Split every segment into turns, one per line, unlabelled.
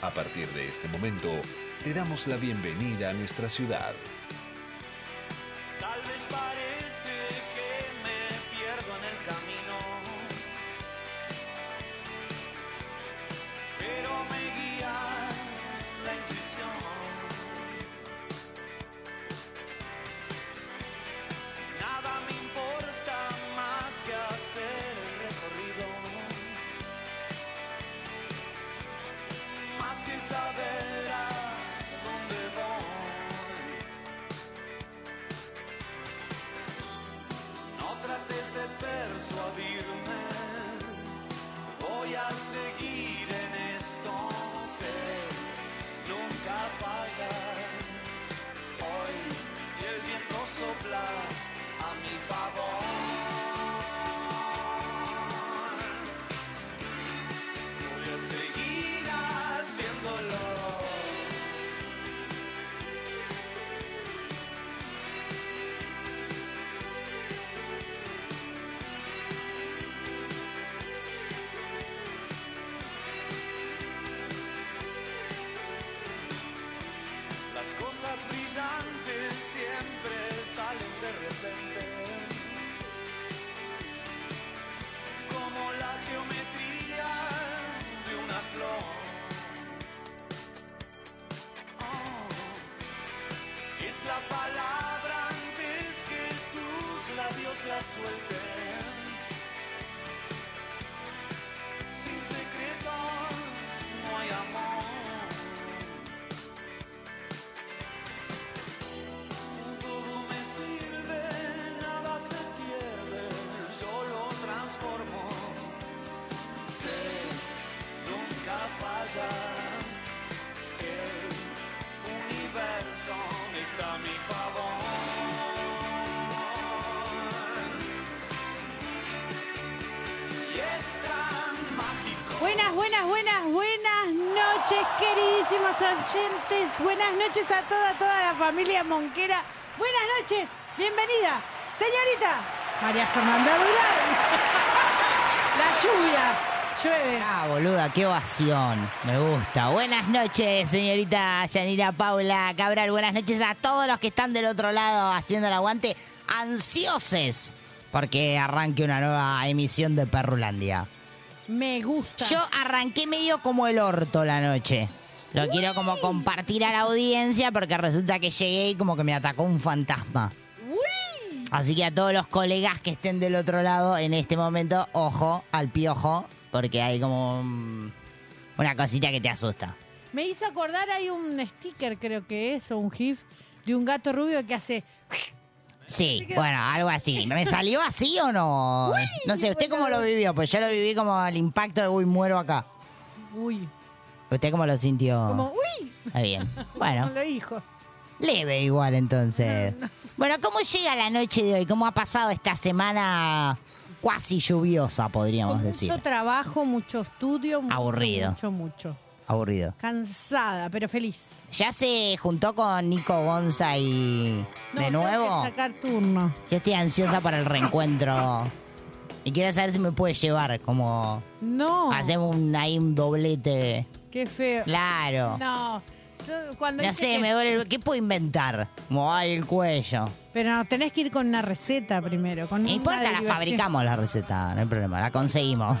A partir de este momento, te damos la bienvenida a nuestra ciudad.
Tal vez parece que me pierdo en el camino, pero me guía la intuición. Nada me importa más que hacer el recorrido, más que saber a dónde voy. No trates de persuadirme, voy a seguir en esto, sé, nunca falla. Hoy y el viento sopla a mi favor. Voy a seguir haciéndolo. Las cosas brillantes siempre salen de repente. Como la geometría de una flor. Oh, Es la palabra antes que tus labios la suelten. Sin secretos no hay amor. Todo me sirve, nada se pierde, yo lo transformo. Sé, nunca falla. El universo está a mi favor. Y es tan mágico.
Buenas, buenas, buenas, buenas noches, queridísimos oyentes. Buenas noches a toda, toda la familia Monquera. Buenas noches, bienvenida, señorita María Fernanda Durán. La lluvia, llueve.
Ah, boluda, qué ovación. Me gusta. Buenas noches, señorita Yanira Paula Cabral. Buenas noches a todos los que están del otro lado haciendo el aguante, ansiosos porque arranque una nueva emisión de Perrulandia.
Me gusta.
Yo arranqué medio como el orto la noche. Lo quiero como compartir a la audiencia porque resulta que llegué y como que me atacó un fantasma.
Uy,
Así que a todos los colegas que estén del otro lado en este momento, ojo al piojo, porque hay como mm, una cosita que te asusta.
Me hizo acordar, hay un sticker creo que es, o un gif, de un gato rubio que hace...
Sí, bueno, algo así. ¿Me salió así o no? No sé, ¿usted cómo lo vivió? Pues yo lo viví como el impacto de, uy, muero acá.
Uy,
¿Usted cómo lo sintió?
como... Uy,
Está bien. Ah. Bueno,
con lo hijo.
leve igual entonces. Bueno, ¿cómo llega la noche de hoy? ¿Cómo ha pasado esta semana cuasi lluviosa, podríamos
Con
decir?
mucho trabajo, mucho estudio. mucho,
Aburrido.
Mucho, mucho.
Aburrido.
Cansada, pero feliz.
¿Ya se juntó con Nico Gonza y
No,
de
tengo
nuevo?
que sacar turno.
Yo estoy ansiosa para el reencuentro. Y quiero saber si me puede llevar, como
No.
hacemos un, ahí un doblete.
Qué feo.
Claro. No,
No. Yo cuando dice
sé,
que-
me duele. el- ¿Qué puedo inventar? Como ay, el cuello.
Pero no, tenés que ir con una receta primero. Con
No
una
importa, la
derivación.
fabricamos la receta, no hay problema, la conseguimos.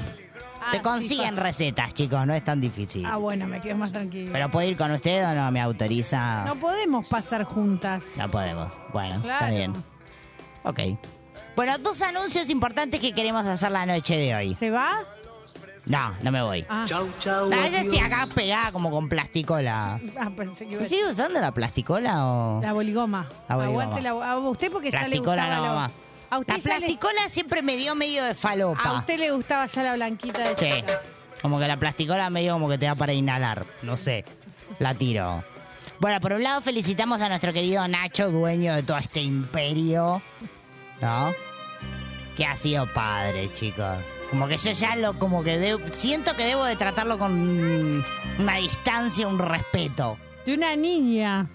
Ah,
Se consiguen
sí,
recetas, chicos, no es tan difícil.
Ah, bueno, me quedo más tranquilo.
Pero ¿puedo ir con usted o no? ¿Me autoriza?
no podemos pasar juntas.
No podemos. Bueno,
Claro.
está bien. Ok. Bueno, dos anuncios importantes que queremos hacer la noche de hoy.
¿Se va?
No, no me voy.
Ah,
No, yo estoy acá pegada como con plasticola.
ah, pensé que iba a decir.
¿Sigue usando la plasticola o...?
La boligoma.
La boligoma.
Aguante la bo- a usted porque ya le
Plasticola
gustaba
no,
la
mamá.
A usted
La
ya le-
plasticola siempre me dio medio de falopa.
a usted le gustaba ya la blanquita de
Sí.
chica.
Como que la plasticola medio como que te da para inhalar. No sé. La tiro. Bueno, por un lado felicitamos a nuestro querido Nacho, dueño de todo este imperio, ¿no? Que ha sido padre, chicos. Como que yo ya lo, como que de- siento que debo de tratarlo con Mm, una distancia, un respeto.
De una niña.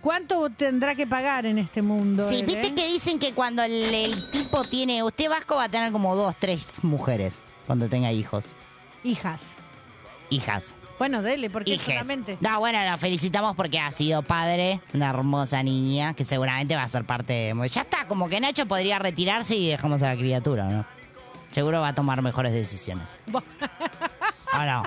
¿Cuánto tendrá que pagar en este mundo?
Sí,
él,
viste
eh?
que dicen que cuando el, el tipo tiene, usted vasco va a tener como dos, tres mujeres cuando tenga hijos,
Hijas.
hijas.
Bueno, dele, porque
Hijes.
solamente.
No, bueno, lo felicitamos porque ha sido padre, una hermosa niña que seguramente va a ser parte de... Ya está, como que Nacho podría retirarse y dejamos a la criatura, ¿no? Seguro va a tomar mejores decisiones. ¿O no?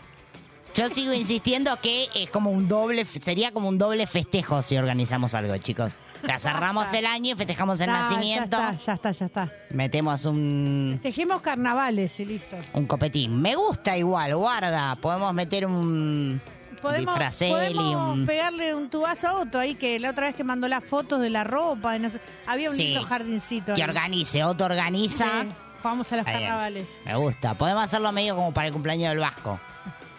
Yo sigo insistiendo que es como un doble, sería como un doble festejo si organizamos algo, chicos. La cerramos el año y festejamos el
No,
nacimiento,
Ya está, ya está, ya está.
metemos un,
Tejemos carnavales y listo.
un copetín. Me gusta igual, guarda. Podemos meter un
Podemos,
disfracel y
podemos
un...
pegarle un tubazo a Otto ahí, que la otra vez que mandó las fotos de la ropa, de no sé- había un
Sí.
lindo jardincito.
Que
ahí.
organice, otro organiza.
Sí, Vamos a los
Está bien.
carnavales.
Me gusta. Podemos hacerlo medio como para el cumpleaños del Vasco.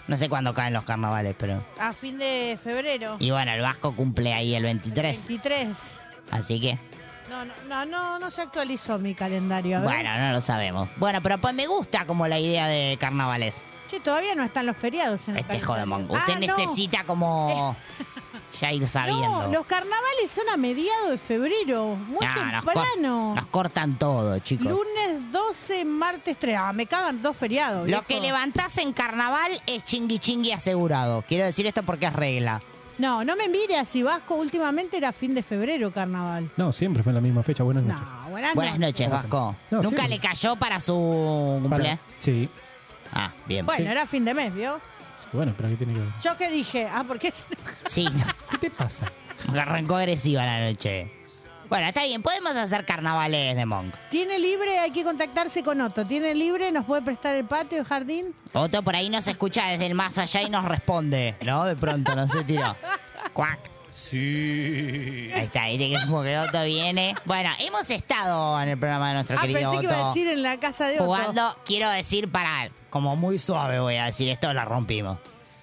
No sé cuándo caen los carnavales, pero.
A fin de febrero.
Y bueno, el Vasco cumple ahí el 23.
23.
Así que.
No, no, no, no, no se actualizó mi calendario. ¿eh? A ver.
Bueno, no lo sabemos. Bueno, pero pues me gusta como la idea de carnavales.
Che, todavía no están los feriados en el
Este joder,
calendario.
Monk. Usted
Ah, no.
necesita como. ya ir sabiendo.
No, los carnavales son a mediados de febrero, muy
Ah, nos, cor-
temprano.
nos cortan todo, chicos.
Lunes 12, martes 3. Ah, me cagan dos feriados.
Lo
viejo.
que levantás en carnaval es chingui chingui asegurado. Quiero decir esto porque es regla.
No, no me mire así, Vasco. Últimamente era fin de febrero carnaval.
No, siempre fue en la misma fecha. Buenas noches.
No, buenas,
Buenas noches, Vasco.
No,
¿Nunca
sí.
le cayó para su cumpleaños?
Para- sí.
Ah, bien.
Bueno, era fin de mes, ¿vio?
Sí, Bueno, pero ¿qué tiene que ver?
Yo qué dije, ah, porque
Sí,
¿Qué te pasa?
arrancó agresiva la noche. Bueno, está bien, podemos hacer carnavales de Monk.
tiene libre, hay que contactarse con Otto. Tiene libre, nos puede prestar el patio, el jardín.
Otto por ahí nos escucha desde el más allá y nos responde, ¿no? De pronto, no se tiró. Cuac. Sí. Ahí está, ahí que como que Otto viene. Bueno, hemos estado en el programa de nuestro
Ah, pensé
querido
que iba a
Otto.
decir en la casa de Otto.
Jugando, quiero decir, para, como muy suave voy a decir esto, la rompimos.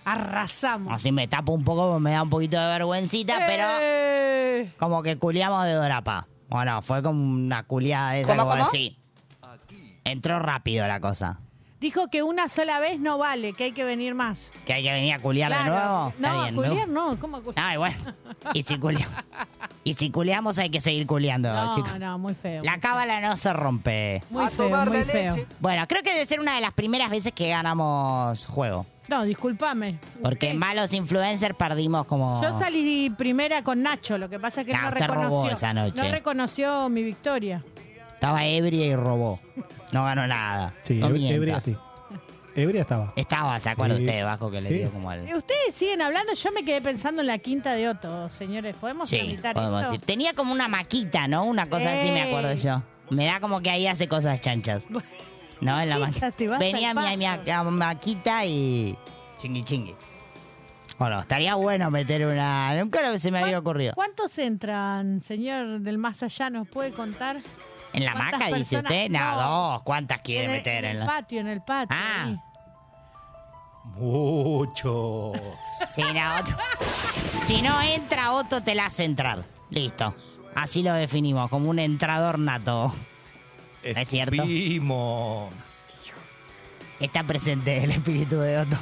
Arrasamos.
Así me tapo un poco, me da un poquito de vergüencita, pero
Eh,
Como que culiamos de Dorapa. Bueno, fue como una culiada de esa
¿Cómo,
como
cómo?
así. Entró rápido la cosa.
Dijo que una sola vez no vale, que hay que venir más.
¿Que hay que venir a culiar de nuevo? Está
No,
bien, me
Julián
gusta.
no, ¿cómo Julián?
No, y bueno. Y si, culiamos, y si culiamos hay que seguir culiando,
No,
chicos.
no, muy feo.
La cábala no se rompe.
Muy feo, muy feo.
Bueno, creo que debe ser una de las primeras veces que ganamos juego.
No, discúlpame.
Porque
Usted-
malos influencers perdimos como...
Yo salí primera con Nacho, lo que pasa es que
No,
no
usted robó
reconoció.
esa noche.
No reconoció mi victoria.
Estaba ebria y robó. No ganó nada.
Sí,
No
Ev-
mienta.
Ebria sí. Ebria estaba.
Estaba, ¿se acuerda
Sí.
usted, Vasco, que le
Sí.
dio como al...
Eh, Ustedes siguen hablando, yo me quedé pensando en la quinta de Otto, señores. ¿Podemos
Sí,
habilitar
podemos
esto?
decir. Tenía como una maquita, ¿no? Una cosa así, me acuerdo
Ey.
yo. Me da como que ahí hace cosas chanchas. ¿No? En la
Ya
maquita.
te vas
Venía
al
mi, mi
paso.
a- maquita y. Chingui chingui. Bueno, estaría bueno meter una. Nunca lo- se me había
¿Cuán-
ocurrido.
¿Cuántos entran, señor del más allá? ¿Nos puede contar?
¿En la
cuántas
maca, dice
personas?
usted? No,
No.
dos. ¿Cuántas quiere
en el,
meter?
en el
en la-
patio, en el patio.
Ah.
ahí.
Muchos.
Sí, no, Otto. Si no entra, Otto te la hace entrar. Listo. Así lo definimos, como un entrador nato. ¿Es cierto? Está presente el espíritu de Otto.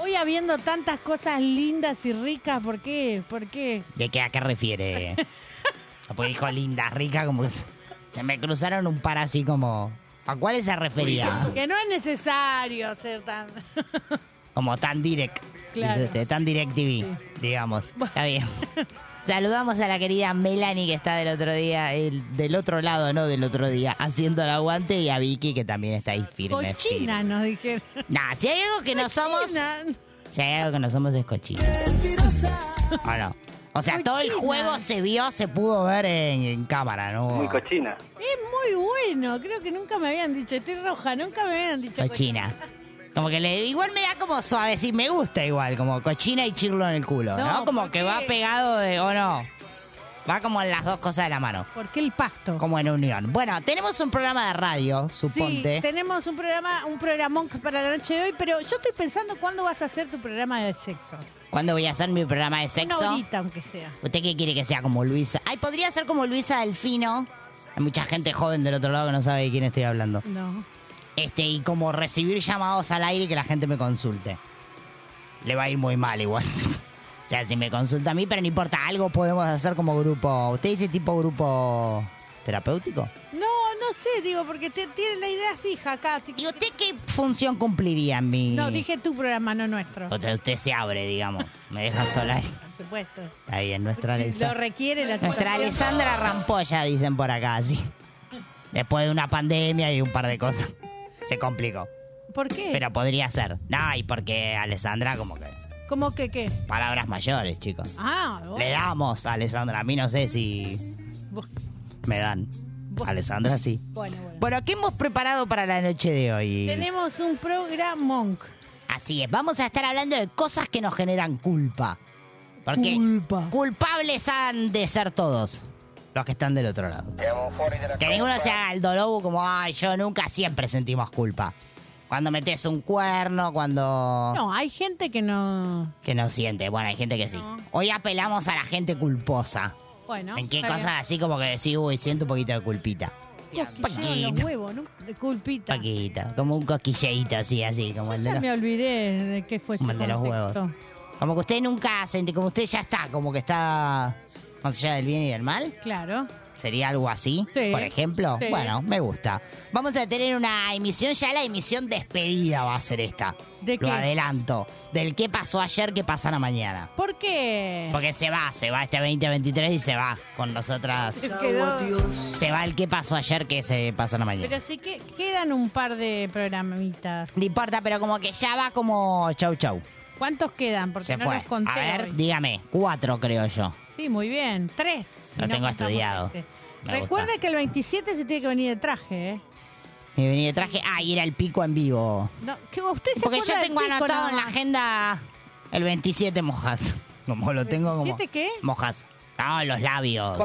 Hoy habiendo tantas cosas lindas y ricas, ¿por qué? ¿Por qué?
¿De qué a qué refiere? Ah, Pues dijo linda, rica, como que se- se me cruzaron un par así como. ¿A cuáles se refería?
Que no es necesario ser tan...
Como tan direct.
Claro.
dice usted, tan direct TV, digamos. Está bien. Saludamos a la querida Melanie que está del otro día, el- del otro lado, no del otro día, haciendo el aguante y a Vicky que también está ahí firme. firme.
Cochina, nos dijeron.
Nah, si hay algo que no somos,
Cochina.
si hay algo que no somos es cochino. ¿O no? O sea, todo el
Cochina.
juego se vio, se pudo ver en, en cámara, ¿no?
Muy cochina.
Es muy bueno, creo que nunca me habían dicho, estoy roja, nunca me habían dicho
Cochina. Como que le, igual me da como suave, sí, me gusta igual, como cochina y chirlo en el culo, ¿no?
No,
Como
¿por
que
qué?
va pegado de, o no. Va como en las dos cosas de la mano.
¿Por qué el pasto?
Como en unión. Bueno, tenemos un programa de radio, suponte.
Sí, tenemos un programa, un programón para la noche de hoy, pero yo estoy pensando cuándo vas a hacer tu programa de sexo.
¿Cuándo voy a hacer mi programa de sexo?
Una horita, aunque sea.
¿Usted qué quiere que sea como Luisa? Ay, podría ser como Luisa Delfino. Hay mucha gente joven del otro lado que no sabe de quién estoy hablando.
No.
Este, y como recibir llamados al aire y que la gente me consulte. Le va a ir muy mal igual. o sea, si me consulta a mí, pero no importa, algo podemos hacer como grupo. ¿Usted dice tipo grupo terapéutico?
No, no sé, digo, porque te- tiene la idea fija acá. así que-
¿Y usted qué función cumpliría en mi...?
No, dije tu programa, no nuestro.
Usted, usted se abre, digamos. Me deja sola. ahí.
Por supuesto.
Está bien, nuestra
Si
Alexandra.
lo requiere la
Nuestra Alessandra Rampolla, dicen por acá, sí. Después de una pandemia y un par de cosas. Se complicó.
¿Por qué?
Pero podría ser. No, y porque Alessandra, como que.
¿Cómo que qué?
Palabras mayores, chicos.
Ah, vos-
Le damos a Alessandra. A mí no sé si
vos-
me dan.
Bueno.
Alessandra sí.
bueno, bueno.
Bueno, ¿qué hemos preparado para la noche de hoy?
Tenemos un programón.
Así es, vamos a estar hablando de cosas que nos generan culpa. Porque
Culpa.
culpables han de ser todos los que están del otro lado. Que ninguno se haga el dolobu como, ay, yo nunca siempre sentimos culpa. Cuando metes un cuerno, cuando...
No, hay gente que no.
Que no siente. Bueno, hay gente que sí.
No.
Hoy apelamos a la gente culposa.
Bueno.
¿En qué
está bien.
cosas así como que decís, uy, siento un poquito de culpita?
Cosquilleo en los
Paquita.
huevos, ¿no? De culpita.
Poquito, como un cosquilleíto así, así, como el de
Ya
los...
me olvidé de qué fue
Como
ese
el de los
contexto.
huevos. Como que usted nunca siente, como usted ya está, como que está más allá del bien y del mal.
Claro.
¿Sería algo así?
Sí.
Por ejemplo.
Sí.
Bueno, me gusta. Vamos a tener una emisión, ya la emisión despedida va a ser esta.
¿De
Lo
qué?
adelanto. Del qué pasó ayer, qué pasará mañana.
¿Por qué?
Porque se va, se va este 2023 y se va con nosotras.
Se quedó-
Se va el qué pasó ayer, qué se pasará mañana.
Pero sí que quedan un par de programitas.
No importa, pero como que ya va como Oh, chau chau.
¿Cuántos quedan? Porque
se
no
fue.
los conté.
a ver,
hoy.
dígame. Cuatro, creo yo.
Sí, muy bien. Tres.
Lo
Si no
tengo
contamos
estudiado.
este.
Me
Recuerde
gusta.
que el 27 se tiene que venir de traje, ¿eh?
Y vení de traje. Ah, y era el pico en vivo.
No, que usted se
Porque
acuerda
yo
del
tengo
pico
anotado
nada
en la
más.
agenda el 27 mojas. Como lo tengo como.
¿27 qué?
Mojas. No, los labios.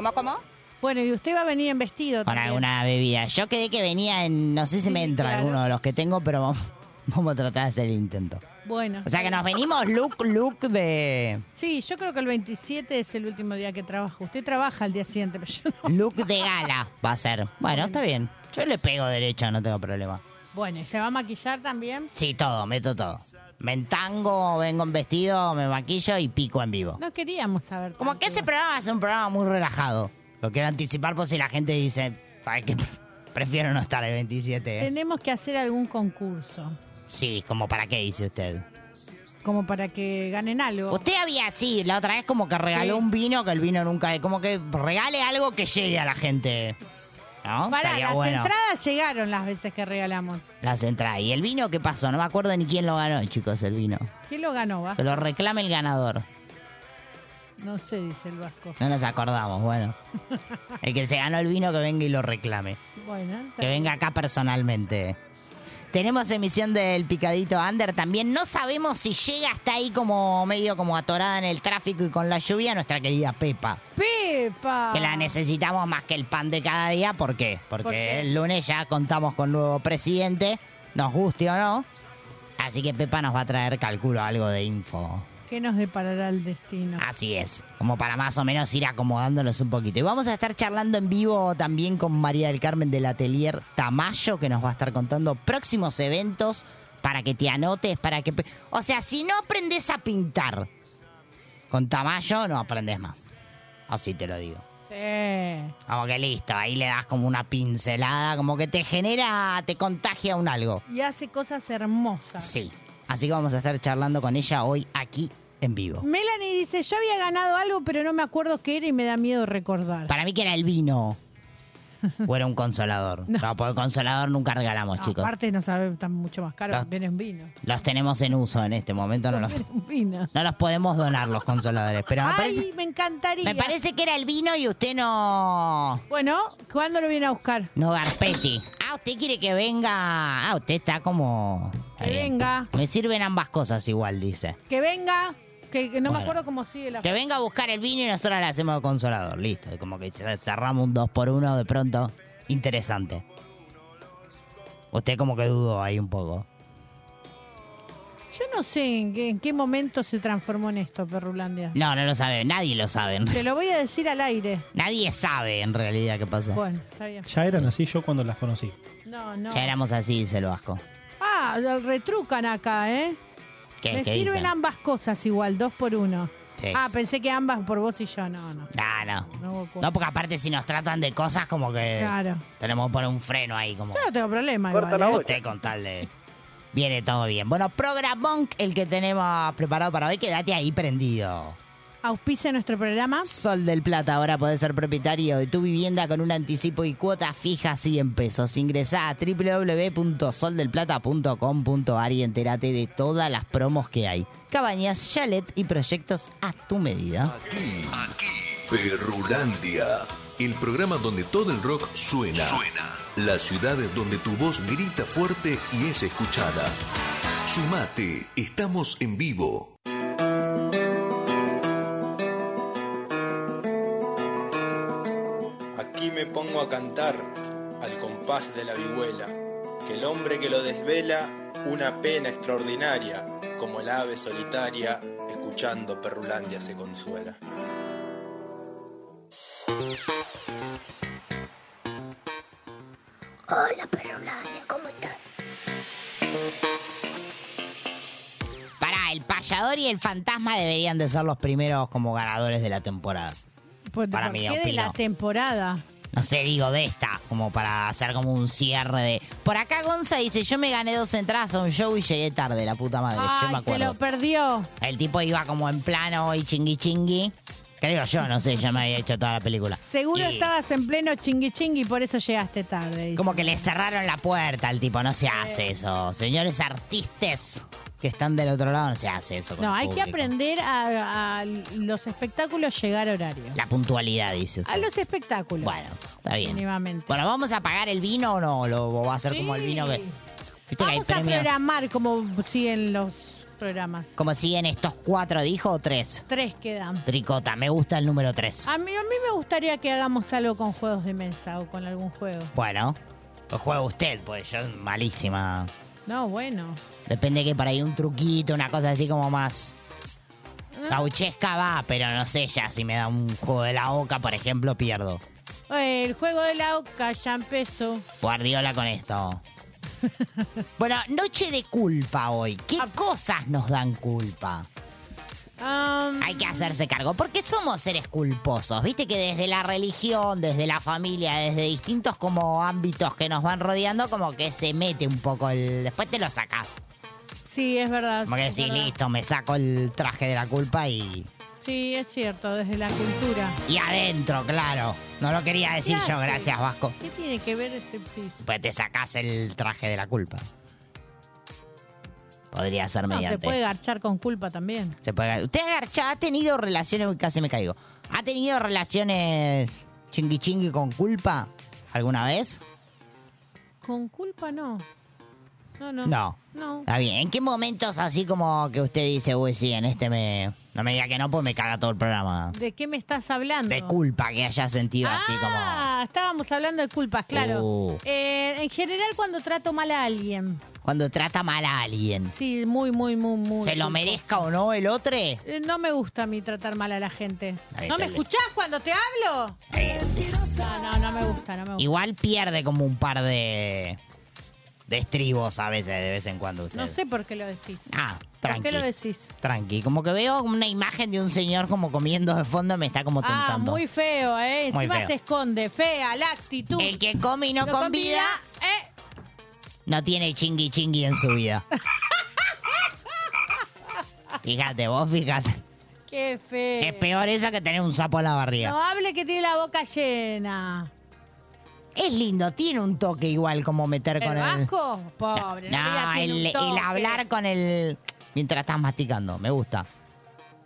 Bueno, y usted va a venir en vestido
Con
también.
alguna bebida. Yo quedé que venía en. No sé si
Sí,
me entra
claro.
alguno de los que tengo, pero vamos, vamos a tratar de hacer el intento.
Bueno.
O sea que nos venimos look, look de.
Sí, yo creo que el 27 es el último día que trabajo. Usted trabaja el día siguiente, pero yo no.
Look de gala va a ser. Bueno, está bien. Yo le pego derecho, no tengo problema.
Bueno, ¿y se va a maquillar también?
Sí, todo, meto todo. Me entango, vengo en vestido, me maquillo y pico en vivo.
No queríamos saber.
Como
tanto.
que ese programa es un programa muy relajado. Lo quiero anticipar por si la gente dice, ¿sabes qué? Prefiero no estar el 27. ¿eh?".
Tenemos que hacer algún concurso,
Sí, como para qué dice usted.
como para que ganen algo.
Usted había, sí, la otra vez como que regaló
Sí.
un vino que el vino nunca... Como que regale algo que llegue a la gente. ¿No?
Pará,
Estaría
las
bueno.
entradas llegaron las veces que regalamos.
Las entradas. ¿Y el vino qué pasó? No me acuerdo ni quién lo ganó, chicos, el vino.
¿Quién lo ganó, va?
Que lo reclame el ganador.
No sé, dice el vasco.
No nos acordamos, bueno. El que se ganó el vino que venga y lo reclame.
Bueno,
Que venga acá personalmente. Tenemos emisión del picadito under también. No sabemos si llega hasta ahí como medio como atorada en el tráfico y con la lluvia nuestra querida Pepa.
Pepa.
Que la necesitamos más que el pan de cada día. ¿Por qué? Porque
¿Por qué?
el lunes ya contamos con nuevo presidente, nos guste o no. Así que Pepa nos va a traer, calculo, algo de info.
¿Qué nos deparará el destino?
Así es, como para más o menos ir acomodándolos un poquito. Y vamos a estar charlando en vivo también con María del Carmen del Atelier Tamayo, que nos va a estar contando próximos eventos para que te anotes, para que... pe- O sea, si no aprendes a pintar con Tamayo, no aprendes más. Así te lo digo.
Sí.
Como que listo, ahí le das como una pincelada, como que te genera, te contagia un algo.
Y hace cosas hermosas.
Sí, así que vamos a estar charlando con ella hoy aquí en vivo.
Melanie dice, yo había ganado algo, pero no me acuerdo qué era y me da miedo recordar.
Para mí que era el vino. O era un consolador. No, porque consolador nunca regalamos,
No,
chicos.
Aparte no sabe, está mucho más caro,
Los-
viene un vino.
Los tenemos en uso en este momento. No los,
Viene un vino.
no los podemos donar los consoladores. Pero me
Ay,
parece,
me encantaría.
me parece que era el vino y usted no...
Bueno, ¿cuándo lo viene a buscar?
No Garpetti. Ah, usted quiere que venga... Ah, usted está como...
Que
Está bien.
venga.
Me sirven ambas cosas igual, dice.
Que venga. Que, que no me
Bueno.
acuerdo cómo sigue la
Que venga a buscar el vino y nosotros le hacemos el consolador. Listo. Y Como que cer- cerramos un 2 por 1 de pronto. Interesante. Usted como que dudó ahí un poco.
Yo no sé en qué, en qué momento se transformó en esto, Perrulandia.
No, no lo sabe. Nadie lo sabe.
Te lo voy a decir al aire.
Nadie sabe en realidad qué pasó.
Bueno, está bien.
Ya eran así yo cuando las conocí.
No, no.
Ya éramos así, dice el Vasco.
Ah, retrucan acá, ¿eh?
¿Qué,
Me
qué
sirven
dicen?
ambas cosas igual, dos por uno.
Sí.
Ah, pensé que ambas por vos y yo. No, no.
Ah, no.
No hubo cu-
No, porque aparte si nos tratan de cosas como que
Claro.
tenemos que poner un freno ahí como...
Yo no tengo problema.
Corta
igual,
la
¿eh?
bocha.
Usted con tal de... Viene todo bien. Bueno, programón el que tenemos preparado para hoy. Quédate ahí prendido.
Auspicia nuestro programa.
Sol del Plata, ahora podés ser propietario de tu vivienda con un anticipo y cuota fija 100 pesos. Ingresá a www.soldelplata.com.ar y entérate de todas las promos que hay. Cabañas, chalet y proyectos a tu medida.
Aquí,
Perrulandia, el programa donde todo el rock suena. Suena. Las ciudades donde tu voz grita fuerte y es escuchada. Sumate, estamos en vivo.
Aquí me pongo a cantar al compás de la vihuela, que el hombre que lo desvela una pena extraordinaria, como el ave solitaria, escuchando Perrulandia se consuela.
Pará, el payador y el fantasma deberían de ser los primeros como ganadores de la temporada.
Por-
Para
Pues, ¿por
mí,
qué de
opino.
la temporada?
No sé, digo de esta, como para hacer como un cierre de... Por acá Gonza dice, yo me gané dos entradas a un show y llegué tarde, la puta madre. yo me
Ay, se
acuerdo.
lo perdió.
El tipo iba como en plano y chingui chingui. Creo yo, no sé, ya me había hecho toda la película.
Seguro
Y
estabas en pleno chingui chingui, por eso llegaste tarde. dice.
Como que le cerraron la puerta al tipo, no se hace eso. Señores artistas que están del otro lado, no se hace eso. con
No,
el
hay que
público.
aprender a, a los espectáculos llegar a horario.
La puntualidad, dice usted.
A los espectáculos.
Bueno, está bien.
Mínimamente.
Bueno, ¿vamos a pagar el vino o no? ¿Lo, ¿O va a ser como el
Sí.
vino que... Viste que hay
Vamos a
premios.
programar como siguen los programas.
Como siguen estos cuatro, dijo, o tres.
Tres quedan.
Tricota, me gusta el número tres.
A mí, a mí me gustaría que hagamos algo con juegos de mesa o con algún juego.
Bueno, pues juega usted, pues yo malísima.
No, bueno.
Depende que por ahí un truquito, una cosa así como más. Gauchesca va, pero no sé ya si me da un juego de la oca, por ejemplo, pierdo.
Eh, El juego de la oca ya empezó.
Guardiola con esto. bueno, noche de culpa hoy. ¿Qué
Ah.
cosas nos dan culpa?
Am,
Hay que hacerse cargo, porque somos seres culposos. Viste que desde la religión, desde la familia, desde distintos como ámbitos que nos van rodeando, como que se mete un poco el... Después te lo sacás.
sí, es verdad.
Como que
es
decís,
verdad.
listo, me saco el traje de la culpa y...
Sí, es cierto, desde la cultura.
Y adentro, claro. No lo quería decir yo,
Gracias.
gracias Vasco.
¿Qué tiene que ver este piso?
Pues te sacás el traje de la culpa. Podría ser
No,
mediante.
se puede garchar con culpa también.
Se puede gar- Usted garcha, ha tenido relaciones, uy, casi me caigo. ¿Ha tenido relaciones chingui chingui con culpa alguna vez?
Con culpa no. No, no.
No.
No.
Está bien. ¿En qué momentos así como que usted dice, uy, sí, en este me. No me diga que no, pues me caga todo el programa.
¿De qué me estás hablando?
De culpa que haya sentido así como.
Ah, estábamos hablando de culpas, claro.
Uh.
Eh, en general cuando trato mal a alguien.
Cuando trata mal a alguien.
Sí, muy, muy, muy, muy.
¿Se lo
culposo.
merezca o no el otro?
Eh, No me gusta a mí tratar mal a la gente.
Ahí
¿No
está
me
el-
escuchás cuando te hablo? No, no, no me gusta, no me gusta.
Igual pierde como un par de. de estribos a veces, de vez en cuando usted.
No sé por qué lo decís.
Ah,
¿Por
tranqui.
qué lo decís?
Tranqui. Como que veo una imagen de un señor como comiendo de fondo, me está como
Ah,
tentando.
muy feo, ¿eh?
Muy
Encima
feo.
se esconde. Fea, la actitud.
El que come y no,
Lo
convida,
¿eh?
no tiene chingui chingui en su vida. fíjate, vos fíjate.
Qué feo.
Es peor eso que tener un sapo en la barriga.
Eh. No hable que tiene la boca llena.
Es lindo, tiene un toque igual como meter
¿El
con el.
vasco?
No,
Pobre. no diga tiene
el,
un
el
toque.
hablar con el. Mientras estás masticando, me gusta.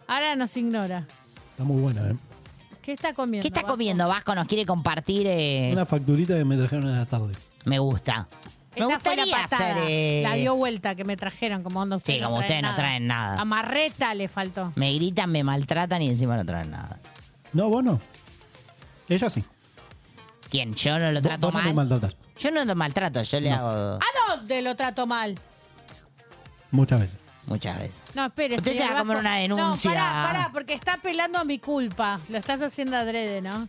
Ahora nos ignora.
Está muy buena, ¿eh?
¿Qué está comiendo?
¿Qué está
Vasco?
comiendo Vasco? Nos quiere compartir. eh,
Una facturita que me trajeron a la tarde.
Me gusta. Me
Esa fue
gustaría
la patada.
hacer, eh,
La dio vuelta que me trajeron, como onda ustedes.
Sí, como ustedes no traen nada.
Amarreta le faltó.
Me gritan, me maltratan y encima no traen nada.
No, vos no. Ella sí.
¿Quién? ¿Yo no lo
Vos-
trato
vos no te
mal?
maltratás
Yo no lo maltrato, yo le hago
¿A dónde lo trató mal?
muchas veces.
muchas veces.
No, espere.
Usted
estoy
se va a
abajo.
comer una denuncia.
No, pará, pará, porque está apelando a mi culpa. Lo estás haciendo adrede, ¿no?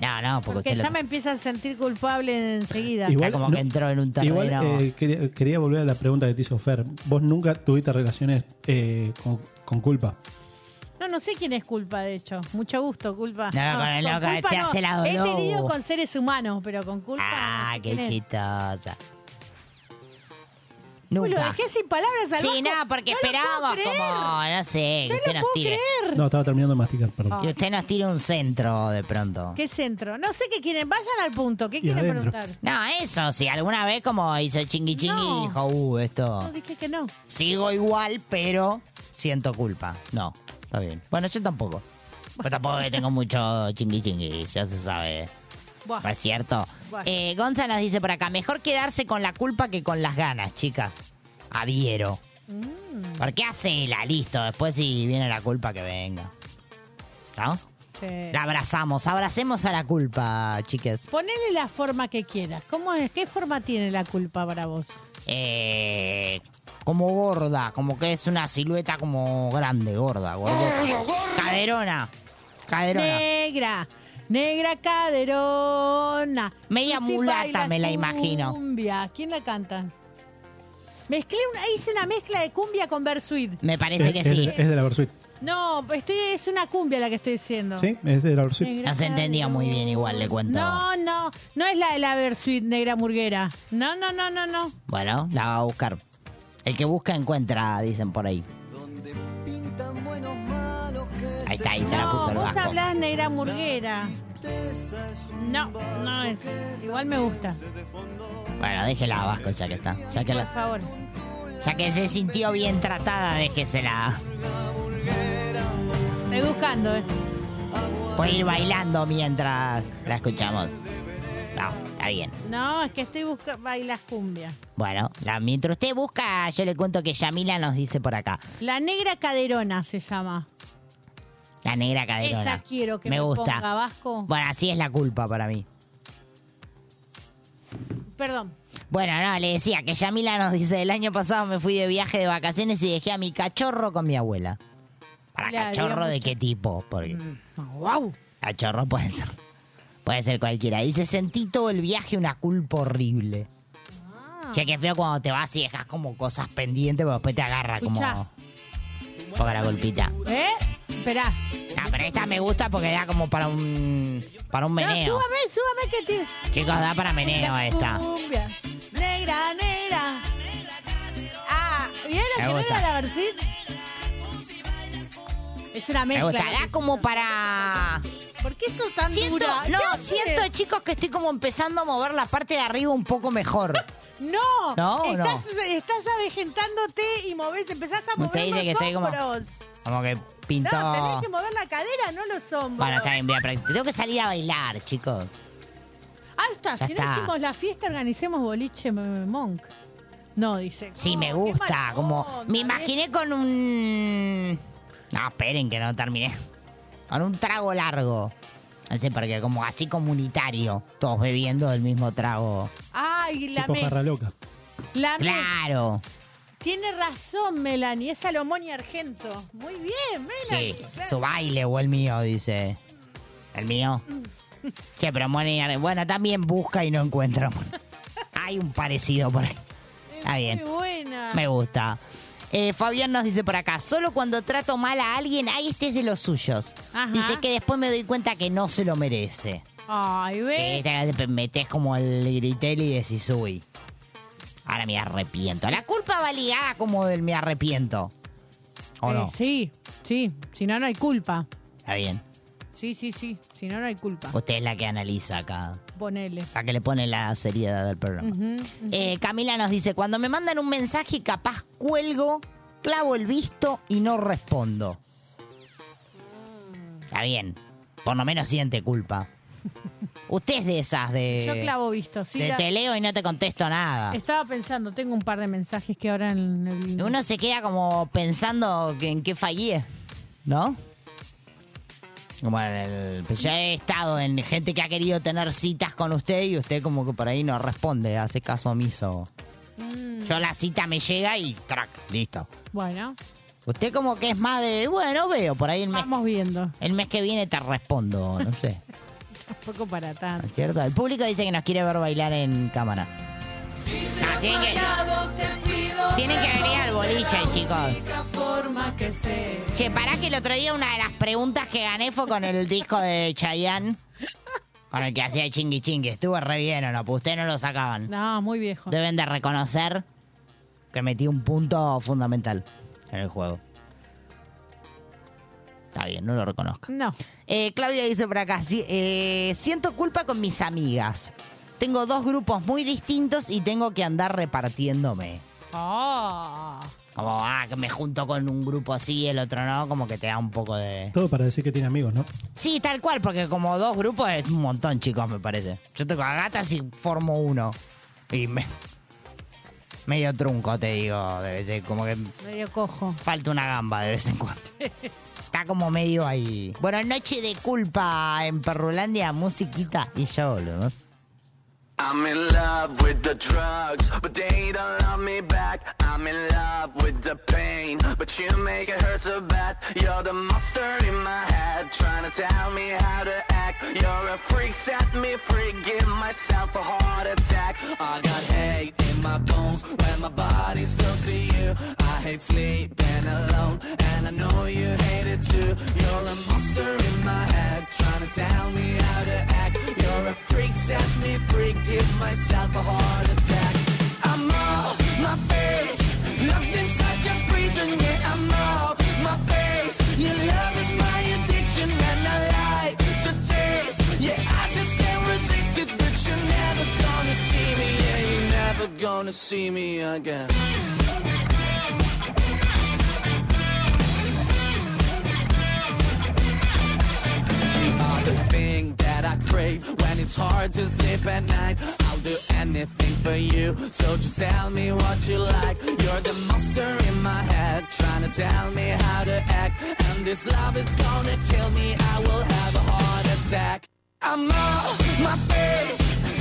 No, no, porque,
Porque
usted
ya
lo-
me empieza a sentir culpable enseguida.
Igual- como que entró en un terreno.
Igual eh, quería, quería volver a la pregunta que te hizo Fer. Vos nunca tuviste relaciones eh, con, con culpa.
No, no sé quién es culpa, de hecho. Mucho gusto, culpa.
No, no, con el loco, se hace la
He
boluda.
tenido con seres humanos, pero con culpa.
Ah,
no sé
qué
quién es.
chistosa.
Uy, lo
Nunca.
dejé sin palabras al
ah. Sí,
bajo.
no, porque
No lo puedo
esperábamos
creer.
como, no sé, que
No
usted
lo
nos
puedo
tire.
creer.
No, estaba terminando de masticar, perdón.
Que usted nos tire un centro de pronto.
¿Qué centro? No sé qué quieren. Vayan al punto. ¿Qué
Y
quieren
adentro.
preguntar?
No, eso, si alguna vez como hizo chingui chingui
No.
y dijo, uh,
No,
esto.
dije que no.
Sigo igual, pero siento culpa. No, está bien. Bueno, yo tampoco. Yo tampoco que tengo mucho chingui chingui, ya se sabe.
Buah.
No es cierto.
Bueno.
Eh, Gonza nos dice por acá, mejor quedarse con la culpa que con las ganas, chicas. Adhiero.
Mm.
¿Por qué hace la listo? Después si viene la culpa que venga. ¿No?
Sí.
La abrazamos, abracemos a la culpa, chicas.
Ponele la forma que quieras. ¿Cómo es? ¿Qué forma tiene la culpa para vos?
Eh, como gorda, como que es una silueta como grande, gorda,
Ah,
gorda. Caderona, caderona.
Negra. Negra caderona.
Media
Tú sí
mulata
bailas
me la imagino.
Cumbia. ¿Quién la canta? Mezclé una, hice una mezcla de cumbia con Versuit.
Me parece
Es-
que
es, de
sí.
la- es de la Versuit.
No, estoy, es una cumbia la que estoy diciendo.
Sí, es de la Versuit.
Negra
No se entendía muy bien igual, le cuento.
No, no, no es la de la Versuit negra murguera. No, no, no, no, no.
Bueno, la va a buscar. El que busca encuentra, dicen por ahí. Ahí está, ahí se la puso
No,
el
vos
vasco.
hablás negra murguera. No, no es. Igual me gusta,
Bueno, déjela a Vasco ya que está. Ya que,
por
la-
favor.
ya que se sintió bien tratada, déjesela.
Estoy buscando, eh.
Puede ir bailando mientras la escuchamos. No, está bien.
No, es que estoy buscando. Bailas cumbia.
Bueno, la, mientras usted busca, yo le cuento que Yamila nos dice por acá.
La negra caderona se llama.
La negra caderona.
Esa quiero que me,
me gusta.
ponga, Vasco.
Bueno, así es la culpa para mí.
Perdón.
Bueno, no, le decía que Yamila nos dice, el año pasado me fui de viaje de vacaciones y dejé a mi cachorro con mi abuela. ¿Para
Le
cachorro
haría
de
mucho- Mm,
qué tipo? Porque
¡Wow!
cachorro puede ser, puede ser cualquiera. Dice, sentí todo el viaje una culpa horrible.
Ah.
Che, que feo cuando te vas y dejas como cosas pendientes, pero después te agarra como...
Escuchá.
Poca la golpita.
¿Eh? Esperá.
No, pero esta me gusta porque da como para un... Para un
No,
meneo.
súbame, súbame que tiene.
Chicos, da para meneo
Negra
esta.
cumbia. Negra, negra. Ah, ¿vieron
Me
que no
gusta.
era la versión? Es una
Me
mezcla.
gusta. Da como para...
¿Por qué sos tan
Siento,
dura?
no,
¿Qué haces?
siento, chicos, que estoy como empezando a mover la parte de arriba un poco mejor.
No,
No,
estás, estás avejentándote y movés, empezás a
Usted
mover
dice
los
que estoy como-
hombros.
Como que
No,
pintó.
tenés que mover la cadera, no los hombros.
Bueno, está bien, voy a practicar. Tengo que salir a bailar, chicos.
Ahí Ah, está,
Ya
si
está.
no hicimos la fiesta, organicemos boliche m- m- monk. No, dice.
Sí,
No,
me
qué
gusta.
mala
Como
onda,
me
¿eh?
imaginé con un. No, esperen que no terminé. Con un trago largo. No sé, porque como así comunitario. Todos bebiendo del mismo trago.
Ay, la
Tipo
me.
jarra loca.
La me-
Claro.
Tiene razón, Melanie. Es Salomón y Argento. Muy bien, Melanie.
Sí,
claro.
su baile o el mío, dice. ¿El mío?
Mm.
Che, pero Moni, bueno, también busca y no encuentra. Hay un parecido por ahí.
Es
Está bien,
Muy buena.
me gusta. Eh, Fabián nos dice por acá, solo cuando trato mal a alguien, ahí este es de los suyos.
Ajá.
Dice que después me doy cuenta que no se lo merece.
Ay,
Que
ve.
te- te metes como el gritel y decís, uy, ahora me arrepiento. La culpa va ligada como del me arrepiento. ¿O
Eh,
no?
Sí, sí. Si no, no hay culpa.
Está bien.
Sí, sí, sí. Si no, no hay culpa.
Usted es la que analiza acá.
Ponele.
La que le pone la seriedad al programa.
Mm.
Eh, Camila nos dice, cuando me mandan un mensaje capaz cuelgo, clavo el visto y no respondo. Está bien, por lo menos siente culpa. Usted es de esas de...
Yo clavo visto, sí.
de
la-
te leo y no te contesto nada.
Estaba pensando, tengo un par de mensajes que ahora en el...
Uno se queda como pensando que- en qué fallé, ¿no? Como en el... pues Yo he estado en gente que ha querido tener citas con usted y usted como que por ahí no responde, hace caso omiso. Yo la cita me llega y track, listo.
Mm. Bueno,
Usted como que es más de, bueno, veo, por ahí el mes,
vamos viendo.
el mes que viene te respondo, no sé.
Tampoco para tanto.
¿no es ¿Cierto? El público dice que nos quiere ver bailar en cámara. Ah, tienen, que, tienen que agregar el boliche, chicos. Che, pará que el otro día una de las preguntas que gané fue con el disco de Chayanne. Con el que hacía chingui chingui. Estuvo re bien o no, pues ustedes no lo sacaban.
No, muy viejo.
Deben de reconocer que metí un punto fundamental en el juego. Está bien, no lo reconozco.
No.
Eh, Claudia dice por acá, "Si- eh, siento culpa con mis amigas. Tengo dos grupos muy distintos y tengo que andar repartiéndome.
Ah.
Como, ah, que me junto con un grupo sí, el otro no, como que te da un poco de...
Todo para decir que tiene amigos, ¿no?
Sí, tal cual, porque como dos grupos es un montón, chicos, me parece. Yo tengo a gatas y formo uno. Y me... Medio trunco, te digo, de vez en- como que
Medio cojo.
falta una gamba de vez en cuando. Está como medio ahí. Bueno, noche de culpa en Perrulandia, musiquita y ya volvemos.
I'm in love with the drugs, but they don't love me back. I'm in love with the pain, but you make it hurt so bad. You're the mustard in my head, trying to tell me how to act. You're a freak, set me free, give myself a heart attack. I got hate in my bones when my body's close to you. I hate sleeping alone, and I know you hate it too. You're a monster in my head, trying to tell me how to act. You're a freak, set me free, give myself a heart attack. I'm off my face, locked inside your prison. Yeah, I'm off my face. Your love is my addiction, and I like the taste. Yeah, I just can't resist it, but you're never gonna see me. Yeah, you're never gonna see me again. You are the thing that I crave when it's hard to sleep at night. I'll do anything for you, so just tell me what you like. You're the monster in my head, trying to tell me how to act. And this love is gonna kill me, I will have a heart attack. I'm off my face,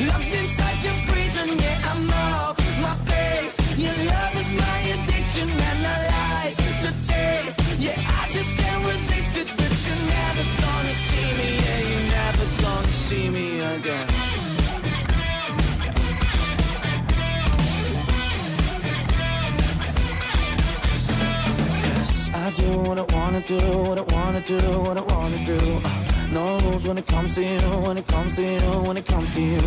locked inside your prison. Yeah, I'm off my face. Your love is my addiction, and I like the taste. Yeah, I just can't resist it, but you're never gonna see me. Yeah, you're never gonna see me again. Yes, I do what I wanna do, what I wanna do, what I wanna do. Uh, No rules when it comes to you, when it comes to you, when it comes to you.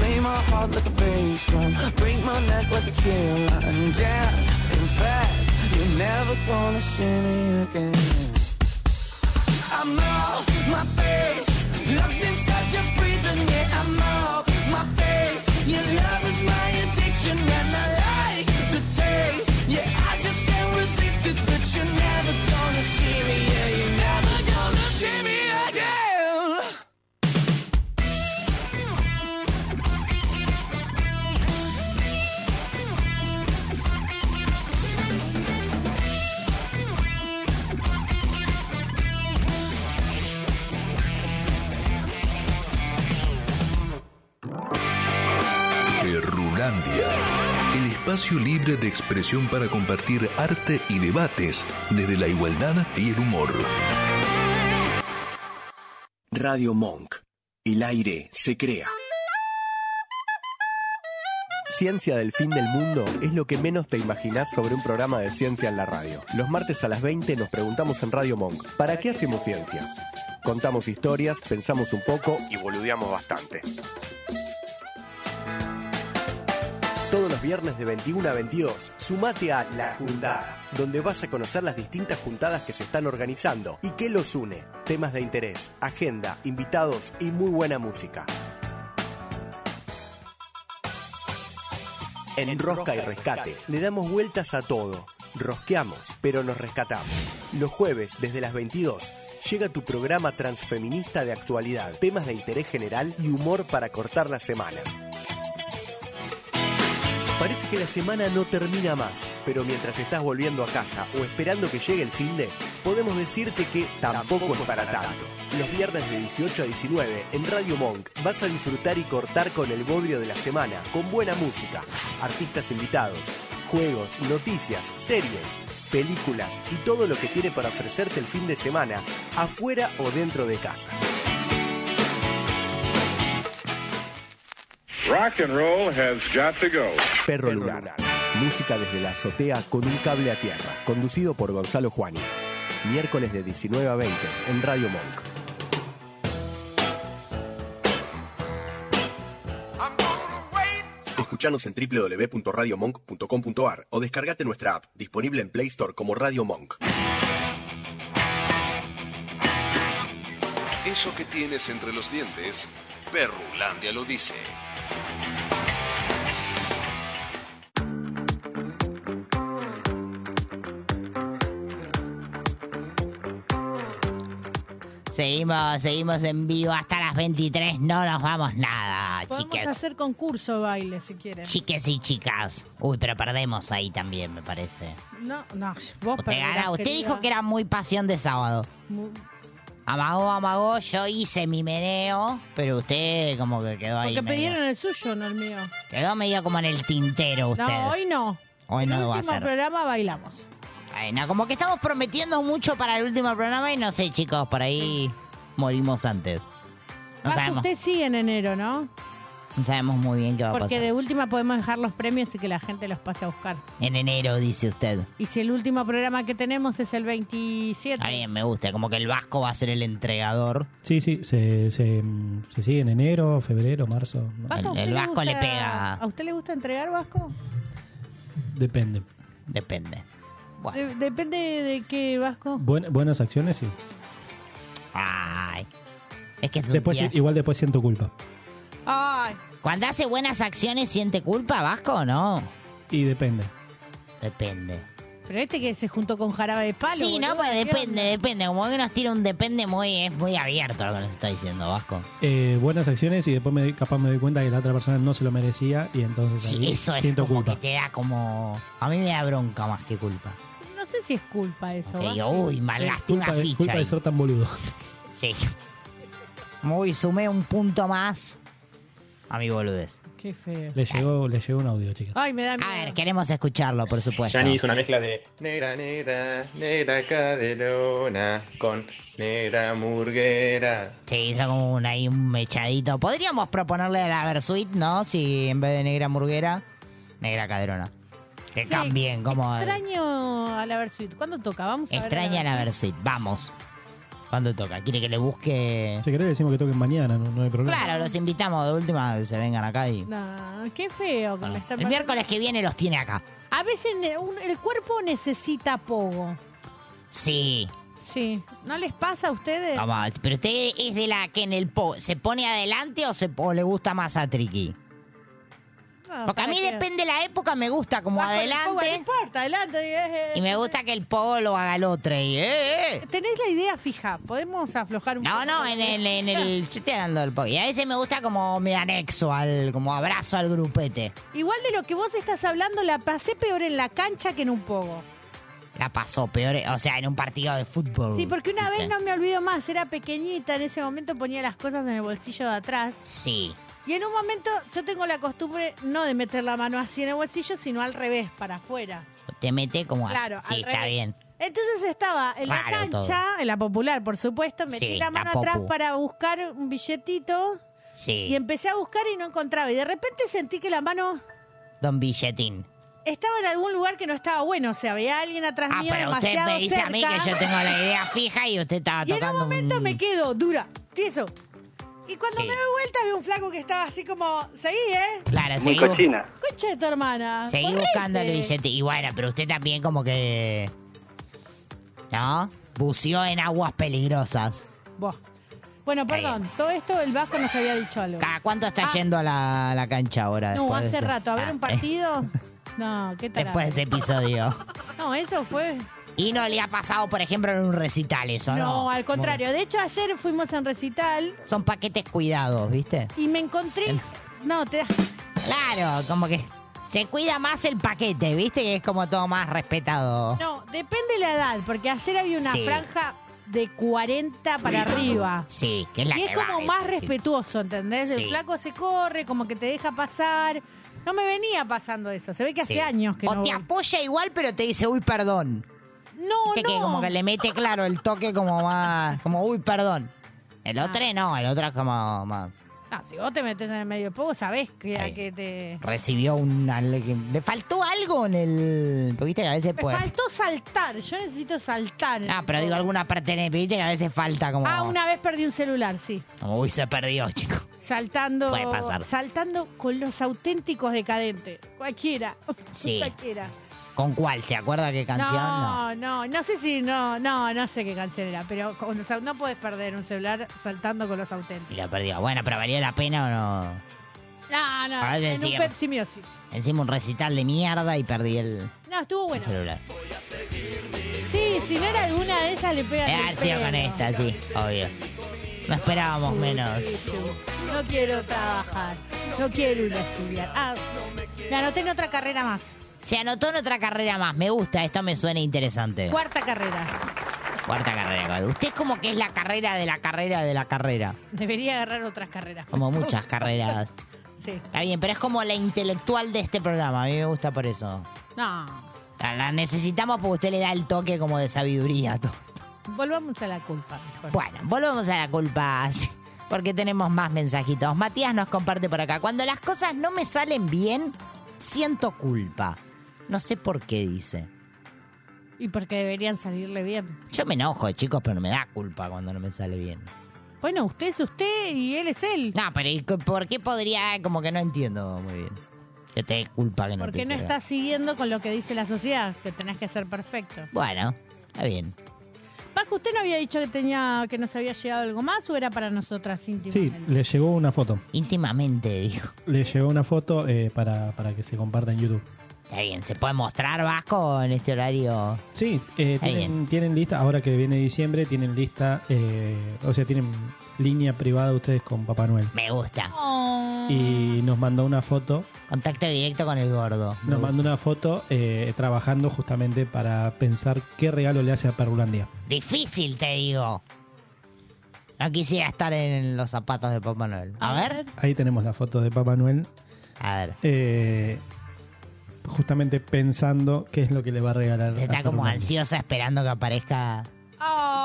Play my heart like a bass drum, break my neck like a kill. And down, in fact, you're never gonna see me again. I'm off my face. Locked inside your prison, yeah, I'm off my face. Your love is my addiction, and I like the taste. Yeah, I just can't resist it, but you're never gonna see me. Yeah, you're never gonna see me again.
Perrulandia, el espacio libre de expresión para compartir arte y debates desde la igualdad y el humor.
Radio Monk. El aire se crea.
Ciencia del fin del mundo es lo que menos te imaginás sobre un programa de ciencia en la radio. Los martes a las 20 nos preguntamos en Radio Monk, ¿para qué hacemos ciencia? Contamos historias, pensamos un poco y boludeamos bastante. Todos los viernes de 21 a 22, sumate a La Juntada, donde vas a conocer las distintas juntadas que se están organizando y qué los une, temas de interés, agenda, invitados y muy buena música. En Rosca y Rescate le damos vueltas a todo. Rosqueamos, pero nos rescatamos. Los jueves desde las 22, llega tu programa transfeminista de actualidad, temas de interés general y humor para cortar la semana. Parece que la semana no termina más, pero mientras estás volviendo a casa o esperando que llegue el fin de, podemos decirte que tampoco es para tanto. Los viernes de 18 a 19 en Radio Monk vas a disfrutar y cortar con el bodrio de la semana, con buena música, artistas invitados, juegos, noticias, series, películas y todo lo que tiene para ofrecerte el fin de semana, afuera o dentro de casa.
Rock and roll has got to go.
Perro, Lunar. Música desde la azotea con un cable a tierra. Conducido por Gonzalo Juani. Miércoles de 19 a 20 en Radio Monk. Escuchanos en www.radiomonk.com.ar o descargate nuestra app, disponible en Play Store como Radio Monk.
Eso que tienes entre los dientes, Perrulandia lo dice.
Seguimos, seguimos en vivo hasta las 23. No nos vamos nada,
Podemos
chiques.
hacer concurso de baile si quieren.
Chiques y chicas. Uy, pero perdemos ahí también, me parece.
No, no, vos
Usted,
perderás,
gana. Usted
querida.
dijo que era muy pasión de sábado.
Mu-
Amagó, amagó, yo hice mi meneo, pero usted como que quedó ahí.
Porque
medio-
pidieron el suyo, no el mío.
Quedó medio como en el tintero usted.
No, hoy no.
Hoy
el
no lo va a
último
hacer.
programa bailamos.
Ay, no, como que estamos prometiendo mucho para el último programa y no sé, chicos, por ahí morimos antes. No
Paco,
sabemos,
Usted sigue en enero, ¿no?
no sabemos muy bien qué va a
Porque
pasar.
de última podemos dejar los premios y que la gente los pase a buscar.
En enero, dice usted.
Y si el último programa que tenemos es el 27.
Está bien, me gusta, como que el Vasco va a ser el entregador.
Sí, sí, se, se, se sigue en enero, febrero, marzo. ¿no?
Vasco, ¿a
El-
usted
el Vasco le
gusta-
pega.
¿A usted le gusta entregar, Vasco?
Depende.
Depende.
De- depende de qué, Vasco.
Buen- buenas acciones, sí.
Ay. Es que es un
Después,
día-
igual después siento culpa.
Ay.
Cuando hace buenas acciones, ¿siente culpa, Vasco o no?
Y depende.
Depende.
Pero este que se juntó con jarabe de palo.
sí,
boludo,
no, pues
¿qué
depende,
onda?
depende. Como que nos tira un depende muy, es muy abierto lo que nos está diciendo Vasco.
Eh, buenas acciones y después me, doy- capaz me doy cuenta que la otra persona no se lo merecía y entonces
Sí,
ahí
eso es
siento
como
culpa.
que te da como. A mí me da bronca más que culpa.
No sé si es culpa eso.
Que
Vasco.
digo, uy, malgasté una
culpa de,
ficha.
culpa de
ahí.
ser tan boludo.
Sí. Uy, sumé un punto más a mi boludez.
Qué feo.
Le llegó, le llegó un audio, chicas.
Ay, me da miedo.
A ver, queremos escucharlo, por supuesto.
Yani hizo una mezcla de negra, negra, negra caderona con negra murguera.
Sí, hizo como un, ahí un mechadito. Podríamos proponerle a la Versuit, ¿no? Si en vez de negra murguera, negra caderona. Que
Sí,
cambien, como.
Extraño a la Versuit. ¿Cuándo toca? Vamos a ver.
Extraña la Versuit. Vamos. ¿Cuándo toca? ¿Quiere que le busque.?
Si querés le decimos que toquen mañana, no, no hay problema.
Claro, los invitamos de última, se vengan acá y.
No, qué feo. que me está
El miércoles que viene los tiene acá.
A veces ne- un- el cuerpo necesita pogo.
Sí.
Sí. ¿No les pasa a ustedes?
Vamos, pero usted es de la que en el po se pone adelante o, se, o le gusta más a Triqui.
No,
Porque a
¿para
mí
qué?
depende la época, me gusta como
Vas con el pogo, No
adelante.
importa, adelante. eh, eh,
Y me gusta que el pogo lo haga el otro. Y, eh, eh.
Tenés la idea fija. Podemos aflojar un
No,
poco?
no, en el, en el. Yo estoy hablando del pogo. Y a veces me gusta como me anexo al. como abrazo al grupete.
Igual de lo que vos estás hablando, la pasé peor en la cancha que en un pogo.
La pasó peor, eh, o sea, en un partido de fútbol.
Sí, porque una
dice.
vez no me olvido más, era pequeñita, en ese momento ponía las cosas en el bolsillo de atrás.
Sí.
Y en un momento yo tengo la costumbre no de meter la mano así en el bolsillo, sino al revés, para afuera.
Te mete como así.
Claro,
Sí,
al
está
revés.
bien.
Entonces estaba en la
Raro
cancha,
todo.
en la popular, por supuesto, metí
Sí,
la mano
la
atrás
popu.
para buscar un billetito y
Sí.
empecé a buscar y no encontraba. Y de repente sentí que la mano
Don Billetín.
estaba en algún lugar que no estaba bueno, o sea, había alguien atrás
Ah,
mío
pero usted
demasiado
me dice
cerca.
a mí que yo tengo la idea fija y usted estaba
Y en un
tocando.
momento me quedo dura, tieso. Y cuando
Sí.
me doy vuelta veo un flaco que estaba así como, seguí, ¿eh?
Claro,
Muy
seguí, bu-
cochina.
Concha de tu hermana.
seguí
Correte.
buscando el billete. Y bueno, pero usted también como que. ¿No? Buceó en aguas peligrosas.
Buah. Bueno,
Está
perdón, todo esto el Vasco nos había dicho algo.
¿Cada cuánto está
Ah.
yendo a la, a la cancha ahora?
No,
Ah, después de
hace
ese-
rato, a ver
Ah,
un
eh,
partido. No, qué tal.
después de ese episodio.
No, eso fue
Y no le ha pasado, por ejemplo, en un recital eso, ¿no?
No, al contrario. De hecho, ayer fuimos en recital
Son paquetes cuidados, ¿viste?
y me encontré. No, te das.
Claro, como que se cuida más el paquete, ¿viste? Que es como todo más respetado.
No, depende la edad, porque ayer había una
Oh. Sí.
franja de 40 para arriba.
Sí, que es la
y
que
es
va,
como
¿viste?
más respetuoso, ¿entendés?
Sí.
El flaco se corre, como que te deja pasar. No me venía pasando eso. Se ve que hace
Sí.
años que
o
no.
te
voy.
apoya igual, pero te dice, uy, perdón.
No,
Viste que
no.
como que le mete, claro, el toque como más... Como, uy, perdón.
Ah.
El otro no, el otro es como... más-
No, Ah, si vos te metés en el medio del fuego, sabés que, a que te.
recibió un... al- que- Le faltó algo en el... porque Viste que a veces
Me
puede...
faltó saltar. Yo necesito saltar.
Ah, pero digo alguna pertenencia, viste que a veces falta como...
Ah, una vez perdí un celular, sí.
como, Uy, se perdió, chico.
Saltando.
Puede pasar.
Saltando con los auténticos decadentes. Cualquiera.
Sí.
Cualquiera.
¿Con cuál? ¿Se acuerda qué canción? No.
No, no, no sé si no, no, no sé qué canción era, pero con los au- no puedes perder un celular saltando con los auténticos.
Y la perdió. Bueno, pero valía la pena o no.
No, no,
A ver,
en un
decime.
Pepsi Music.
Encima un recital de mierda y perdí el,
No, estuvo
el
bueno.
celular.
Sí, si no era alguna de esas le pegan.
Debe
el
haber sido
pelo.
Eh, con esta, sí, obvio. No esperábamos menos.
No quiero trabajar, no quiero ir a estudiar. Ah, me anoté en otra carrera más,
Se anotó en otra carrera más. Me gusta, esto me suena interesante.
cuarta carrera.
Cuarta carrera. Usted es como que es la carrera de la carrera de la carrera.
Debería agarrar otras carreras.
Como muchas carreras.
Sí.
Está bien, pero es como la intelectual de este programa. A mí me gusta por eso.
No,
La, la necesitamos porque usted le da el toque como de sabiduría a todo.
volvamos a la culpa. mejor.
Bueno, volvemos a la culpa. sí, Porque tenemos más mensajitos. Matías nos comparte por acá. Cuando las cosas no me salen bien, siento culpa. No sé por qué dice.
Y porque deberían salirle bien.
Yo me enojo, chicos, pero me da culpa cuando no me sale bien.
Bueno, usted es usted y él es él.
No, pero ¿y co- ¿por qué podría? Como que no entiendo muy bien. Que te dé culpa que no
Porque
te
no
salga.
estás siguiendo con lo que dice la sociedad, que tenés que ser perfecto.
Bueno, está bien.
Vasco, ¿usted no había dicho que tenía que nos había llegado algo más o era para nosotras
Sí,
íntimamente?
le llegó una foto.
Íntimamente, dijo.
Le llegó una foto eh, para, para que se comparta en YouTube. Eh,
Está bien, ¿se puede mostrar Vasco en este horario?
Sí, eh,
Está
tienen, tienen lista, ahora que viene diciembre, tienen lista, eh, o sea, tienen línea privada ustedes con Papá Noel.
Me gusta.
Oh,
Y nos mandó una foto,
Contacto directo con el gordo. Me
nos
gusta.
mandó una foto eh, trabajando justamente para pensar qué regalo le hace a Perrulandia.
Difícil, te digo. No quisiera estar en los zapatos de Papá Noel. A ver,
Ahí tenemos la foto de Papá Noel,
a ver.
eh, justamente pensando qué es lo que le va a regalar. a
Está como
Perrulandia.
ansiosa esperando que aparezca.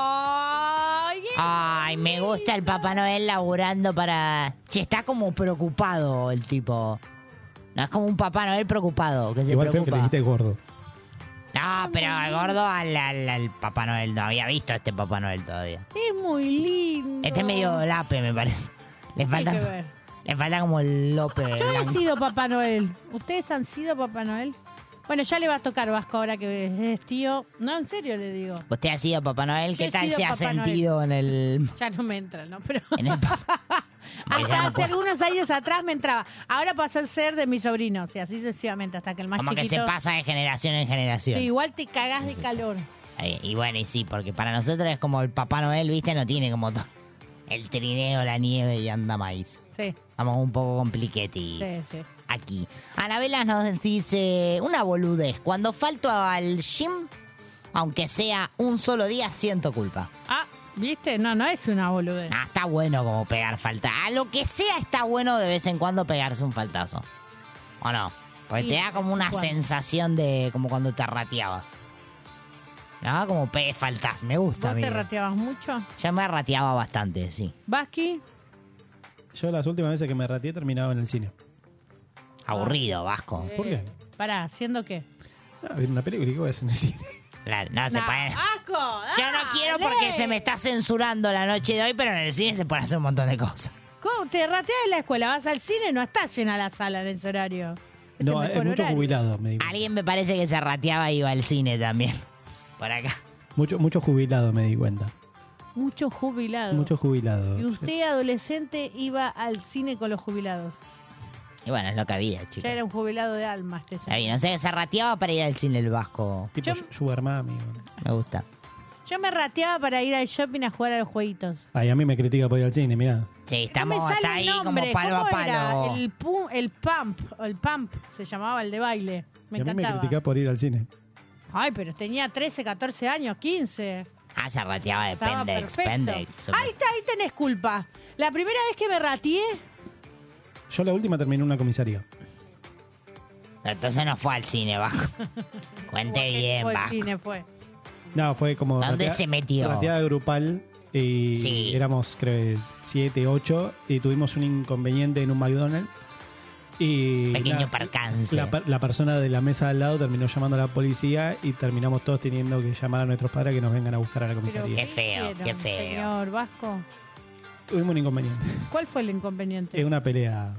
Ay, eh.
Ay, me gusta el Papá Noel laburando para. Che, está como preocupado el tipo. No es como un Papá Noel preocupado, que se
Igual feo que le
preocupa.
dijiste gordo.
No, pero al gordo al, al- al Papá Noel no había visto a este Papá Noel todavía.
es muy lindo.
Este es medio lape, me parece. Le
Hay que
falta,
ver. Ah,
le falta como el Lope.
Yo
blanco.
he sido Papá Noel. ¿Ustedes han sido Papá Noel? Bueno, ya le va a tocar Vasco ahora que es tío. No, en serio le digo.
Usted ha sido Papá Noel,
Yo
¿qué
he
tal
sido
se ha
Papá Noel.
sentido en el
Ya no me entra, ¿no? Pero
En el pa- Bueno, pues.
hasta
ya no
hace
puedo.
algunos años atrás me entraba. Ahora pasó a ser de mis sobrinos y así sucesivamente hasta que el más
Como que
chiquito.
se pasa de generación en generación.
Sí, igual te cagás de calor.
Eh, Y bueno, y sí, porque para nosotros es como el Papá Noel, ¿viste? No tiene como to- el trineo, la nieve y anda maíz.
Sí,
Estamos un poco compliquetis
sí, sí.
aquí. Anabela nos dice una boludez. Cuando falto al gym, aunque sea un solo día, siento culpa.
Ah, ¿viste? No, no es una boludez.
Ah, está bueno como pegar falta. A lo que sea está bueno de vez en cuando pegarse un faltazo. ¿O no? Porque
Sí,
te da como una
bueno.
sensación de como cuando te rateabas. ¿No? Como pegué faltas, me gusta.
¿Vos te
amigo.
rateabas mucho?
Yo me rateaba bastante, sí.
¿Vasqui?
Yo las últimas veces que me rateé terminaba en el cine.
Aburrido, Vasco.
¿Por qué?
Eh, Pará, ¿haciendo qué?
Ah, ver una película, ¿qué voy a hacer en el cine?
La- no, Ah, se
Nah,
puede-
¡Vasco!
Yo no quiero
Ah, dale.
porque se me está censurando la noche de hoy, pero en el cine se puede hacer un montón de cosas.
¿Cómo? Te rateas en la escuela, vas al cine, no está llena la sala en ese horario. Es
No, hay
el mejor
muchos
horario.
jubilados, me di cuenta.
Alguien me parece que se rateaba y iba al cine también. Por acá.
Mucho, mucho jubilado, me di cuenta.
Mucho jubilado.
Mucho jubilado.
Y usted, adolescente, iba al cine con los jubilados.
Y bueno, es lo que había, chicos.
Ya era un jubilado de almas. Este
Está
señor.
bien, o sea, que se rateaba para ir al cine el vasco.
Tipo Sugar Mami.
Me gusta.
Yo me rateaba para ir al shopping a jugar a los jueguitos.
Ay, a mí me critica por ir al cine, mirá.
Sí,
No me
estamos
sale
está
el
ahí
nombre,
como palo a
¿cómo era?
palo.
El, pu- el pump, o el pump, se llamaba el de baile. Me
Y a mí me
encantaba.
critica por ir al cine.
Ay, pero tenía 13, 14 años, 15.
Ah, se rateaba de
Estaba
Pendex,
perfecto.
Pendex.
Ahí está, ahí tenés culpa. La primera vez que me rateé,
Yo la última terminé en una comisaría.
Entonces no fue al cine, Vasco. Cuente bien,
fue el
Vasco.
cine, fue.
No, fue como.
¿Dónde se metió?
Rateada grupal. Y
Sí.
éramos, creo, 7, 8. Y tuvimos un inconveniente en un McDonald's. Y
Pequeño
la-
percance.
la, per- la persona de la mesa al lado terminó llamando a la policía y terminamos todos teniendo que llamar a nuestros padres que nos vengan a buscar a la
Pero
comisaría.
Qué feo,
hicieron,
qué feo.
Señor Vasco,
Tuvimos un inconveniente.
¿cuál fue el inconveniente?
Es una pelea.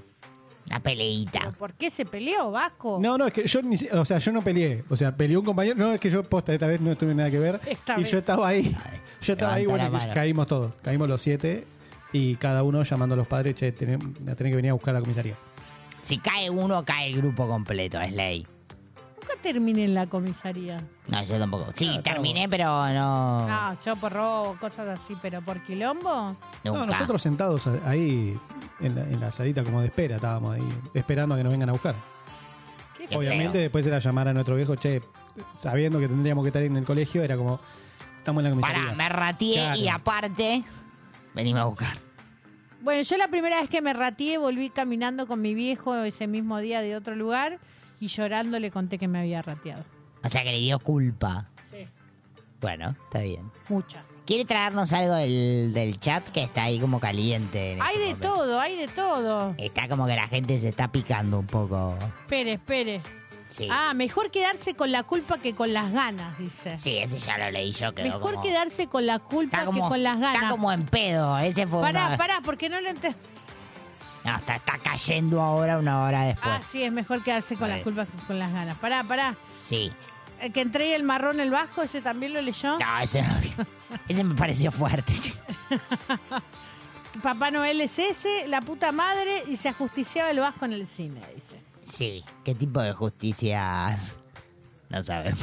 Una
¿Pero
peleita.
¿Por qué se peleó Vasco?
No, no, es que yo ni si- o sea, yo no peleé. O sea, peleó un compañero. No, es que yo posta, esta vez no tuve nada que ver.
Esta
y
vez.
yo estaba ahí. Yo estaba ahí,
Levanta
bueno,
la
y
mano.
caímos todos. Caímos los siete y cada uno llamando a los padres, che, tené- me tenés que venir a buscar a la comisaría.
Si cae uno, cae el grupo completo, es ley.
Nunca terminé en la comisaría.
No, yo tampoco. Sí,
Ah,
terminé, pero no.
No, yo por robo, cosas así, pero por quilombo.
nunca.
No, nosotros sentados a- ahí en la, en la salita como de espera, estábamos ahí, esperando a que nos vengan a buscar.
Qué
Qué
Obviamente
feo.
después era llamar a nuestro viejo, che, sabiendo que tendríamos que estar en el colegio, era como, estamos en la comisaría.
Pará, me rateé
Claro.
y aparte. Venime a buscar.
Bueno, yo la primera vez que me rateé volví caminando con mi viejo ese mismo día de otro lugar y llorando le conté que me había rateado.
O sea que le dio culpa.
Sí.
Bueno, está bien.
Mucha.
¿Quiere traernos algo del, del chat que está ahí como caliente? en
Hay
este
de
momento?
todo, hay de todo.
Está como que la gente se está picando un poco.
Espere, espere.
Sí.
Ah, mejor quedarse con la culpa que con las ganas, dice.
Sí, ese ya lo leí yo, quedó
mejor
como...
quedarse con la culpa
Está como,
que con las ganas.
está como en pedo, ese fue
Pará,
una-
pará, porque no lo entendí.
No, está, está cayendo ahora una hora después.
Ah, sí, es mejor quedarse con
Ahí.
las culpas que con las ganas. Pará, pará.
sí.
El que entregue el marrón el vasco, ese también lo leyó.
No, ese no... ese me pareció fuerte. che.
Papá Noel es ese, la puta madre, y se ajusticiaba el vasco en el cine, dice.
Sí, ¿qué tipo de justicia? No sabemos.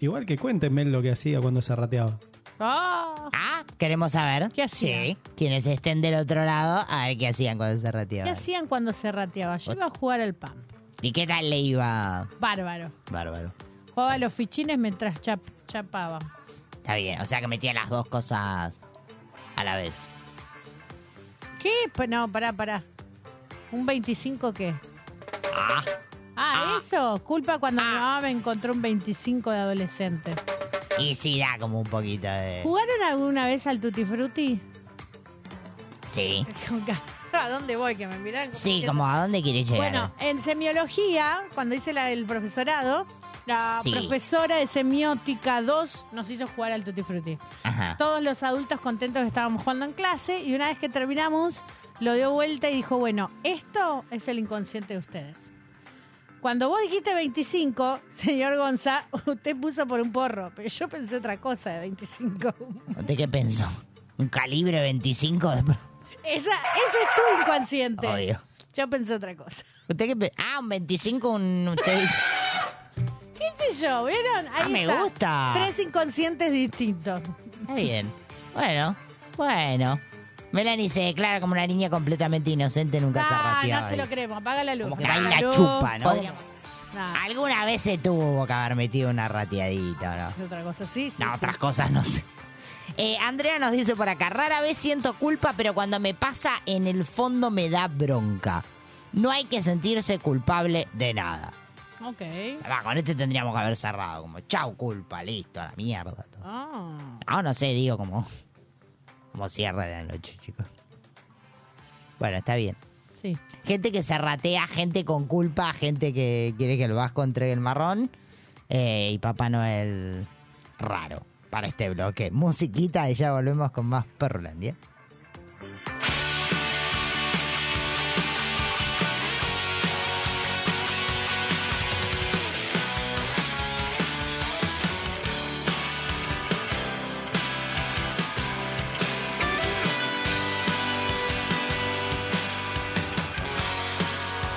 Igual que cuéntenme lo que hacía cuando se rateaba.
¡Ah!
Ah, queremos saber.
¿Qué hacían?
Sí, quienes estén del otro lado, a ver qué hacían cuando se
¿Qué
retiraban.
hacían cuando se rateaba? Yo iba a jugar al pan.
¿Y qué tal le iba?
Bárbaro.
Bárbaro.
Jugaba a los fichines mientras chap- chapaba.
Está bien, o sea que metía las dos cosas a la vez.
¿Qué? Pa- No, pará, pará. ¿Un 25 qué?
Ah,
Ah,
Ah.
eso. Culpa cuando mi
Ah.
mamá me encontró un 25 de adolescente.
y sí da como un poquito de...
¿Jugaron alguna vez al Tutti Frutti?
Sí.
¿A dónde voy? Que me miran.
Sí, como a dónde quiere llegar.
Bueno, en semiología, cuando hice la, el profesorado, la
Sí.
profesora de semiótica 2 nos hizo jugar al Tutti Frutti.
Ajá.
Todos los adultos contentos que estábamos jugando en clase y una vez que terminamos, lo dio vuelta y dijo, bueno, esto es el inconsciente de ustedes. Cuando vos dijiste 25, señor Gonza, usted puso por un porro, pero yo pensé otra cosa de 25.
¿Usted qué pensó? ¿Un calibre 25? De... pro-
Esa, ese es tu inconsciente.
Obvio.
Yo pensé otra cosa.
¿Usted qué pe- Ah, un 25, un... Usted dice-
¿Qué sé yo? ¿Vieron? Ahí
Ah, me
está.
gusta.
Tres inconscientes distintos.
Está bien. Bueno, bueno. Melanie se declara como una niña completamente inocente, nunca se
Ah,
rateaba,
no se lo
dice.
creemos. Apaga la luz.
Como que
Apaga
ahí la
luz.
chupa, ¿no?
Podríamos- Nah,
Alguna vez se tuvo que haber metido una rateadita,
es otra cosa, sí. sí,
¿no? No,
sí.
otras cosas no sé. Eh, Andrea nos dice por acá, rara vez siento culpa, pero cuando me pasa en el fondo me da bronca. No hay que sentirse culpable de nada.
Ok.
Va, con este tendríamos que haber cerrado, como chau culpa, listo, a la mierda. todo.
Ah.
Ah, no sé, digo como. Como cierre de la noche, chicos. Bueno, está bien.
Sí.
Gente que se ratea, gente con culpa, gente que quiere que el Vasco entregue el marrón. eh, y Papá Noel raro para este bloque. Musiquita y ya volvemos con más Perrolandia.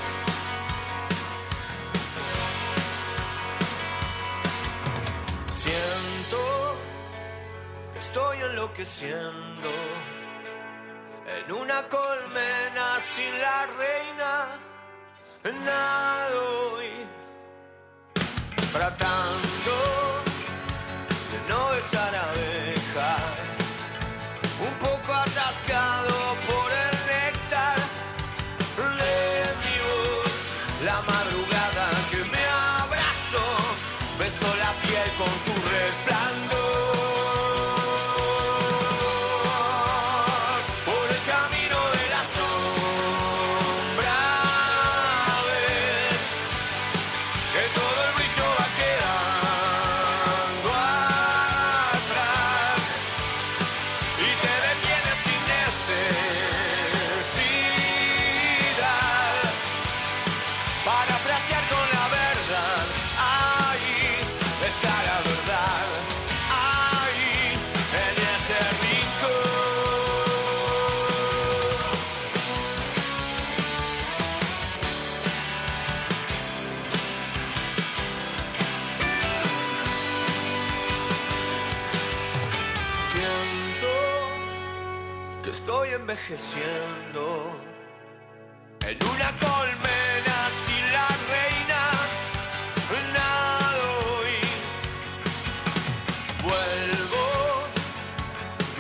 Thank
enloqueciendo en una colmena sin la reina nado y tratando de no besar abejas un poco atascado por el néctar de mi voz la madrugada que me abrazó besó la piel con su resplandor por el camino de la sombra ves que todo el brillo va quedando atrás y te detienes sin necesidad para frasear con la verdad. Ahí está la verdad. Ahí en ese rincón. Siento que estoy envejeciendo en una colmena sin la reina. Nado y vuelvo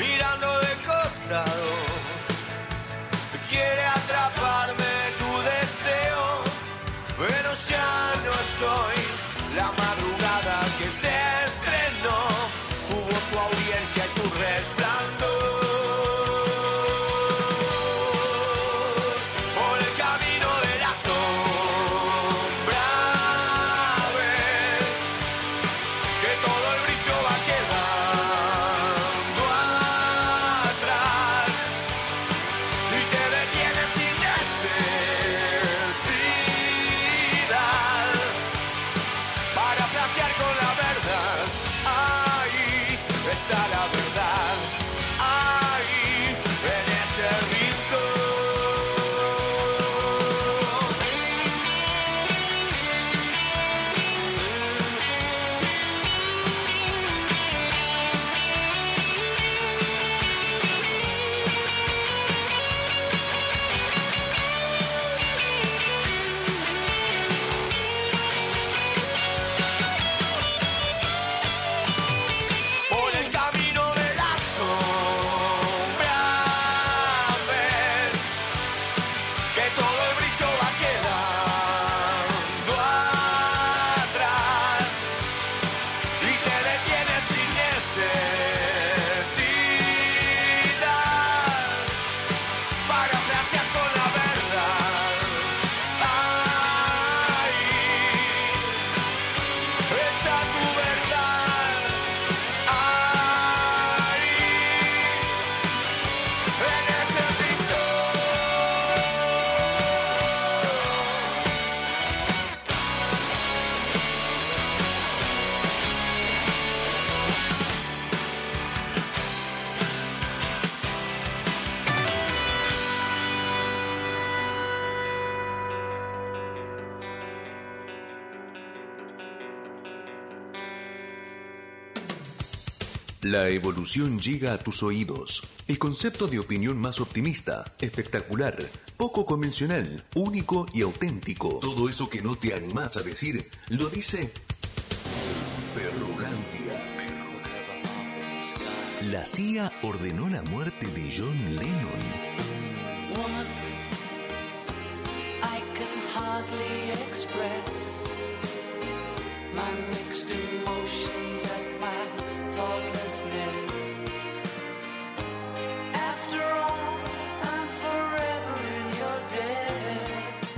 mirando de costado. Quiere atraparme tu deseo, pero ya no estoy. La madrugada que se estrenó tuvo su audiencia y su resplandor. Por el camino de la sombra ves que todo el brillo va quedando atrás y te detienes sin necesidad para frasear con la verdad. Ahí está la verdad. Ahí en ese rincón. Por el camino de la sombra ves que todo el brillo va quedando atrás y te detienes sin necesidad para frasear con la verdad. Ahí está tu verdad.
La evolución llega a tus oídos. El concepto de opinión más optimista, espectacular, poco convencional, único y auténtico. Todo eso que no te animás a decir, lo dice Perrolandia. La CIA ordenó la muerte de John Lennon.
Woman, I can hardly express my mixed emotions at my thoughtlessness. After all, I'm forever in your debt.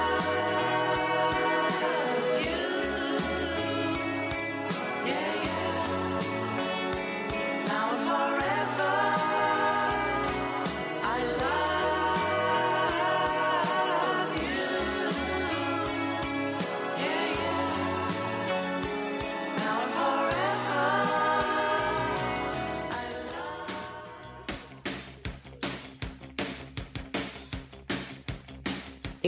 Now and forever, I love you.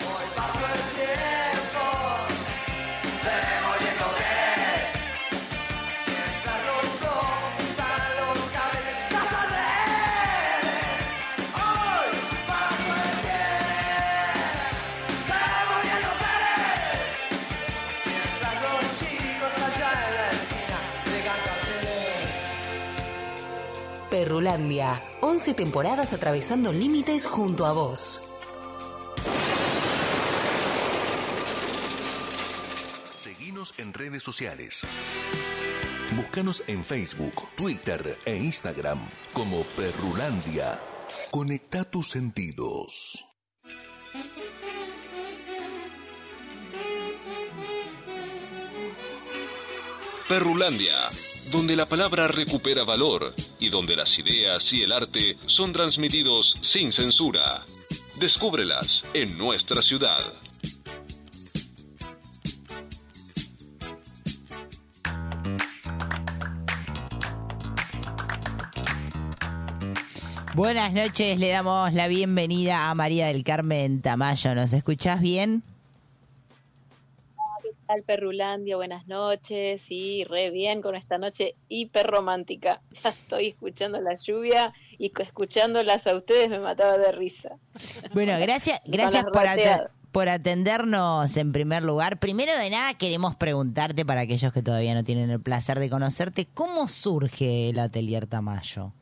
Veremos bien lo que es. Mientras los cortan los cables, las arredes. Hoy bajo el pie. Veremos bien lo que es. Mientras los chicos allá en la esquina llegan carteles.
Perrulandia, 11 temporadas atravesando límites junto a vos.
Seguinos en redes sociales. Búscanos en Facebook, Twitter e Instagram como Perrulandia. Conecta tus sentidos.
Perrulandia, donde la palabra recupera valor y donde las ideas y el arte son transmitidos sin censura. Descúbrelas en nuestra ciudad.
Buenas noches, le damos la bienvenida a María del Carmen Tamayo. ¿Nos escuchás bien?
¿Qué tal, Perrulandia? Buenas noches. Sí, re bien con esta noche hiper romántica. Ya estoy escuchando la lluvia y co- escuchándolas a ustedes me mataba de risa.
Bueno, gracias,
Con
gracias
las
por, ate-
rateadas.
por atendernos en primer lugar. Primero de nada, queremos preguntarte para aquellos que todavía no tienen el placer de conocerte, ¿cómo surge el Atelier Tamayo?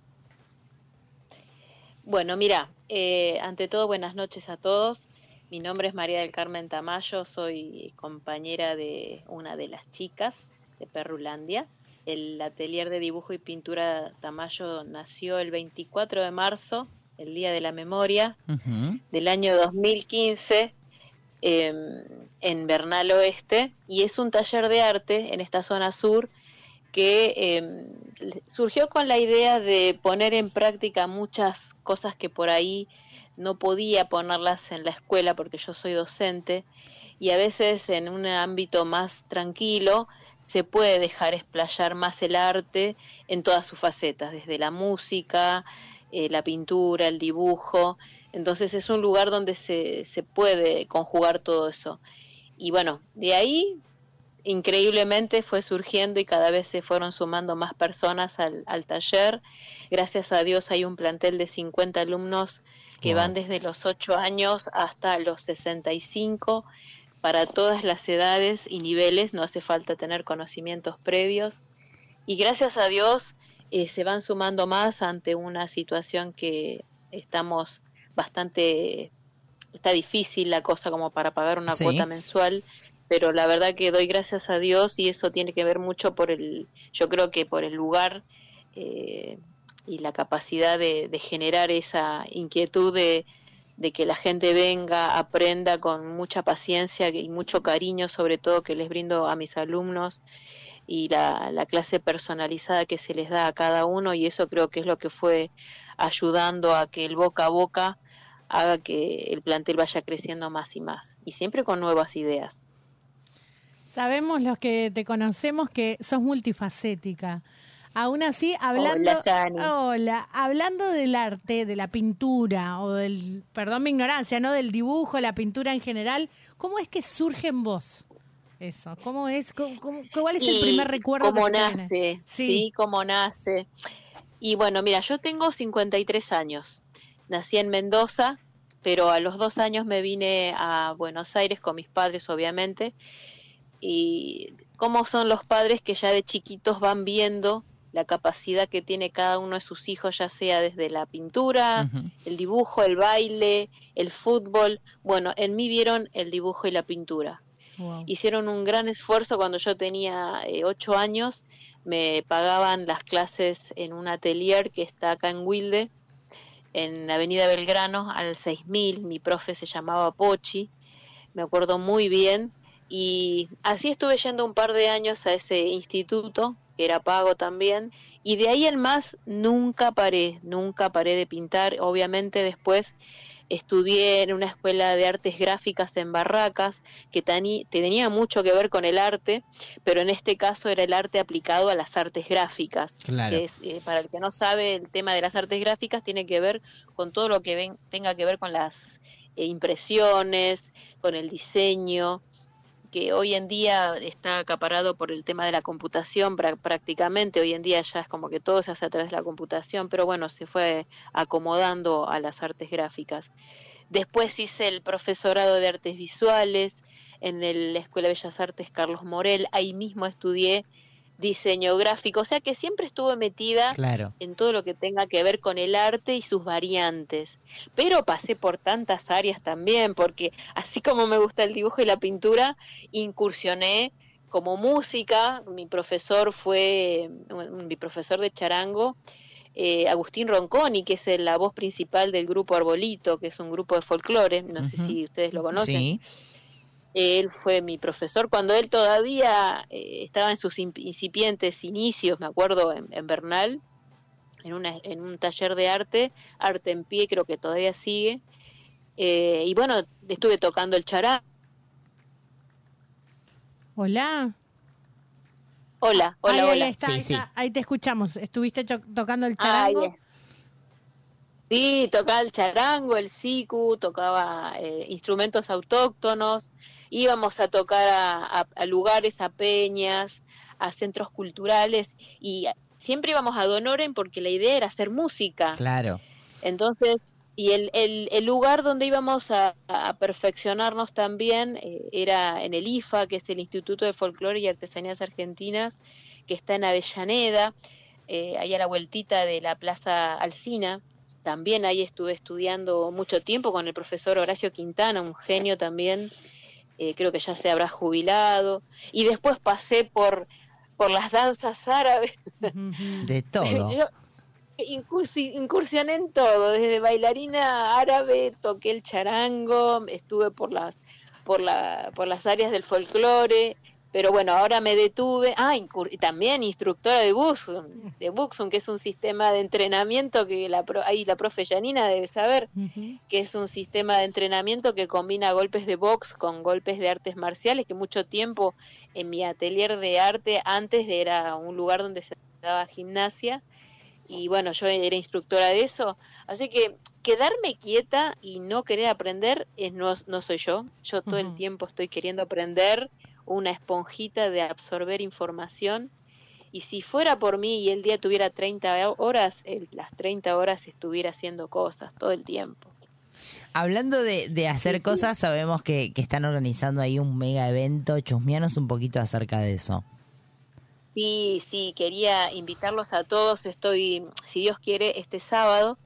Bueno, mira, eh, ante todo, buenas noches a todos. Mi nombre es María del Carmen Tamayo, soy compañera de una de las chicas de Perrulandia. El atelier de dibujo y pintura Tamayo nació el 24 de marzo, el Día de la Memoria, del año 2015 eh, en Bernal Oeste y es un taller de arte en esta zona sur que eh, le- surgió con la idea de poner en práctica muchas cosas que por ahí no podía ponerlas en la escuela porque yo soy docente y a veces en un ámbito más tranquilo se puede dejar explayar más el arte en todas sus facetas, desde la música, eh, la pintura, el dibujo. Entonces es un lugar donde se, se puede conjugar todo eso. Y bueno, de ahí increíblemente fue surgiendo y cada vez se fueron sumando más personas al, al taller. Gracias a Dios hay un plantel de 50 alumnos que
Wow.
van desde los 8 años hasta los 65 para todas las edades y niveles, no hace falta tener conocimientos previos. Y gracias a Dios eh, se van sumando más ante una situación que estamos bastante, está difícil la cosa como para pagar una
Sí.
cuota mensual, pero la verdad que doy gracias a Dios y eso tiene que ver mucho por el, yo creo que por el lugar eh, y la capacidad de, de generar esa inquietud de, de que la gente venga, aprenda con mucha paciencia y mucho cariño, sobre todo que les brindo a mis alumnos y la, la clase personalizada que se les da a cada uno y eso creo que es lo que fue ayudando a que el boca a boca haga que el plantel vaya creciendo más y más y siempre con nuevas ideas.
Sabemos los que te conocemos que sos multifacética. Aún así, hablando,
Hola, Yani.
Hola. hablando del arte, de la pintura o del, perdón mi ignorancia, no del dibujo, la pintura en general, ¿cómo es que surge en vos eso? ¿Cómo es? ¿Cómo- cómo- ¿Cuál es el
Y
primer recuerdo?
cómo
que te viene?
nace, Sí. cómo nace. Y bueno, mira, yo tengo 53 años. Nací en Mendoza, pero a los dos años me vine a Buenos Aires con mis padres, obviamente. Y cómo son los padres que ya de chiquitos van viendo la capacidad que tiene cada uno de sus hijos, ya sea desde la pintura, el dibujo, el baile, el fútbol. Bueno, en mí vieron el dibujo y la pintura hicieron un gran esfuerzo cuando yo tenía eh, ocho años. Me pagaban las clases en un atelier que está acá en Wilde, en Avenida Belgrano, al 6000. Mi profe se llamaba Pochi, me acuerdo muy bien. Y así estuve yendo un par de años a ese instituto, que era pago también. Y de ahí en más nunca paré, nunca paré de pintar. Obviamente después Estudié en una escuela de artes gráficas en Barracas, que tani- tenía mucho que ver con el arte, pero en este caso era el arte aplicado a las artes gráficas.
Claro.
que es, eh, para el que no sabe, el tema de las artes gráficas tiene que ver con todo lo que ven- tenga que ver con las eh, impresiones, con el diseño, que hoy en día está acaparado por el tema de la computación pra- prácticamente, hoy en día ya es como que todo se hace a través de la computación, pero bueno, se fue acomodando a las artes gráficas. Después hice el profesorado de artes visuales en el- la Escuela de Bellas Artes Carlos Morel, ahí mismo estudié diseño gráfico, o sea que siempre estuve metida
Claro.
en todo lo que tenga que ver con el arte y sus variantes. Pero pasé por tantas áreas también, porque así como me gusta el dibujo y la pintura, incursioné como música. Mi profesor fue, mm, mi profesor de charango, eh, Agustín Ronconi, que es el- la voz principal del grupo Arbolito, que es un grupo de folclore, no sé si ustedes lo conocen.
Sí.
Él fue mi profesor cuando él todavía eh, estaba en sus in- incipientes inicios, me acuerdo, en, en Bernal, en, una- en un taller de arte, arte en pie creo que todavía sigue. Eh, y bueno, estuve tocando el chará.
Hola.
Hola, hola,
ahí,
hola.
Ahí, está, ahí, está. Ahí te escuchamos. Estuviste cho- tocando el
Ah, ahí
charango.
está. Sí, tocaba el charango, el siku, tocaba eh, instrumentos autóctonos, íbamos a tocar a, a- a lugares, a peñas, a centros culturales y siempre íbamos a Donoren porque la idea era hacer música.
Claro.
Entonces, y el, el, el lugar donde íbamos a, a perfeccionarnos también eh, era en el IFA, que es el Instituto de Folclore y Artesanías Argentinas, que está en Avellaneda, eh, ahí a la vueltita de la Plaza Alcina. También ahí estuve estudiando mucho tiempo con el profesor Horacio Quintana, un genio también, eh, creo que ya se habrá jubilado. Y después pasé por, por las danzas árabes.
De todo.
Yo incursi- incursioné en todo, desde bailarina árabe, toqué el charango, estuve por las por la por las áreas del folclore, pero bueno, ahora me detuve. Ah, incur- y también instructora de Buxum, de Buxum, que es un sistema de entrenamiento que la pro- ahí la profe Janina debe saber que es un sistema de entrenamiento que combina golpes de box con golpes de artes marciales, que mucho tiempo en mi atelier de arte antes era un lugar donde se daba gimnasia y bueno, yo era instructora de eso, así que quedarme quieta y no querer aprender es, no, no soy yo, yo todo el tiempo estoy queriendo aprender, una esponjita de absorber información y si fuera por mí y el día tuviera 30 horas, el- las 30 horas estuviera haciendo cosas todo el tiempo.
Hablando de, de hacer cosas, sabemos que, que están organizando ahí un mega evento. Chusmeanos un poquito acerca de eso.
Sí, sí, quería invitarlos a todos. Estoy, si Dios quiere, este sábado,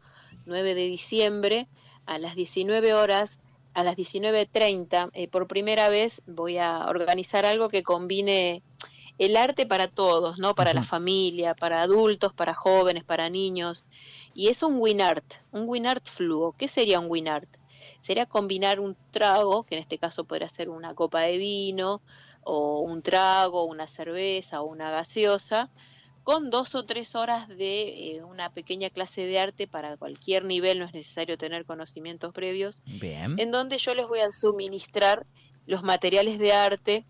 9 de diciembre, a las 19 horas, a las 19.30, eh, por primera vez voy a organizar algo que combine el arte para todos, ¿no? Para la familia, para adultos, para jóvenes, para niños. Y es un WinArt, un WinArt fluo. ¿Qué sería un WinArt? Sería combinar un trago, que en este caso podría ser una copa de vino, o un trago, una cerveza o una gaseosa, con dos o tres horas de eh, una pequeña clase de arte para cualquier nivel, no es necesario tener conocimientos previos,
Bien.
en donde yo les voy a suministrar los materiales de arte,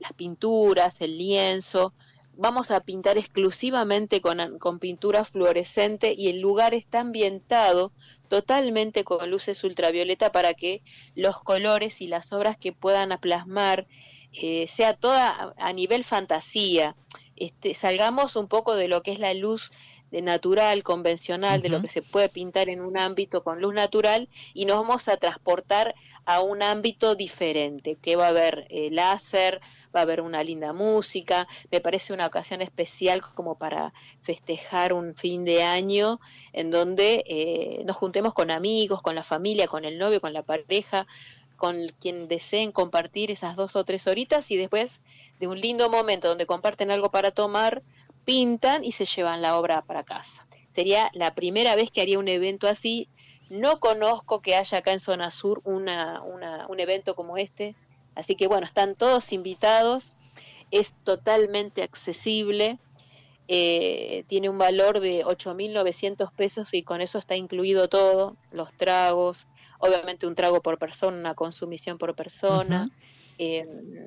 las pinturas, el lienzo. Vamos a pintar exclusivamente con, con pintura fluorescente y el lugar está ambientado totalmente con luces ultravioleta para que los colores y las obras que puedan plasmar eh, sea toda a a nivel fantasía. Este, salgamos un poco de lo que es la luz de natural, convencional, de lo que se puede pintar en un ámbito con luz natural y nos vamos a transportar a un ámbito diferente, que va a haber eh, láser, va a haber una linda música, me parece una ocasión especial como para festejar un fin de año en donde eh, nos juntemos con amigos, con la familia, con el novio, con la pareja, con quien deseen compartir esas dos o tres horitas y después de un lindo momento donde comparten algo para tomar, pintan y se llevan la obra para casa. Sería la primera vez que haría un evento así. No conozco que haya acá en Zona Sur una, una- un evento como este. Así que bueno, están todos invitados. Es totalmente accesible. Eh, tiene un valor de 8.900 pesos y con eso está incluido todo, los tragos, obviamente un trago por persona, una consumición por persona, eh,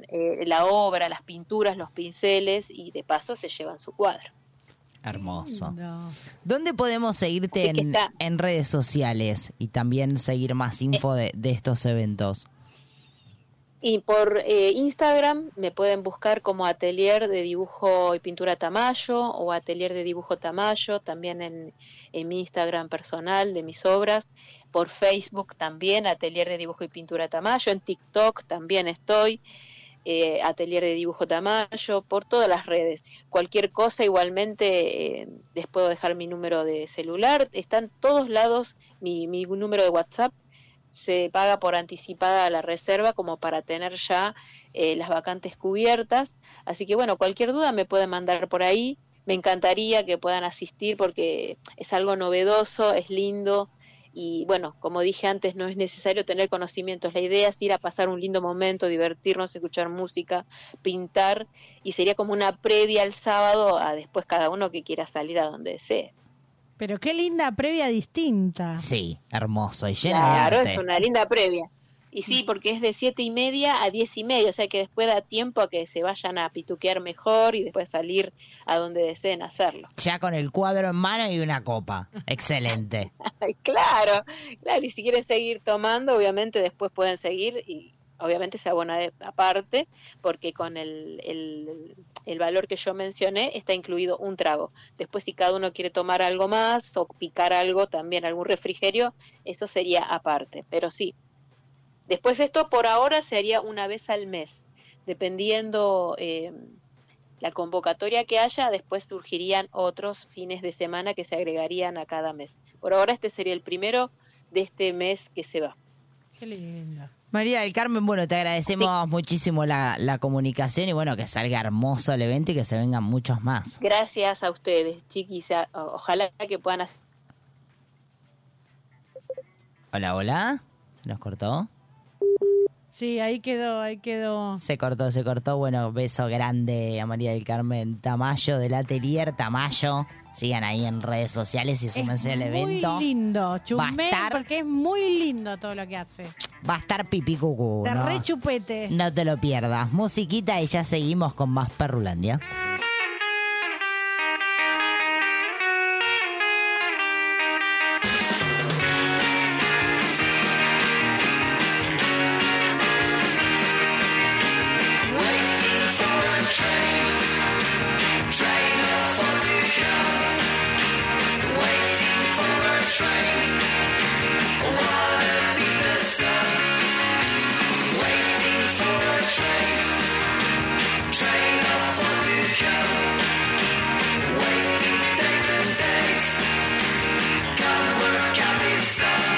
eh, la obra, las pinturas, los pinceles y de paso se llevan su cuadro.
Hermoso. ¿Dónde podemos seguirte
Así que
en,
está.
en redes sociales y también seguir más info
Eh.
de, de estos eventos?
Y por eh, Instagram me pueden buscar como Atelier de Dibujo y Pintura Tamayo o Atelier de Dibujo Tamayo, también en, en mi Instagram personal de mis obras. Por Facebook también, Atelier de Dibujo y Pintura Tamayo. En TikTok también estoy, eh, Atelier de Dibujo Tamayo, por todas las redes. Cualquier cosa, igualmente eh, les puedo dejar mi número de celular. Están todos lados mi, mi número de WhatsApp se paga por anticipada la reserva como para tener ya eh, las vacantes cubiertas. Así que bueno, cualquier duda me pueden mandar por ahí. Me encantaría que puedan asistir porque es algo novedoso, es lindo y bueno, como dije antes, no es necesario tener conocimientos. La idea es ir a pasar un lindo momento, divertirnos, escuchar música, pintar y sería como una previa al sábado a después cada uno que quiera salir a donde desee.
Pero qué linda previa distinta.
Sí, hermoso y llena
Claro,
de
es
arte.
una linda previa. Y sí, porque es de siete y media a diez y media, o sea que después da tiempo a que se vayan a pituquear mejor y después salir a donde deseen hacerlo.
Ya con el cuadro en mano y una copa. Excelente.
Ay, claro, claro, y si quieren seguir tomando, obviamente después pueden seguir y obviamente se abona de- aparte, porque con el, el, el valor que yo mencioné está incluido un trago. Después si cada uno quiere tomar algo más o picar algo también, algún refrigerio, eso sería aparte, pero sí. Después esto por ahora se haría una vez al mes, dependiendo... eh, la convocatoria que haya, después surgirían otros fines de semana que se agregarían a cada mes. Por ahora este sería el primero de este mes que se va.
Qué lindo.
María del Carmen, bueno, te agradecemos muchísimo la, la comunicación y bueno, que salga hermoso el evento y que se vengan muchos más.
Gracias a ustedes, chiquis. a- o- Ojalá que puedan hacer
Hola, hola. ¿Se nos cortó?
Sí, ahí quedó, ahí quedó.
Se cortó, se cortó. Bueno, beso grande a María del Carmen Tamayo del Atelier Tamayo. Sigan ahí en redes sociales y súmense al evento.
Muy lindo, chumel,
estar-
porque es muy lindo todo lo que hace.
Va a estar pipi cucú,
Te
¿no?
re chupete.
No te lo pierdas. Musiquita y ya seguimos con más Perrulandia.
Waiting for a train, train of thought to come. Waiting for a train, wanna be the sun. Waiting for a train, train of thought to come. Waiting days and days, come work out this sun.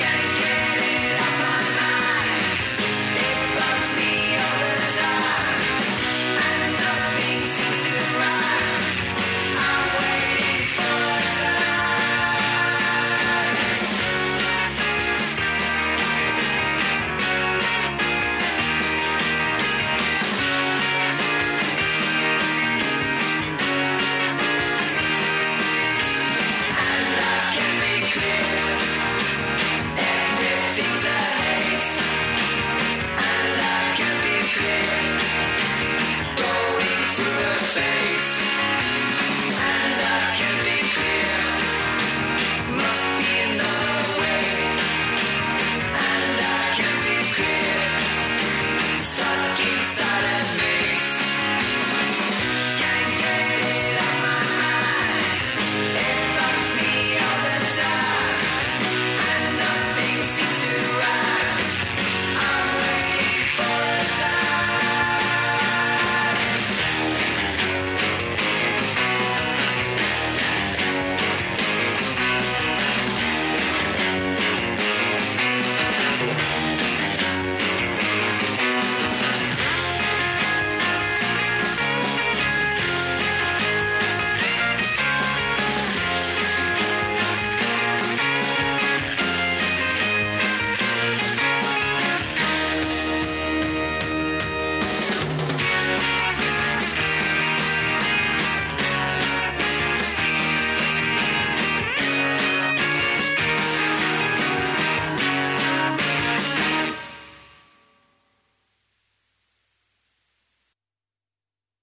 Can't get it out my mind. It bugs me all the time, and nothing seems to rhyme. I'm waiting for a sign. And I can be clear. Everything's a haze. And I can be clear. Going through a phase. And I can be clear. Must be another way. And I can be clear. Stuck inside a maze. Can't get it out my mind. It bugs me all the time. And nothing seems to rhyme. I'm waiting for a sign.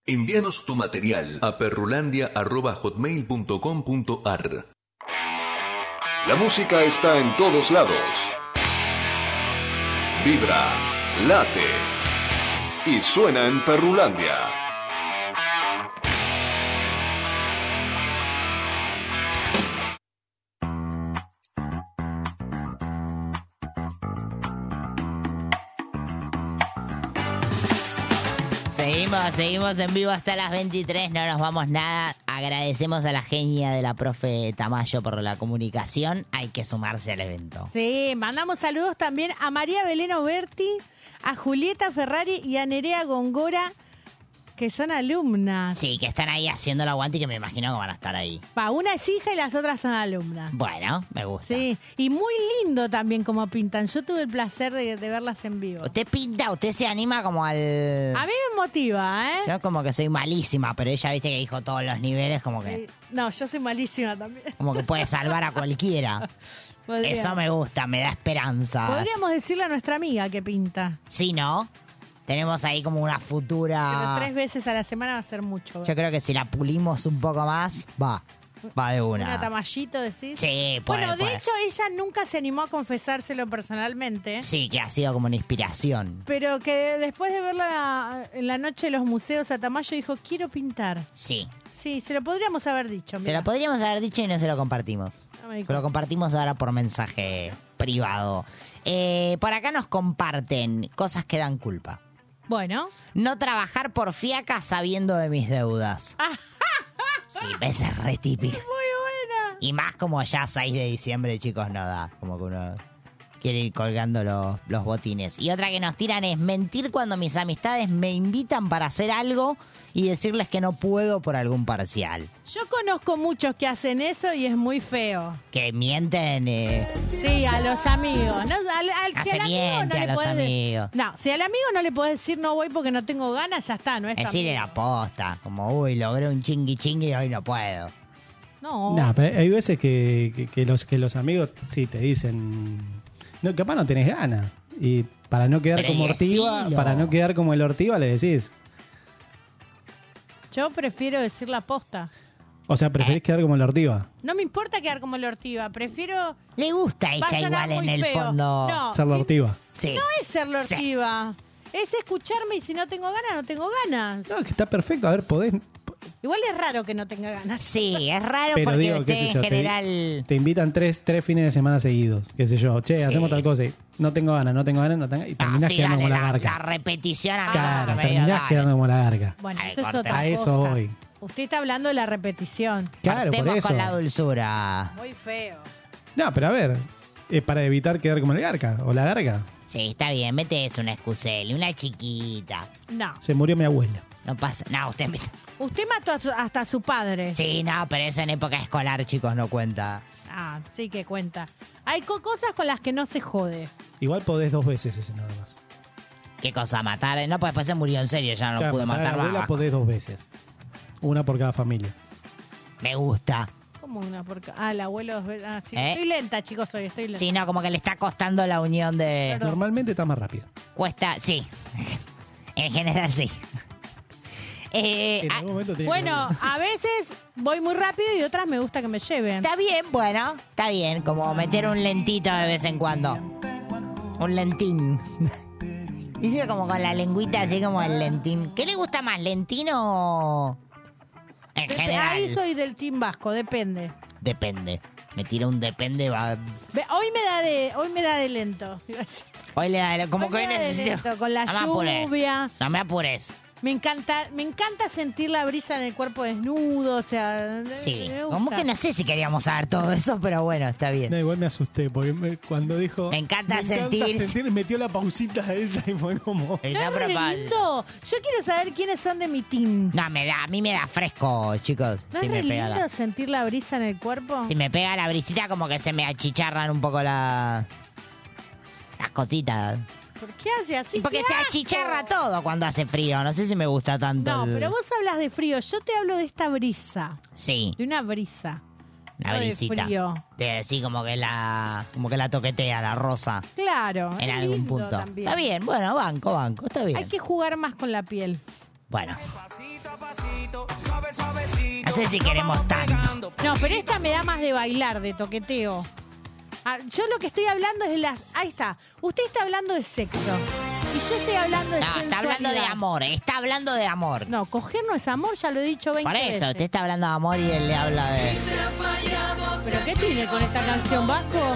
Envíanos tu material a perrulandia.hotmail.com.ar
La música está en todos lados. Vibra, late y suena en Perrulandia.
Seguimos, seguimos en vivo hasta las 23, no nos vamos nada. Agradecemos a la genia de la profe Tamayo por la comunicación. Hay que sumarse al evento.
Sí, mandamos saludos también a María Belén Oberti, a Julieta Ferrari y a Nerea Gongora, que son alumnas.
Sí, que están ahí haciendo el aguante y que me imagino que van a estar ahí.
Pa, una es hija y las otras son alumnas.
Bueno, me gusta.
Sí, y muy lindo también como pintan. Yo tuve el placer de, de verlas en vivo.
Usted pinta, usted se anima como al...
A mí me motiva, ¿eh?
Yo como que soy malísima, pero ella viste que dijo todos los niveles, como que,
No, yo soy malísima también.
como que puede salvar a cualquiera.
Podríamos-
Eso me gusta, me da esperanza.
Podríamos decirle a nuestra amiga que pinta.
Sí, ¿no? Tenemos ahí como una
Pero
futura...
tres veces a la semana va a ser mucho.
Yo Ah. creo que si la pulimos un poco más, va. Va de
Una
una.
tamallito, decís.
Sí, puede,
Bueno, de
puede.
hecho, ella nunca se animó a confesárselo personalmente.
Sí, que ha sido como una inspiración.
Pero que después de verla en la noche de los museos a Tamayo dijo, quiero pintar.
Sí.
Sí, se lo podríamos haber dicho.
Se lo podríamos haber dicho y no se lo compartimos.
No me di
Lo compartimos ahora por mensaje privado. Eh, por acá nos comparten cosas que dan culpa.
Bueno.
No trabajar por fiaca sabiendo de mis deudas.
Ah.
Sí, esa es re típica. Y más como ya 6 de diciembre, chicos, no da. Como que uno quiere ir colgando los, los botines. Y otra que nos tiran es mentir cuando mis amistades me invitan para hacer algo y decirles que no puedo por algún parcial.
Yo conozco muchos que hacen eso y es muy feo.
Que mienten. eh,
Sí, a los amigos. No, al, al-
Ah,
si
se
al amigo no
miente a
le
los
podés-
amigos.
No, si al amigo no le podés decir no voy porque no tengo ganas, ya está, no es tu
decirle la posta. Como, uy, logré un chingui chingui y hoy no puedo.
amigo. No.
Nah, pero hay veces que, que- que los, que los amigos sí te dicen, no, capaz no tenés ganas. Y para no quedar
Pero
como
decilo.
Ortiva, para no quedar como el Ortiva le decís.
Yo prefiero decir la posta.
O sea, preferís
Eh.
quedar como el Ortiva.
No me importa quedar como la ortiva, prefiero...
Le gusta
a
ella
sonar
igual en
muy
el
feo.
fondo.
No,
Ser la Ortiva.
Sí.
no es ser la
Sí.
ortiva. Es escucharme y si no tengo ganas, no tengo ganas.
No, que está perfecto. A ver, podés.
Igual es raro que no tenga ganas.
Sí, es raro
Pero digo, qué sé yo, te- te, invitan tres, tres fines de semana seguidos. Qué sé yo, che,
Sí. Ah,
hacemos tal cosa. y no tengo ganas, no tengo ganas, no tengo Y terminás
Sí,
quedando
dale,
como la
la, la
garca.
repetición
Ah,
a mí
Claro,
me
terminás
dio, dale.
quedando como la garca.
Bueno,
Ay,
eso es
cortemos.
otra
A eso
cosa.
voy.
Usted está hablando de la repetición.
Claro, por
Cortemos
eso.
con la dulzura.
Muy feo.
No, pero a ver, es para evitar quedar como el garca o la garca.
Sí, está bien, mete eso, una excusel, una chiquita.
No.
Se murió mi abuela.
No pasa, no, usted me-
Usted mató a su- hasta a su padre.
Sí, no, pero eso en época escolar, chicos, no cuenta.
Ah, sí que cuenta. Hay co- cosas con las que no se jode.
Igual podés dos veces ese nada más.
¿Qué cosa? Matar. No, pues después se murió en serio, ya no
Claro,
pude
matar a
matar
la abuela
más.
podés dos veces. Una por cada familia.
Me gusta.
Como una porca. Ah, el abuelo. es ver- ah, sí.
¿Eh?
Estoy lenta, chicos, hoy estoy lenta.
Sí, no, como que le está costando la unión de.
Normalmente está más rápido.
Cuesta, sí. en general sí. Eh, ah,
Bueno, a veces voy muy rápido y otras me gusta que me lleven.
Está bien, bueno, está bien, como meter un lentito de vez en cuando. Un lentín. Dice como con la lengüita así como el lentín. ¿Qué le gusta más, lentín o...? En
Dep-
general,
Ahí soy del team vasco, depende.
depende. Me tira un depende, va...
Ve, Hoy me da de, hoy me da de lento.
Hoy le da... Como que hoy
me da de
necesito...
lento, con la
no me apures.
lluvia.
No me apures.
Me encanta, me encanta sentir la brisa en el cuerpo desnudo, o sea,
Sí.
me gusta.
Como que no sé si queríamos saber todo eso, pero bueno, está bien.
No, igual me asusté porque me- cuando dijo. Me
encanta sentir".
metió la pausita esa y fue como.
Está
Re
preparado.
lindo. Yo quiero saber quiénes son de mi team.
No, me da, a mí me da fresco, chicos.
¿No
si
es
me
re
pega la-
lindo sentir la brisa en el cuerpo?
Si me pega la brisita, como que se me achicharran un poco la- las cositas.
¿Por qué hace así?
Porque
¡Qué
se
asco!
achicharra todo cuando hace frío. No sé si me gusta tanto.
No,
el-
pero vos hablas de frío. Yo te hablo de esta brisa.
Sí,
De una brisa. no
la
de
brisita.
frío.
Te- sí, como que la como que la toquetea, la rosa.
Claro.
En
es
algún
lindo
punto.
también.
Está bien, bueno, banco, banco, está bien.
Hay que jugar más con la piel.
Bueno. No sé si queremos tanto.
No, pero esta me da más de bailar, de toqueteo. Ah, yo lo que estoy hablando es de las. Ahí está. Usted está hablando de sexo. Y yo estoy hablando de
No, está hablando de amor, eh, está hablando de amor.
No, coger no es amor, ya lo he dicho 20
Por eso,
veces.
usted está hablando de amor y él le habla de...
¿Pero qué tiene con esta canción, Vasco?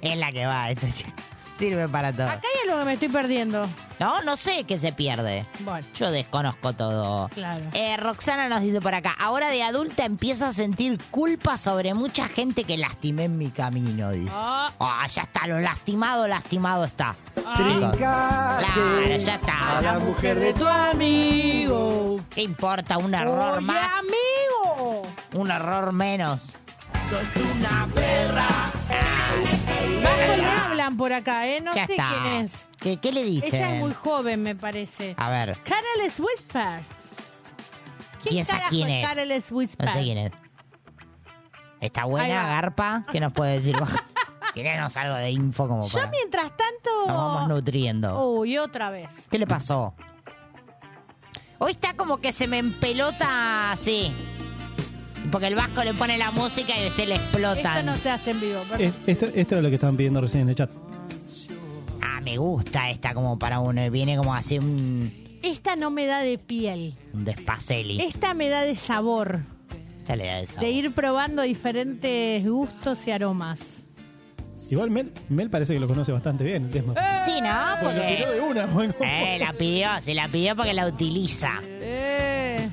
Es la que va, esta chica. Sirve para todo.
Acá hay algo que me estoy perdiendo.
No, no sé qué se pierde.
Bueno.
Yo desconozco todo.
Claro.
Eh, Roxana nos dice por acá, ahora de adulta empiezo a sentir culpa sobre mucha gente que lastimé en mi camino, dice.
Ah.
Ah, ya está, lo lastimado, lastimado está.
Ah.
Trincate
Claro, ya está.
a la mujer de tu amigo.
¿Qué importa? Un error
Oye,
más.
amigo!
Un error menos.
Una perra.
Vasco le hablan por acá, ¿eh? No
ya
sé
está.
quién es.
¿Qué, qué le dicen? Ah.
Ella es muy joven, me parece.
A ver.
Careless Whisper.
¿Y esa
carajo
quién es?
Careless Whisper?
No sé quién es. ¿Está
Ahí
buena,
va.
Garpa? ¿Qué nos puede decir? Tírenos algo de info como
Yo
para...
mientras
Nos vamos
tanto...
nutriendo.
Uy, otra vez.
¿Qué le pasó? Hoy está como que se me empelota así. Porque el vasco le pone la música y a usted le
Esto
explotan.
no se hace en vivo. perdón.
Es- Esto, esto es lo que estaban pidiendo recién en el chat.
Ah, me gusta esta como para uno. Viene como así un,
Esta no me da de piel.
un despaceli.
Esta me da de sabor.
Esta le da el sabor.
De ir probando diferentes gustos y aromas.
Igual Mel, Mel parece que lo conoce bastante bien, el tema.
Sí, ¿no?
Pues lo
Porque-
tiró de una, bueno.
Eh, la pidió, se la pidió porque la utiliza.
Eh,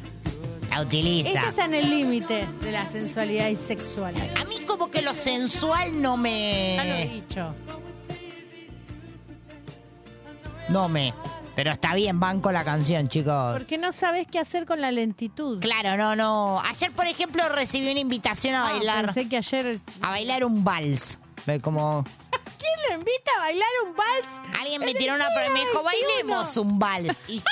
La utiliza.
esta está en el límite de la sensualidad y sexualidad.
A mí como que lo sensual no
Ya lo he
me...
dicho.
No me... Pero está bien, banco la canción, chicos.
Porque no sabes qué hacer con la lentitud.
Claro, no, no. Ayer, por ejemplo, recibí una invitación a
Ah,
bailar...
pensé que ayer...
A bailar un vals. Ve Como...
¿Quién lo invita a bailar un vals?
Alguien me tiró una... pre- Me dijo, bailemos un vals. Y...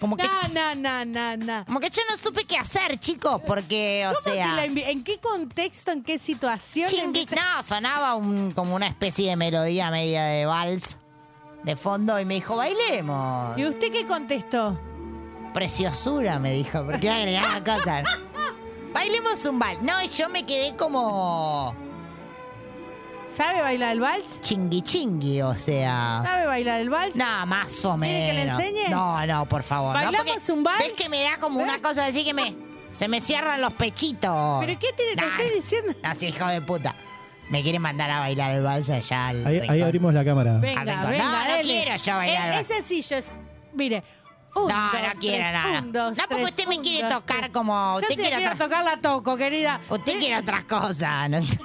Como que...
No, no, no, no, no.
Como que yo no supe qué hacer, chicos, porque, o
¿Cómo que
sea...
la invi- ¿En qué contexto, en qué situación? la
Chingui-
invita-
No, sonaba un- como una especie de melodía media de vals de fondo y me dijo, bailemos.
¿Y usted qué contestó?
Preciosura, me dijo, porque agregaba cosas. Bailemos un vals. No, y yo me quedé como
¿Sabe bailar el vals?
chingui chingui, o sea.
¿Sabe bailar el vals?
Nada, más o
¿Quiere que le
menos.
enseñe?
No, no, por favor. no,
¿Bailamos
porque
un vals?
Ves que me da como una cosa así que me. Se me cierran los pechitos.
¿Eh? ¿Pero qué tiene? Te
Nah.
estoy diciendo...
No, sí, hijo de puta. Me quiere mandar a bailar el vals allá al.
Ahí, ahí
rincón.
abrimos la cámara.
Ah, venga.
Venga,
No,
venga, E-,
no
dele.
quiero yo bailar
Es,
vals.
es sencillo, es... Mire. Un,
no,
dos,
no quiero
tres,
nada.
un, dos,
no, porque
tres,
usted me
un,
quiere
dos,
tocar
tres.
como.
Yo
Usted
te
quiere,
quiero
otra-
tocar la toco, querida. Eh,
usted quiere otras cosas. No sé.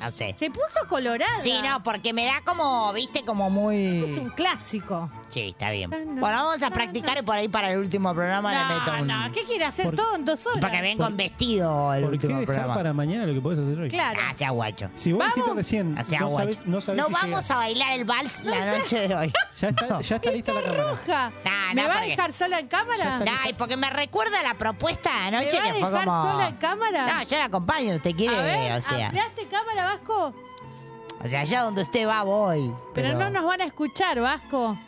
No sé.
Se puso colorada.
Sí, no, porque me da como, viste, como muy.
Un clásico.
Sí, está bien.
Ah, No, no,
Bueno, vamos a practicar y por ahí para el último programa le meto
No,
un.
no, ¿qué quiere hacer
Por-
todo en dos horas?
Porque ven con vestido el
¿Por qué
último
dejar
programa.
para mañana lo que podés hacer hoy?
Claro.
Ah, sea guacho.
Si vos dijiste recién,
Ah, sea
no
guacho.
sabés, no sabés si
vamos
llega.
a bailar el vals la noche de hoy.
Ya está, ya está lista la cámara.
Roja.
No,
¿Me
no,
va
porque-
a dejar sola en cámara?
Ay, porque me recuerda la propuesta de
¿Me
anoche
va a
que fue
dejar
como.
sola en cámara?
No, yo la acompaño, usted quiere,
a ver,
o sea.
¿ampliaste cámara, Vasco?
O sea, allá donde usted va voy.
Pero, no nos van a escuchar, Vasco.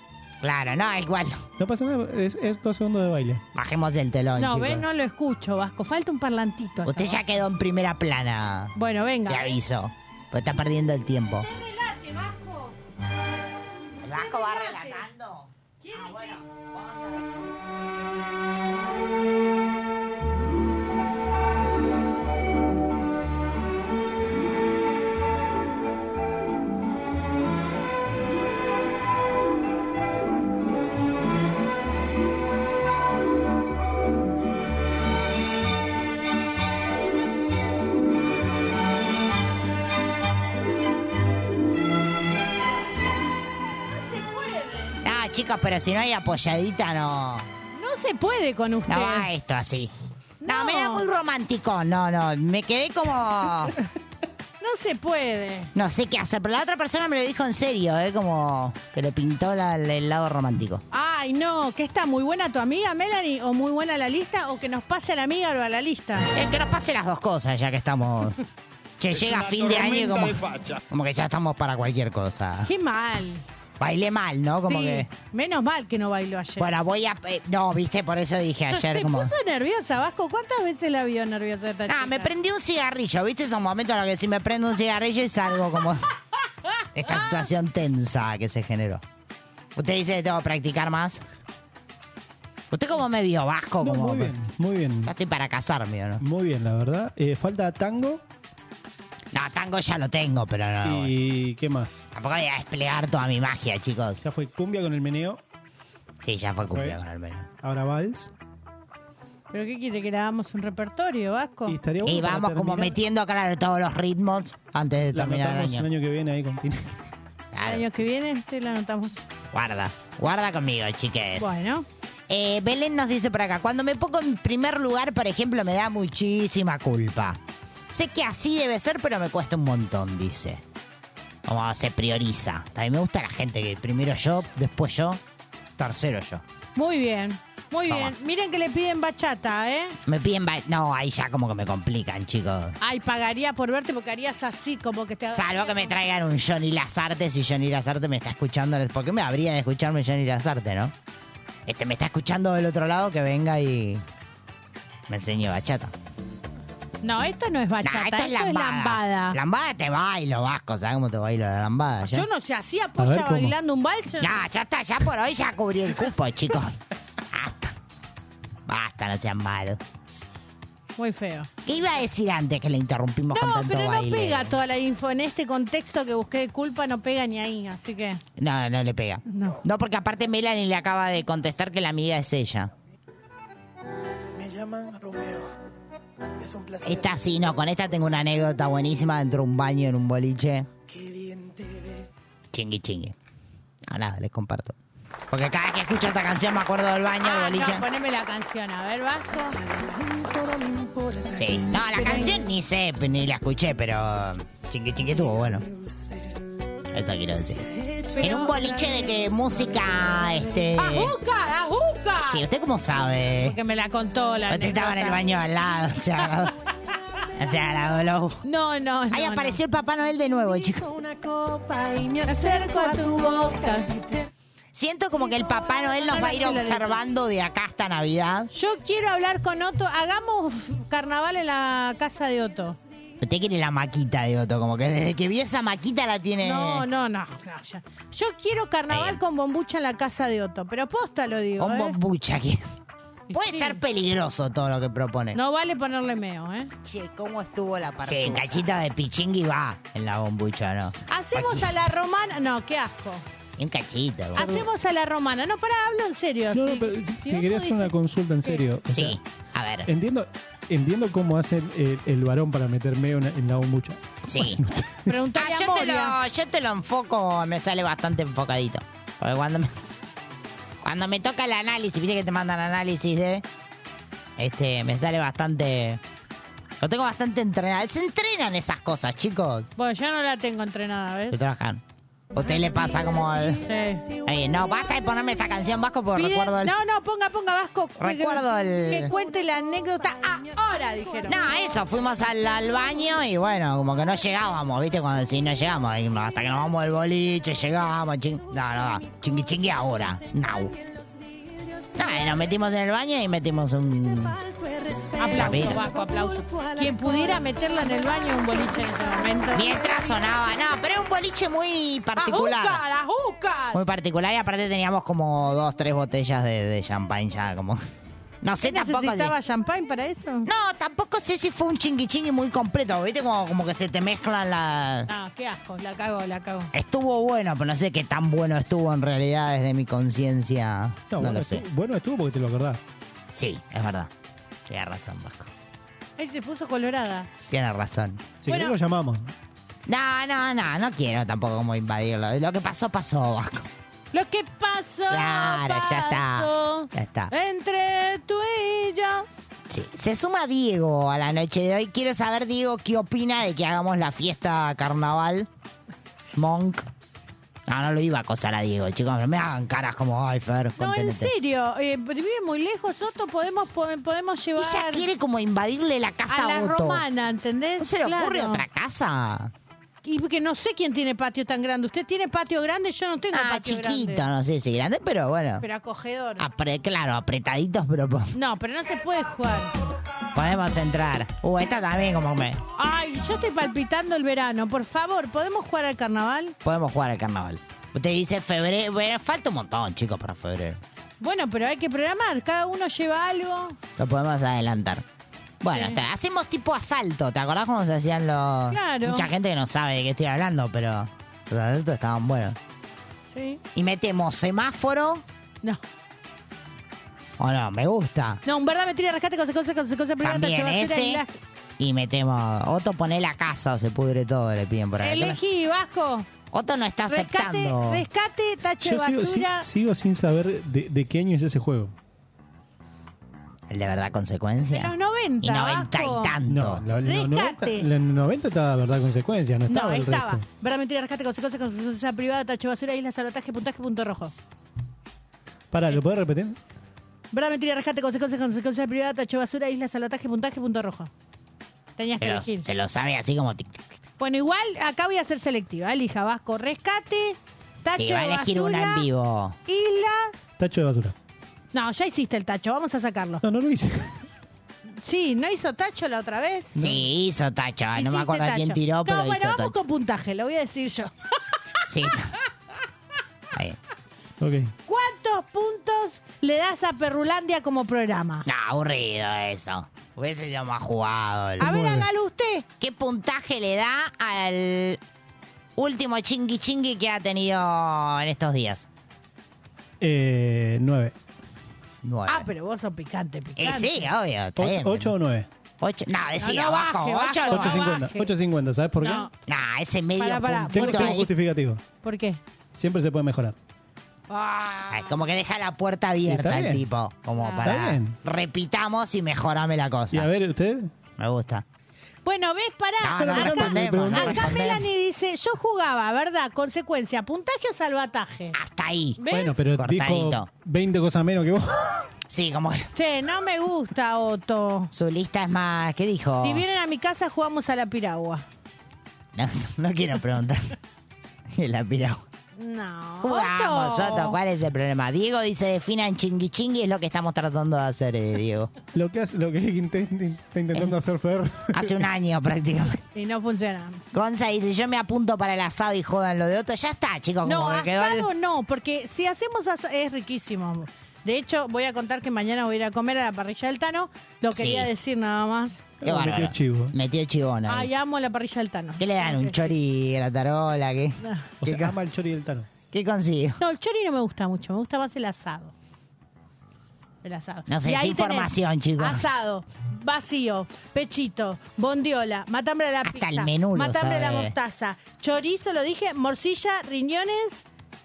Claro, no, igual.
No pasa nada, es, es dos segundos de baile.
Bajemos el telón,
No,
chicos.
ve, no lo escucho, Vasco. Falta un parlantito. acá,
Usted ya
Vasco.
quedó en primera plana.
Bueno,
Le
venga.
aviso. Porque está perdiendo el tiempo.
Relate, Vasco.
¿El Vasco va
Relate.
relatando?
¿Quiere
Ah, bueno.
No se puede.
Ah, chicos, pero si no hay apoyadita, no.
No se puede con usted.
No va esto así. No,
No.
me da muy romántico. No, no. Me quedé como.
No se puede.
No sé qué hacer. Pero la otra persona me lo dijo en serio, ¿eh? Como que le pintó la- el lado romántico.
Ay, no, que está muy buena tu amiga, Melanie, o muy buena la lista, o que nos pase a la amiga o a la lista.
Eh, que nos pase las dos cosas, ya que estamos. Que llega fin de año y como. como que ya estamos para cualquier cosa.
Qué mal.
Bailé mal, ¿no? Como
Sí,
que.
Menos mal que no bailó ayer.
Bueno, voy a. eh, no, viste, por eso dije ayer
Se
como.
puso nerviosa, Vasco. ¿Cuántas veces la vio nerviosa esta
Ah, me prendí un cigarrillo, ¿viste? Esos momentos en los que si me prendo un cigarrillo es algo como. Esta situación tensa que se generó. ¿Usted dice que tengo que practicar más? ¿Usted cómo me vio vasco?
No,
como
muy bien, muy bien.
Ya estoy para casarme, ¿o ¿no?
Muy bien, la verdad. Eh, falta tango.
No, tango ya lo tengo, pero no.
¿Y qué más?
Ah, Tampoco voy a desplegar toda mi magia, chicos.
Ya fue cumbia con el meneo.
Sí, ya fue cumbia
Ok.
con el meneo.
Ahora vals.
¿Pero qué quiere? ¿Que le hagamos un repertorio, Vasco? Y,
Y vamos como metiendo, claro, todos los ritmos antes de
La
terminar el
anotamos
año.
el año que viene ahí con Tini.
Claro.
El año que viene te la anotamos.
Guarda, guarda conmigo, chiques.
Bueno.
Eh, Belén nos dice por acá, cuando me pongo en primer lugar, por ejemplo, me da muchísima culpa. Sé que así debe ser, pero me cuesta un montón, dice. Como se prioriza. También me gusta la gente que primero yo, después yo, tercero yo.
Muy bien, muy
Toma.
bien. Miren que le piden bachata, ¿eh?
Me piden... ba- No, ahí ya como que me complican, chicos.
Ay, pagaría por verte porque harías así, como que te...
Salvo que me traigan un Johnny Lazarte si Johnny Lazarte me está escuchando. ¿Por qué me habrían de escucharme Johnny Lazarte, no? Este me está escuchando del otro lado, que venga y me enseñe bachata.
No, esto no es bachata,
Nah,
esto, es lambada. Ah,
Lambada te bailo, Vasco. ¿Sabes cómo te bailo la lambada? ya?
Yo no sé, así
A
apoya
ver, ¿cómo?
bailando un vals. yo-
Ya, ya está, ya por hoy ya cubrí el cupo, Pues, chicos. Basta. Basta, no sean malos.
Muy feo.
¿Qué iba a decir antes que le interrumpimos con
No,
tanto
pero no
baile?
pega toda la info. En este contexto que busqué de culpa no pega ni ahí, así que...
No, no le pega.
No.
porque aparte Melanie le acaba de contestar que la amiga es ella.
Me llaman Romeo. Es un placer.
Esta sí, no, con esta tengo una anécdota buenísima dentro de un baño en un boliche. Chingui, chingui. No, Ah, nada, les comparto. Porque cada vez que escucho esta canción me acuerdo del baño,
Ah,
del boliche.
no, poneme la canción, a ver, Vasco.
Sí. No, la canción ni sé, ni la escuché, pero chingui chingui estuvo bueno. Eso quiero decir. En un boliche de que música, este...
¡Ajuca! ¡Ajuca!
Sí, ¿usted cómo sabe?
Porque me la contó la
Usted estaba en el baño al lado, o sea... o sea, la dolor.
No, no,
Ahí
no,
apareció el Papá Noel de nuevo, chico.
Me acerco a tu boca.
Siento como que el Papá Noel nos va a ir observando de acá hasta Navidad.
Yo quiero hablar con Otto. Hagamos carnaval en la casa de Otto.
Usted quiere la maquita de Otto, como que desde que vio esa maquita la tiene...
No, no, no. no, ya. Yo quiero carnaval con bombucha en la casa de Otto. Pero posta lo digo.
Con
¿eh?
bombucha aquí. Puede ser peligroso todo lo que propone.
No vale ponerle meo, ¿eh?
Che, ¿cómo estuvo la Sí,
partusa?
cachita de pichingui va en la bombucha, ¿no?
Hacemos a la romana. No, qué asco.
Un cachito. boludo.
Hacemos a la romana. No, pará, hablo en serio.
No, no,
Sí,
pero
sí,
te
vos
quería hacer una consulta en serio. O
Sí,
sea,
a ver.
Entiendo, entiendo cómo hace el, el- el varón para meterme una- en la bombucha.
Sí.
Preguntale
Ah,
a
yo, te
Moria.
lo, yo te lo enfoco, me sale bastante enfocadito. Porque cuando me, cuando me toca el análisis, viste que te mandan análisis de... Este, me sale bastante... Lo tengo bastante entrenado. Se entrenan esas cosas, chicos.
Bueno, yo no la tengo entrenada,
Se
¿ves?
trabajan. ¿A usted le pasa como al...?
Sí.
Ahí, no, basta de ponerme esta canción, Vasco, porque
Pide-
recuerdo el...
No, no, ponga, ponga Vasco. que-
Recuerdo el-
Que cuente la anécdota ahora, dijeron.
No, Ah, eso, fuimos al, al baño y bueno, como que no llegábamos, ¿viste? Cuando decís no llegamos, y hasta que nos vamos del boliche, llegamos, ching... No, no, no, chingui chingui ahora, now. No, y nos metimos en el baño y metimos un...
Aplauso,
Papito.
Vasco, aplauso. Quien pudiera meterla en el baño un boliche en ese momento.
Mientras sonaba, no, pero era un boliche muy particular.
¡Ajuca, la juca!
Muy particular y aparte teníamos como dos, tres botellas de, de champagne ya, como... No sé
¿Qué
tampoco... si-
necesitaba champagne para eso?
No, tampoco sé si fue un chingui chingui muy completo, ¿viste? Como, como que se te mezclan las...
No, qué asco, la cago, la cago.
Estuvo bueno, pero no sé qué tan bueno estuvo en realidad desde mi conciencia. No,
bueno,
lo sé.
estuvo- bueno, estuvo porque te lo acordás.
Sí, es verdad. Tienes razón, Vasco.
Ahí se puso colorada.
Tienes razón.
Si querés lo llamamos.
No, no, no, no quiero tampoco como invadirlo. Lo que pasó, pasó, Vasco.
Lo que pasó.
Claro, ya está,
pasó
ya está.
Entre tú y yo.
Sí. Se suma Diego a la noche de hoy. Quiero saber, Diego, qué opina de que hagamos la fiesta carnaval. Monk. No, no lo iba a acosar a Diego, chicos. No me hagan caras como, ay, Fer,
No, en
contenete".
serio, eh, vive muy lejos, Otto, podemos, po- podemos llevar...
Ella quiere como invadirle la casa
a
a
la
Otto.
romana, ¿entendés?
¿No se le ocurre
Claro.
otra casa?
Y Y porque no sé quién tiene patio tan grande. ¿Usted tiene patio grande? Yo no tengo
Ah,
patio
chiquito, Ah.
grande.
no sé si grande, pero bueno.
Pero acogedor.
Apre- claro, apretaditos, pero po-
No, pero no se puede jugar.
podemos entrar. Uh, esta también como me...
Ay, yo estoy palpitando el verano. Por favor, ¿podemos jugar al carnaval?
Podemos jugar al carnaval. Usted dice febrero, bueno, falta un montón, chicos, para febrero.
Bueno, pero hay que programar. Cada uno lleva algo. Eh,
Lo podemos adelantar. Bueno,
Sí.
está- hacemos tipo asalto. ¿Te acordás cómo se hacían los...?
Claro.
Mucha gente que no sabe de qué estoy hablando, pero los asaltos estaban buenos.
Sí.
Y metemos semáforo.
No.
O no, me gusta.
No, en verdad me tira rescate, consecuencia, consecuencia, primera
También
tacha, basura,
ese.
y la-
Y metemos... Otto pone la casa o se pudre todo, le piden por ahí.
Elegí, Vasco.
Otto no está aceptando.
Rescate, rescate, tache,
Yo sigo, si-
basura.
sigo sin saber de, de qué año es ese juego.
¿El de verdad consecuencia?
Los 90.
Y 90 y
Vasco.
tanto.
No, los
Rescate.
90, los 90 estaba verdad consecuencia, no
No,
estaba el
estaba.
resto.
Verdad, mentira, rescate, consecuencia, consecuencia privada, tache, basura, isla, salvataje, puntaje, punto rojo.
Pará, ¿lo podés repetir?
Verdad, mentira, rescate, consecuencia, consecuencia privada, tache, basura, isla, salvataje, puntaje, punto rojo. Tenías que
Pero
elegir.
se lo sabe así como... tic, tic.
Bueno, igual acá voy a ser selectiva. Elija Vasco, rescate, tacho,
Sí, va a elegir
basura,
una en vivo.
isla.
Tacho de basura.
No, ya hiciste el tacho, vamos a sacarlo.
No, no lo hice.
Sí, ¿no hizo tacho la otra vez?
Sí, hizo tacho. Ay, No me
Hiciste
acuerdo a quién
tacho.
tiró,
No,
pero
bueno,
hizo
vamos
tacho.
con puntaje, lo voy a decir yo.
Sí. Ahí.
¿Cuántos puntos le das a Perrulandia como programa?
No, aburrido eso. Hubiese sido más jugado. el-
A ver, hágalo usted.
¿Qué puntaje le da al último chingui chingui que ha tenido en este estos días?
Eh, 9.
Ah, pero vos sos picante,
Eh,
picante.
sí, obvio. está bien.
8 o 9.
Ocho- no, decía,
no
Vasco,
baje,
ocho
Vasco,
no.
8.50. 8.50, ¿sabes por qué?
No.
Nah, ese medio
Pará, pará,
puntito
Tengo, tengo un
ahí.
justificativo.
¿Por qué?
Siempre se puede mejorar.
Ay, Como que deja la puerta abierta
Está
el
bien.
tipo. Como
Está
para.
bien.
Repitamos y mejorame la cosa.
Y a ver, ¿usted?
Me gusta.
Bueno, ves,
No,
pará.
Ah, no,
acá
respondemos, no
acá
respondemos.
Melanie dice, yo jugaba, ¿verdad? Consecuencia, puntaje o salvataje.
Hasta ahí.
¿Ves?
Bueno, pero
Cortadito.
dijo 20 cosas menos que vos.
Sí, como.
Che, no me gusta, Otto.
Su lista es más. ¿Qué dijo?
Si vienen a mi casa, jugamos a la piragua.
No, no quiero preguntar. la piragua.
No.
Jugamos,
Otto.
Otto. ¿Cuál es el problema? Diego dice: definan chingui chingui, es lo que estamos tratando de hacer, eh, Diego. Eh,
Lo que, hace- lo que intenta, está intentando hacer Fer.
Hace un año prácticamente.
Y no funciona.
Gonza dice: Yo me apunto para el asado y jodan lo de Otto. Ya está, chicos.
No,
como que quedó el-
asado no, porque si hacemos asado es riquísimo. De hecho, voy a contar que mañana voy a ir a comer a la parrilla del Tano. Lo
Sí.
quería decir nada más.
Qué
Ah,
bárbaro.
metió chivo.
Metió chivona.
Ay, amo la parrilla del Tano.
¿Qué le dan? ¿Un chori gratarola? ¿Qué,
O sea, ama el chori del Tano.
¿Qué consiguió?
No, el chori no me gusta mucho, me gusta más el asado. El asado.
No sé,
Y
es
ahí tenés
información, chicos.
Asado, vacío, pechito, bondiola, matambre a la pizza.
el menú lo
Matambre a la
sabe.
mostaza. Chorizo, lo dije, morcilla, riñones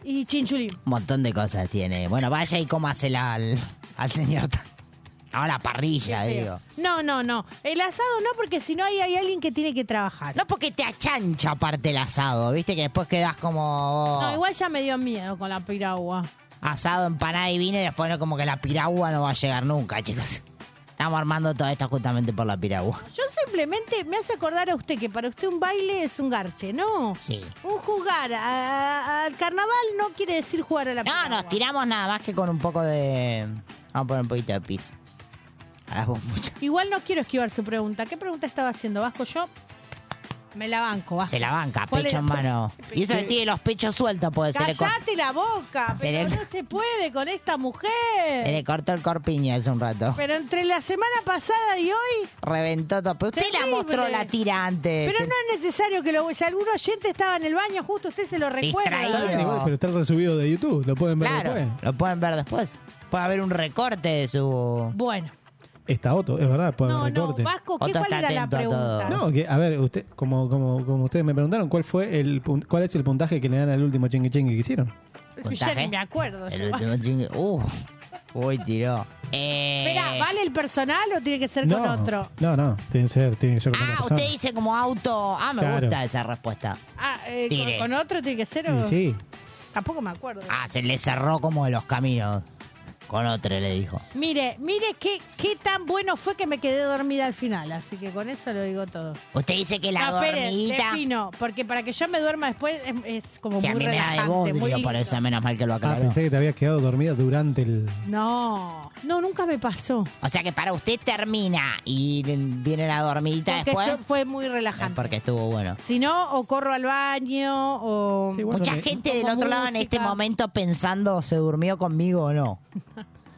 y chinchulín.
Un montón de cosas tiene. Bueno, vaya y cómasela al, al señor. Ta- Ahora la parrilla, digo.
No, no, no. El asado no, porque si no ahí hay alguien que tiene que trabajar.
No porque te achancha aparte el asado, viste que después quedas como
No, igual ya me dio miedo con la piragua.
asado, empanada y vino y después no, como que la piragua no va a llegar nunca, chicos. Estamos armando todo esto justamente por la piragua.
Yo simplemente me hace acordar a usted que para usted un baile es un garche, ¿no?
Sí.
Un jugar a- a- al carnaval no quiere decir jugar a la
No, nos tiramos nada más que con un poco de... Vamos a poner un poquito de pizza. A las bombuchas.
Igual no quiero esquivar su pregunta. ¿Qué pregunta estaba haciendo Vasco? Yo me la banco, Vasco.
Se la banca,
¿Cuál
pecho
era?
en mano. Y eso que tiene los pechos sueltos, puede ser. le cor-
¡Cállate la boca!
Se
Pero
le-
no se puede con esta
Se
mujer.
le cortó el corpiño hace un rato.
Pero entre la semana pasada y hoy,
Reventó todo. Pero usted
Terrible.
la mostró la tira antes.
pero no es necesario que lo... Si algún oyente estaba en el baño, justo usted se lo
Distraído.
recuerda.
Está igual, pero está resubido de YouTube, lo pueden ver
Claro,
después.
lo pueden ver después. Puede haber un recorte de su...
Bueno.
Está Otto, es verdad, pueden
No,
ver
no,
recorte.
Vasco, ¿qué,
Otto
¿cuál
está
era la
atento a todo.
pregunta?
No, que, a ver, usted, como, como, como ustedes me preguntaron, ¿cuál fue el pun- cuál es el puntaje que le dan al último chingue chingue que hicieron?
Ya ni
puntaje.
me acuerdo.
¿eh? El último chingue. Uh, uy, tiró. Eh,
Espera, ¿vale el personal o tiene que ser
No,
con otro?
no, no, tiene que ser, tiene que ser con una
Ah,
persona.
usted dice como auto. Ah, me
Claro.
gusta esa respuesta.
Ah, eh,
Tire.
con, con
Mm,
otro tiene que ser o...
Y sí,
Tampoco me acuerdo.
Ah, se le cerró como de los caminos. Con otro le dijo.
Mire, mire qué, qué tan bueno fue que me quedé dormida al final, así que con eso lo digo todo.
Usted dice que la
No, espere,
dormidita-
defino, porque para que yo me duerma después es, es como
Si a
muy
mí me da de
relajante, muy
bodrio, por
lindo.
eso menos mal que lo
Ah,
aclaró.
pensé que te habías quedado dormida durante el.
No, no, nunca me pasó.
O sea que para usted termina y viene la dormidita
Porque
después.
fue- fue muy relajante.
Porque estuvo bueno.
Si no, o corro al baño, o...
Mucha gente del otro lado en este momento pensando, ¿se durmió conmigo o no?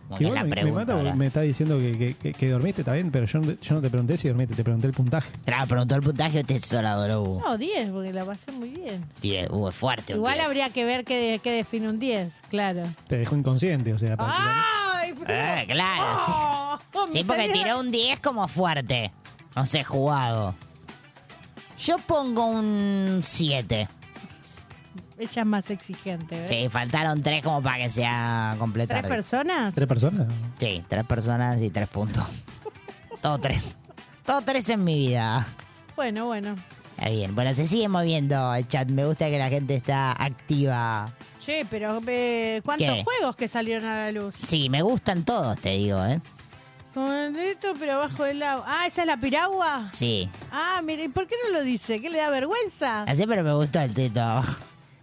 Como que
Igual
la
me, me
pregunta,
mata porque
¿verdad?
me está diciendo que, que- que- que dormiste, está bien, pero yo, no- yo no te pregunté si dormiste, te pregunté el puntaje.
Claro, preguntó el puntaje, usted solo adoró. Uh,
No, 10, porque la pasé muy bien.
diez, uh, es fuerte. un
Igual
diez.
habría que ver qué, de- qué define un 10, claro.
Te dejó inconsciente, o sea,
Ah, ¡Ay! ¡Oh!
Eh, claro, sí. Sí, porque tiró un 10 como fuerte. No sé, jugado. Yo pongo un 7.
Ella es más exigente, ¿eh?
Sí, faltaron 3 como para que sea completar.
¿Tres personas?
¿Tres personas?
Sí, 3 personas y 3 puntos. Todo 3. Todo 3 en mi vida.
Bueno, bueno.
Está bien. Bueno, se sigue moviendo el chat. Me gusta que la gente está activa.
Che, pero eh, ¿cuántos
¿Qué?
juegos que salieron a la luz?
Sí, me gustan todos, te digo, ¿eh?
Con esto, pero abajo del agua. Ah, ¿esa es la piragua?
Sí.
Ah, mire, ¿y por qué no lo dice? ¿Qué le da vergüenza?
Así, pero me gustó el teto.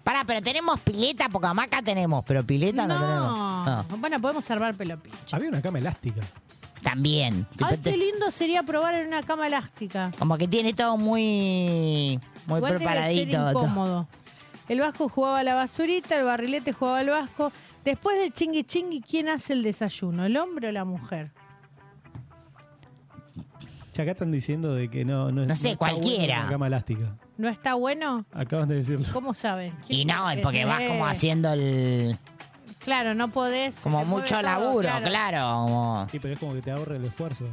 Pará, pero tenemos pileta, Pocamaca tenemos, pero pileta no, tenemos. No.
Bueno, podemos salvar pelopín.
Había una cama elástica.
También.
Ay,
Siempre te-
qué lindo sería probar en una cama elástica.
Como que tiene todo muy. Muy
Igual debe ser
preparadito. todo.
incómodo. El vasco jugaba a la basurita, el barrilete jugaba al vasco. Después del chingui chingui, ¿quién hace el desayuno? ¿El hombre o la mujer?
Ya acá están diciendo de que no. No,
No sé,
está bueno
cualquiera.
Una cama elástica.
¿No está bueno?
Acabas de decirlo.
¿Cómo saben?
Y no, es porque vas como
Eh,
haciendo el.
Claro, no podés.
Como
se mueve
mucho
todo,
laburo, claro. como-
Sí, pero es como que te ahorra el esfuerzo.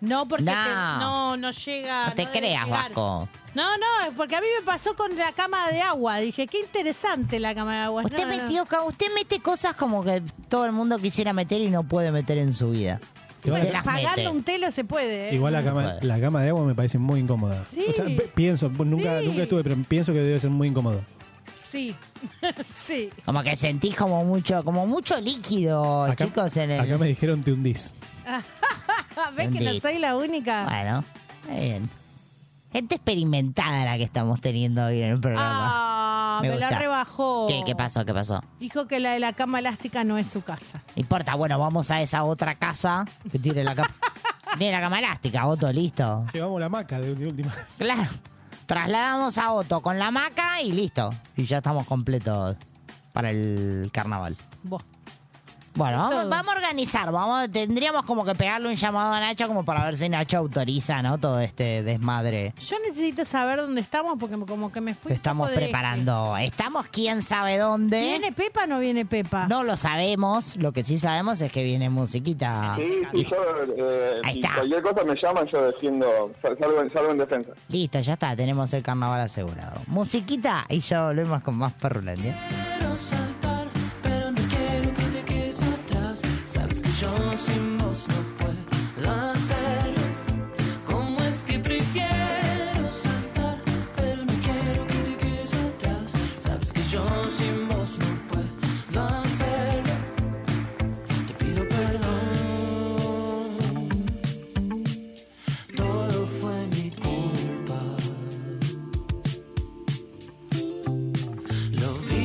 No, porque te-
No.
no, Ah, no, llega.
No te
debe
creas,
llegar.
Vasco.
No, no, es porque a mí me pasó con la cama de agua. Dije, qué interesante la cama de agua.
Usted,
No, no.
metió ca- usted mete cosas como que todo el mundo quisiera meter y no puede meter en su vida.
Igual,
Usted las mete.
Pagando un telo se puede. ¿eh?
Igual la, cama, la cama de agua me parece muy incómoda.
Sí.
O sea, pe- pienso, nunca,
Sí.
nunca estuve, pero pienso que debe ser muy incómoda.
Sí. sí.
Como que sentís como mucho, como mucho líquido, chicos, en el.
Acá me dijeron te hundís.
¿Ves que no
Bendito. Ah,
soy la única?
Bueno, está bien. Gente experimentada la que estamos teniendo hoy en el
Ah,
programa. Me
me, la
gusta.
rebajó.
¿Qué, ¿Qué pasó? ¿Qué pasó?
Dijo que la de la cama elástica no es su casa.
No importa, bueno, vamos a esa otra casa que tiene la cama. tiene la cama elástica, Otto, listo.
Llevamos la maca de, de última.
Claro. Trasladamos a Otto con la maca y listo. Y ya estamos completos para el carnaval. Bueno, vamos,
Todo.
vamos a organizar, vamos, tendríamos como que pegarle un llamado a Nacho como para ver si Nacho autoriza, ¿no? Todo este desmadre.
Yo necesito saber dónde estamos porque me- como que me fui.
Lo estamos preparando. Estamos quién sabe dónde.
¿Viene Pepa o no viene Pepa?
No lo sabemos. Lo que sí sabemos es que viene musiquita.
Sí, sí, yo, eh, si cualquier cosa me llaman, yo defiendo, sal- salgo, en- salgo en defensa.
Listo, ya está. Tenemos el carnaval asegurado. Musiquita y ya volvemos con más ¿eh? Perrulandia.
Quiero saltar, pero no quiero que te quedes atrás. Sabes que yo sin vos no puedo hacerlo. ¿Cómo es que prefiero saltar, pero no quiero que te quedes atrás? Sabes que yo sin vos no puedo hacerlo. Te pido perdón. Todo fue mi culpa. Lo vi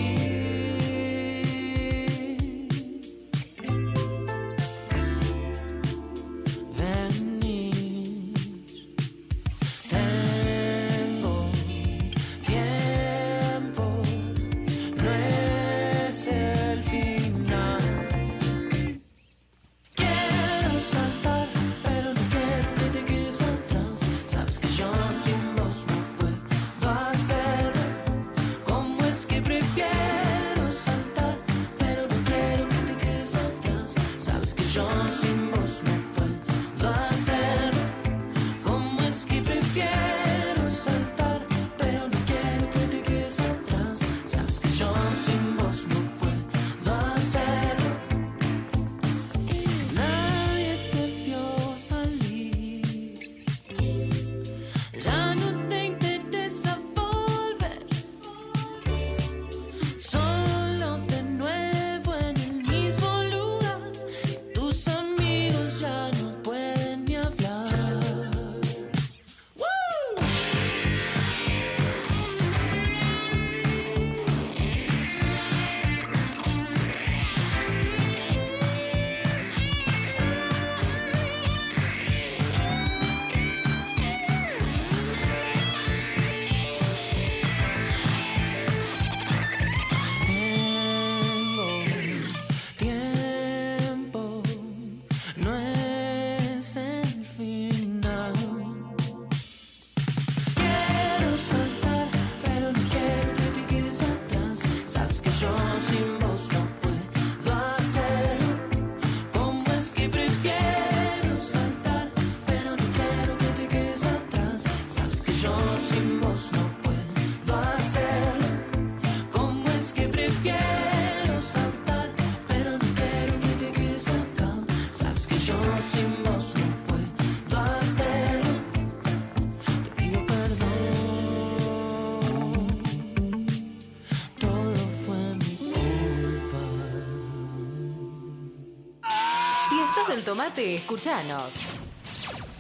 gustas del tomate, escúchanos.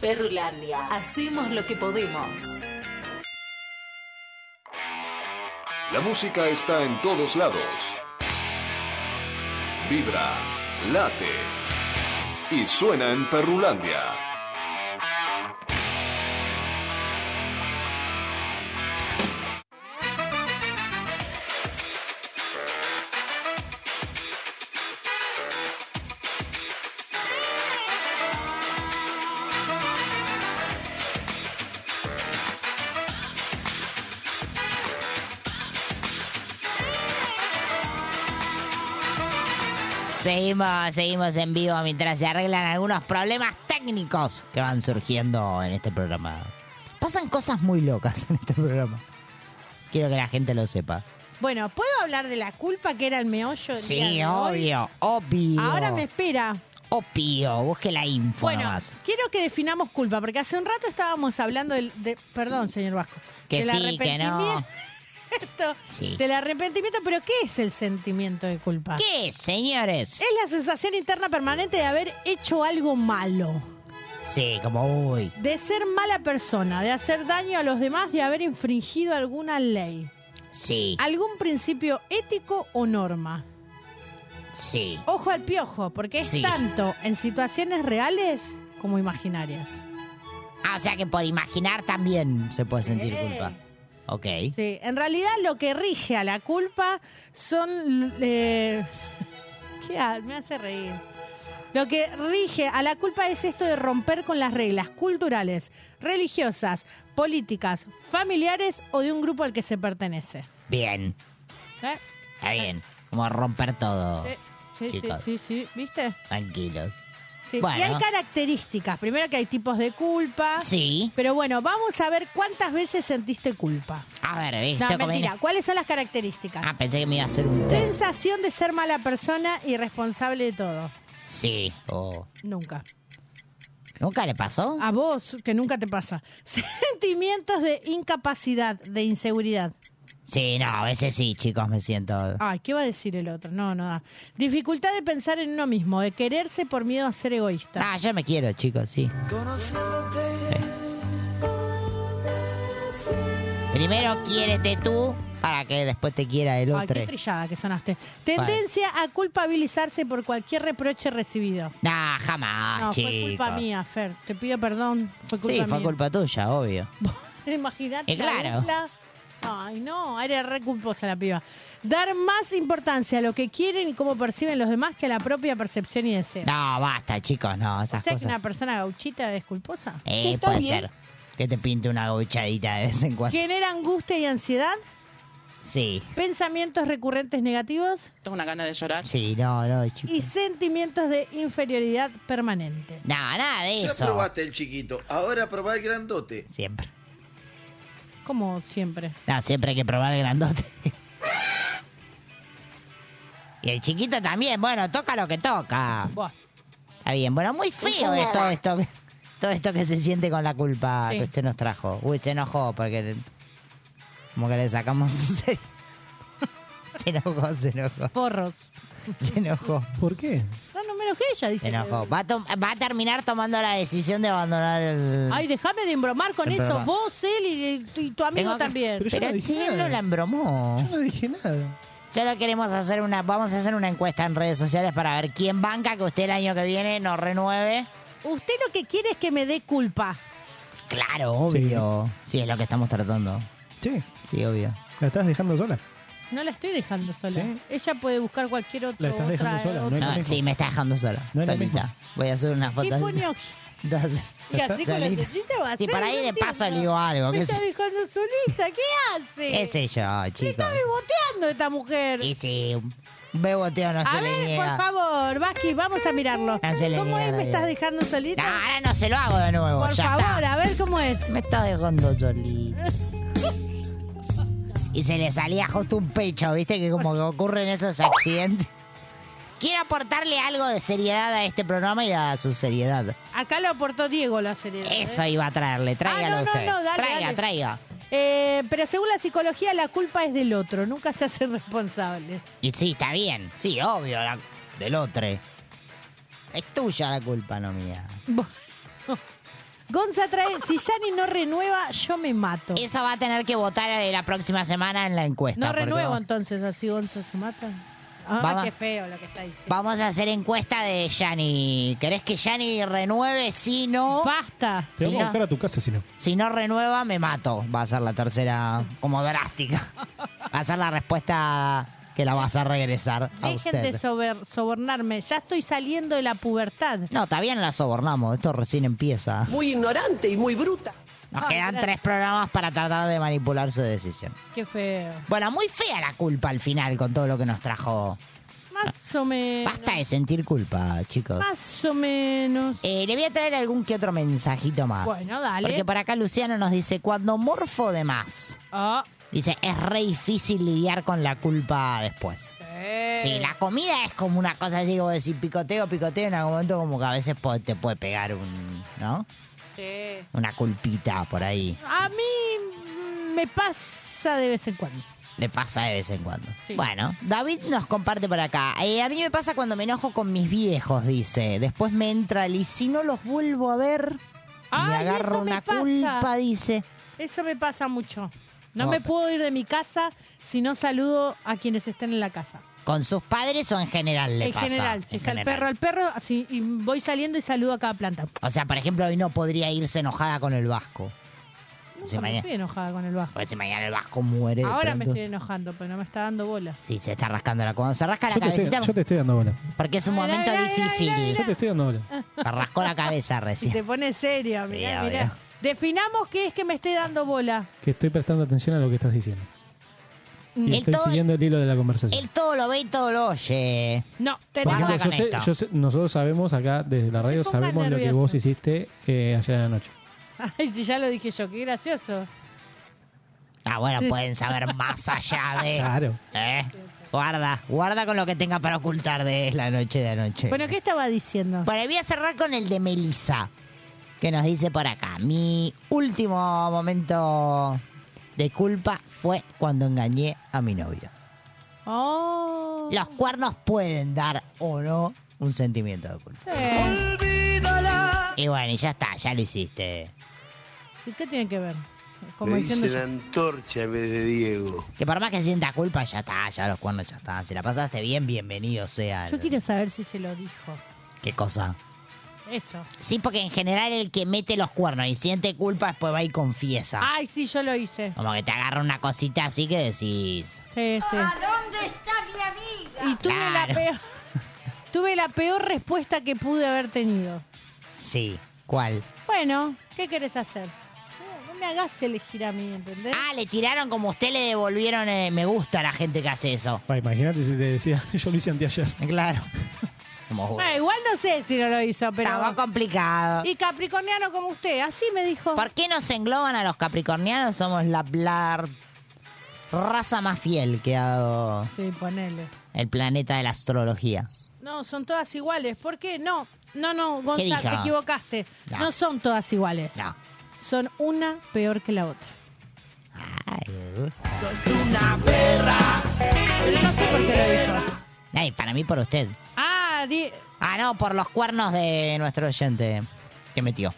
Perrulandia. Hacemos lo que podemos.
La música está en todos lados. Vibra, late y suena en Perrulandia.
Seguimos, seguimos en vivo mientras se arreglan algunos problemas técnicos que van surgiendo en este programa. Pasan cosas muy locas en este programa. Quiero que la gente lo sepa.
Bueno, ¿puedo hablar de la culpa que era el meollo? el día
Sí,
de hoy?
obvio, obvio.
Ahora me espera.
Opio, busque la info
Bueno,
nomás.
quiero que definamos culpa, porque hace un rato estábamos hablando del. de- perdón, señor Vasco.
Que
del
sí, que no.
arrepentimiento-
Sí.
Del arrepentimiento, pero ¿qué es el sentimiento de culpa?
¿Qué, señores?
Es la sensación interna permanente de haber hecho algo malo,
Sí, como uy.
de ser mala persona, de hacer daño a los demás, de haber infringido alguna ley,
Sí,
algún principio ético o norma.
sí.
Ojo al piojo, porque es
Sí.
tanto en situaciones reales como imaginarias.
Ah, o sea que por imaginar también se puede sentir
Sí.
culpa. Ok.
Sí, en realidad lo que rige a la culpa son... eh, ¿Qué? ha- Me hace reír. Lo que rige a la culpa es esto de romper con las reglas culturales, religiosas, políticas, familiares o de un grupo al que se pertenece.
Bien,
¿Eh?
está bien. Como romper todo.
Sí, sí, sí,
Chicos.
sí, sí, ¿viste?
Tranquilos.
Sí. Y
Bueno.
hay características. Primero que hay tipos de culpa.
Sí.
Pero bueno, vamos a ver cuántas veces sentiste culpa.
A ver, ¿viste?
No,
cómo
mentira.
viene?
¿Cuáles son las características?
Ah, pensé que me iba a hacer un test.
Sensación de ser mala persona y responsable de todo.
Sí. Oh.
Nunca.
¿Nunca le pasó?
A vos, que nunca te pasa. Sentimientos de incapacidad, de inseguridad.
Sí, no, a veces sí, chicos, me siento.
Ay, ¿qué va a decir el otro? No, no da. Dificultad de pensar en uno mismo, de quererse por miedo a ser egoísta.
Ah, yo me quiero, chicos, sí. Eh, Ah, Primero quiérete tú para que después te quiera el
Ay,
otro.
qué trillada que sonaste. Tendencia a culpabilizarse por cualquier reproche recibido.
Nah, jamás,
no,
Ah, chicos.
fue culpa mía, Fer. Te pido perdón. Fue culpa
sí,
mía.
fue culpa tuya, obvio.
Imagínate.
Eh, claro.
la dupla. Ay, no, era re culposa la piba. Dar más importancia a lo que quieren y cómo perciben los demás que a la propia percepción y deseo.
No, basta, chicos, no,
¿O
esas
sea que
cosas.
una persona gauchita es culposa?
Eh, puede ser. Que te pinte una gauchadita de vez en cuando.
Genera angustia y ansiedad,
Sí,
pensamientos recurrentes negativos
una gana de llorar. Sí, no, no, chicos.
y sentimientos de inferioridad permanente.
No, nada de
Ya
eso.
probaste el chiquito, ahora probá el grandote.
Siempre.
Como siempre.
No, siempre hay que probar el grandote. y el chiquito también, bueno, toca lo que toca.
Buah.
Está bien, bueno, muy feo es todo esto. que- Todo esto que se siente con la culpa
Sí.
que usted nos trajo. Uy, se enojó porque... le- Como que le sacamos un serio. Se enojó, se enojó.
Porros.
Se enojó.
¿Por qué?
No, no menos que ella, dice.
Se enojó. Va a, tom- va a terminar tomando la decisión de abandonar el...
Ay, déjame de embromar con
El
eso.
programa.
Vos, él y, y tu amigo
Tengo que-
también.
Pero, si él no la embromó. Yo no dije nada. Solo queremos hacer una, vamos a hacer una encuesta en redes sociales para ver quién banca que usted el año que viene nos renueve.
Usted lo que quiere es que me dé culpa.
Claro, obvio. Sí, es lo que estamos tratando.
Sí.
Sí, obvio.
La estás dejando sola.
No la estoy dejando sola. Ella puede buscar cualquier otro.
La estás dejando
otra,
sola, no
otra-
es lo mismo.
sí, me está dejando sola.
No es lo
solita. Voy a hacer una foto.
¿Qué pone Y así con la
Solita.
tetita va a
Sí,
ser,
por ahí
no
de paso
entiendo.
le digo algo,
Me
qué
está
sé-
dejando solita. ¿Qué hace?
¿Qué sé yo, chicos?
Está beboteando esta mujer.
Y sí, un beboteo no
a
se le
ver, por
niega.
favor, Vasqui, vamos a mirarlo.
No se le
¿Cómo es?
niega,
¿Me estás
Dios.
dejando solita?
Ahora no se lo hago de nuevo.
Por
ya
favor,
está.
a ver cómo es.
Me está dejando solita. Y se le salía justo un pecho, ¿viste? Que como que ocurren esos accidentes. Quiero aportarle algo de seriedad a este programa y a su seriedad.
Acá lo aportó Diego la ¿eh? serie.
Eso iba a traerle, tráigalo
Ah, no, no,
usted.
no, dale,
traiga,
dale.
traiga.
Eh, pero según la psicología, la culpa es del otro. Nunca se hacen responsables.
Y sí, está bien. Sí, obvio, la- del otro. Eh, Es tuya la culpa, no mía.
Gonza trae, si Yanni no renueva, yo me mato.
Eso va a tener que votar eh, la próxima semana en la encuesta.
No
porque
renuevo
vamos-
entonces, así Gonza se mata. Ah,
Vamos.
qué feo lo que está diciendo.
Vamos a hacer encuesta de Yanni. ¿Querés que Yanni renueve? Si Ah, no...
Basta.
Te vamos a buscar a tu casa si no.
Si no renueva, me mato. Va a ser la tercera, como drástica. Va a ser la respuesta que la vas a regresar a
Dejen de
usted.
sober- sobornarme. Ya estoy saliendo de la pubertad.
No, todavía no la sobornamos. Esto recién empieza.
Muy ignorante y muy bruta.
Nos quedan tres programas para tratar de manipular su decisión.
Qué feo.
Bueno, muy fea la culpa al final con todo lo que nos trajo.
Más o menos.
Basta de sentir culpa, chicos.
Más o menos.
Eh, le voy a traer algún que otro mensajito más.
Bueno, dale.
Porque por acá Luciano nos dice, cuando morfo de más.
Ah.
Dice, es re difícil lidiar con la culpa después.
Eh.
Sí, la comida es como una cosa así, como decir picoteo, picoteo, en algún momento como que a veces po- te puede pegar un, ¿no?
Sí.
Una culpita por ahí.
A mí mm, me pasa de vez en cuando.
Le pasa de vez en cuando. Bueno, David nos comparte por acá. Eh, a mí me pasa cuando me enojo con mis viejos, dice. Después me entra el y si no los vuelvo a ver, me
Ay,
agarro
eso me
una
pasa.
culpa, dice.
Eso me pasa mucho. No
No,
me
pe-
puedo ir de mi casa si no saludo a quienes estén en la casa.
¿Con sus padres o en general le
en
pasa?
general, si
En
está el
general.
perro al perro, así, y voy saliendo y saludo a cada planta.
O sea, por ejemplo, hoy no podría irse enojada con el vasco.
Nunca
Si
me
mañana,
estoy enojada con el bajo.
porque si mañana el vasco muere. de
Ahora me
pronto.
estoy enojando, pero no me está dando bola.
Sí, se está rascando la Cuando se rasca la
Yo te, estoy,
cabecita,
yo te estoy dando bola.
porque es un momento difícil.
Yo te estoy dando bola.
Se rascó la cabeza
Y
recién.
se pone seria, mirá,
obvio.
mirá. Definamos qué es que me esté dando bola.
Que estoy prestando atención a lo que estás diciendo. Y
Mm. El
estoy
todo-
siguiendo el hilo de la conversación.
Él todo lo ve y todo lo oye.
No,
Por ejemplo, yo sé- yo sé- nosotros sabemos acá, desde la radio,
pongas
sabemos lo que
nervioso.
vos hiciste eh, ayer en la noche.
Ay, si ya lo dije yo, qué gracioso.
Ah, bueno, pueden saber más allá de.
Claro.
¿Eh? Guarda, guarda con lo que tenga para ocultar de la noche de anoche.
Bueno, ¿qué estaba diciendo?
Bueno, voy a cerrar con el de Melissa, que nos dice por acá. Mi último momento de culpa fue cuando engañé a mi novio.
Oh.
Los cuernos pueden dar o no un sentimiento de culpa. Y bueno, y ya está, ya lo hiciste.
¿Y qué tiene que ver? Como diciendo yo.
antorcha en vez de Diego. Que por más que sienta culpa, ya está, ya los cuernos ya están. Si la pasaste bien, bienvenido sea.
Yo quiero saber si se lo dijo.
¿Qué cosa?
Eso.
Sí, porque en general el que mete los cuernos y siente culpa, después va y confiesa.
Ay, sí, yo lo hice.
Como que te agarra una cosita así que decís.
Sí, sí. dónde está mi amiga? Y tuve la
Claro.
peor. Tuve la peor respuesta que pude haber tenido.
Sí, ¿cuál?
Bueno, ¿qué querés hacer? No, no me hagas elegir a mí, ¿entendés?
Ah, le tiraron como usted le devolvieron eh, me gusta a la gente que hace eso.
Pa, imagínate si te decía, yo lo hice anteayer.
Claro. Como
Ah, igual no sé si no lo hizo, pero.
Estaba complicado.
Y capricorniano como usted, así me dijo.
¿Por qué nos engloban a los capricornianos? Somos la, la raza más fiel que ha dado
Sí, ponele.
el planeta de la astrología.
No, son todas iguales. ¿Por qué? No, no, no, Gonzalo,
dije?
te equivocaste. No. son todas iguales.
No.
Son una peor que la otra.
Ay, para mí por usted.
Ah, di-
Ah, no, por los cuernos de nuestro oyente que metió.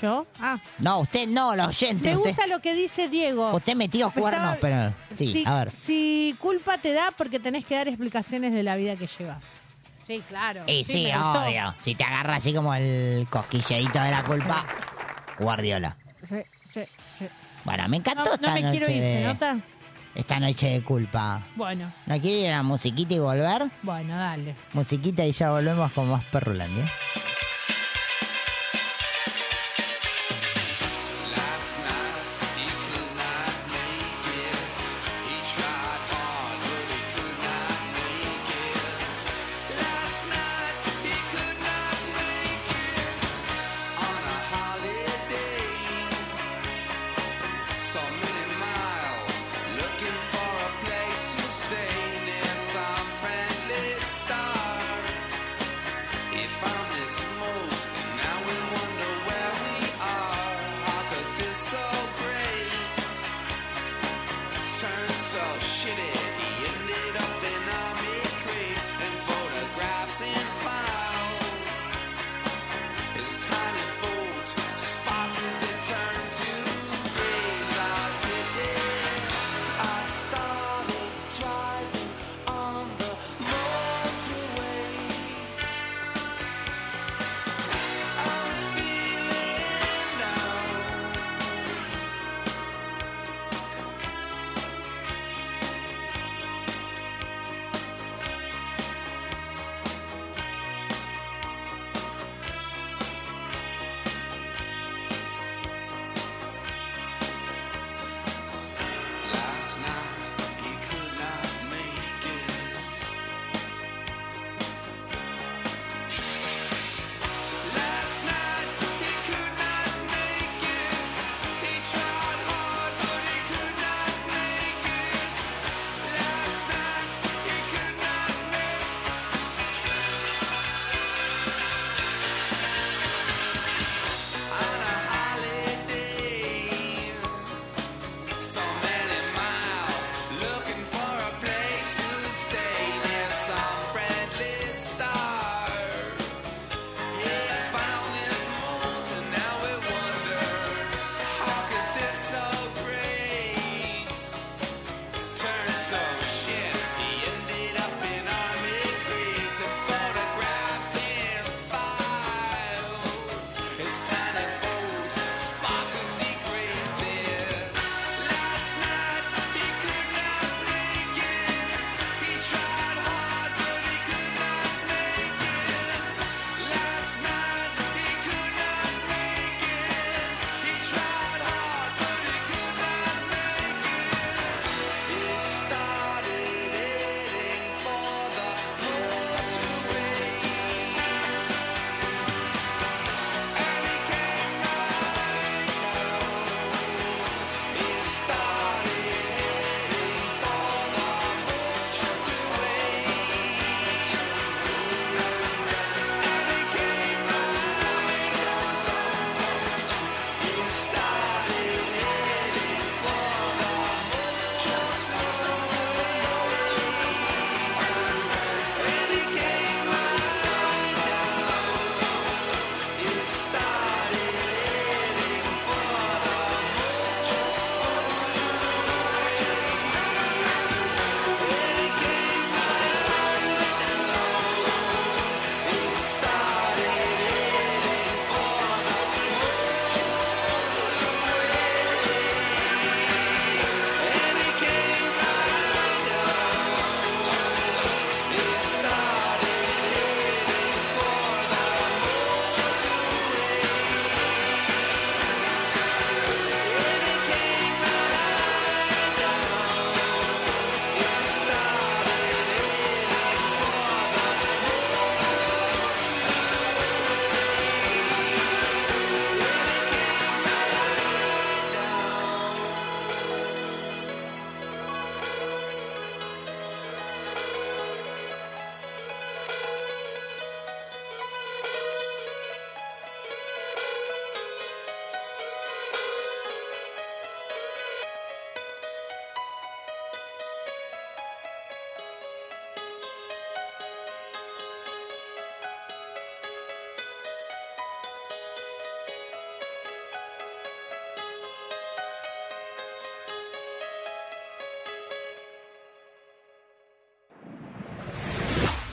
¿Yo? Ah.
No, usted no, los oyente.
me
usted,
gusta lo que dice Diego.
usted metió
Me
cuernos,
Pues estaba-
pero... Sí,
si,
a ver.
Si culpa te da porque tenés que dar explicaciones de la vida que llevas. Sí, claro.
Y
Sí,
sí, ah.
me gustó.
obvio. Si te agarra así como el cosquilleíto de la culpa, Guardiola.
Sí, sí, sí.
Bueno, me encantó
No, no
esta
me
noche
quiero ir,
de...
¿se nota?
Esta noche de culpa.
Bueno,
¿No quiere ir a la musiquita y volver?
bueno, dale.
Musiquita y ya volvemos con más ¿eh? Perrulandia.
Last night he could not make it. He tried hard, but he could not make it. Last night he could not make it on a holiday. So many miles looking for a place to stay near some friendly star. He found this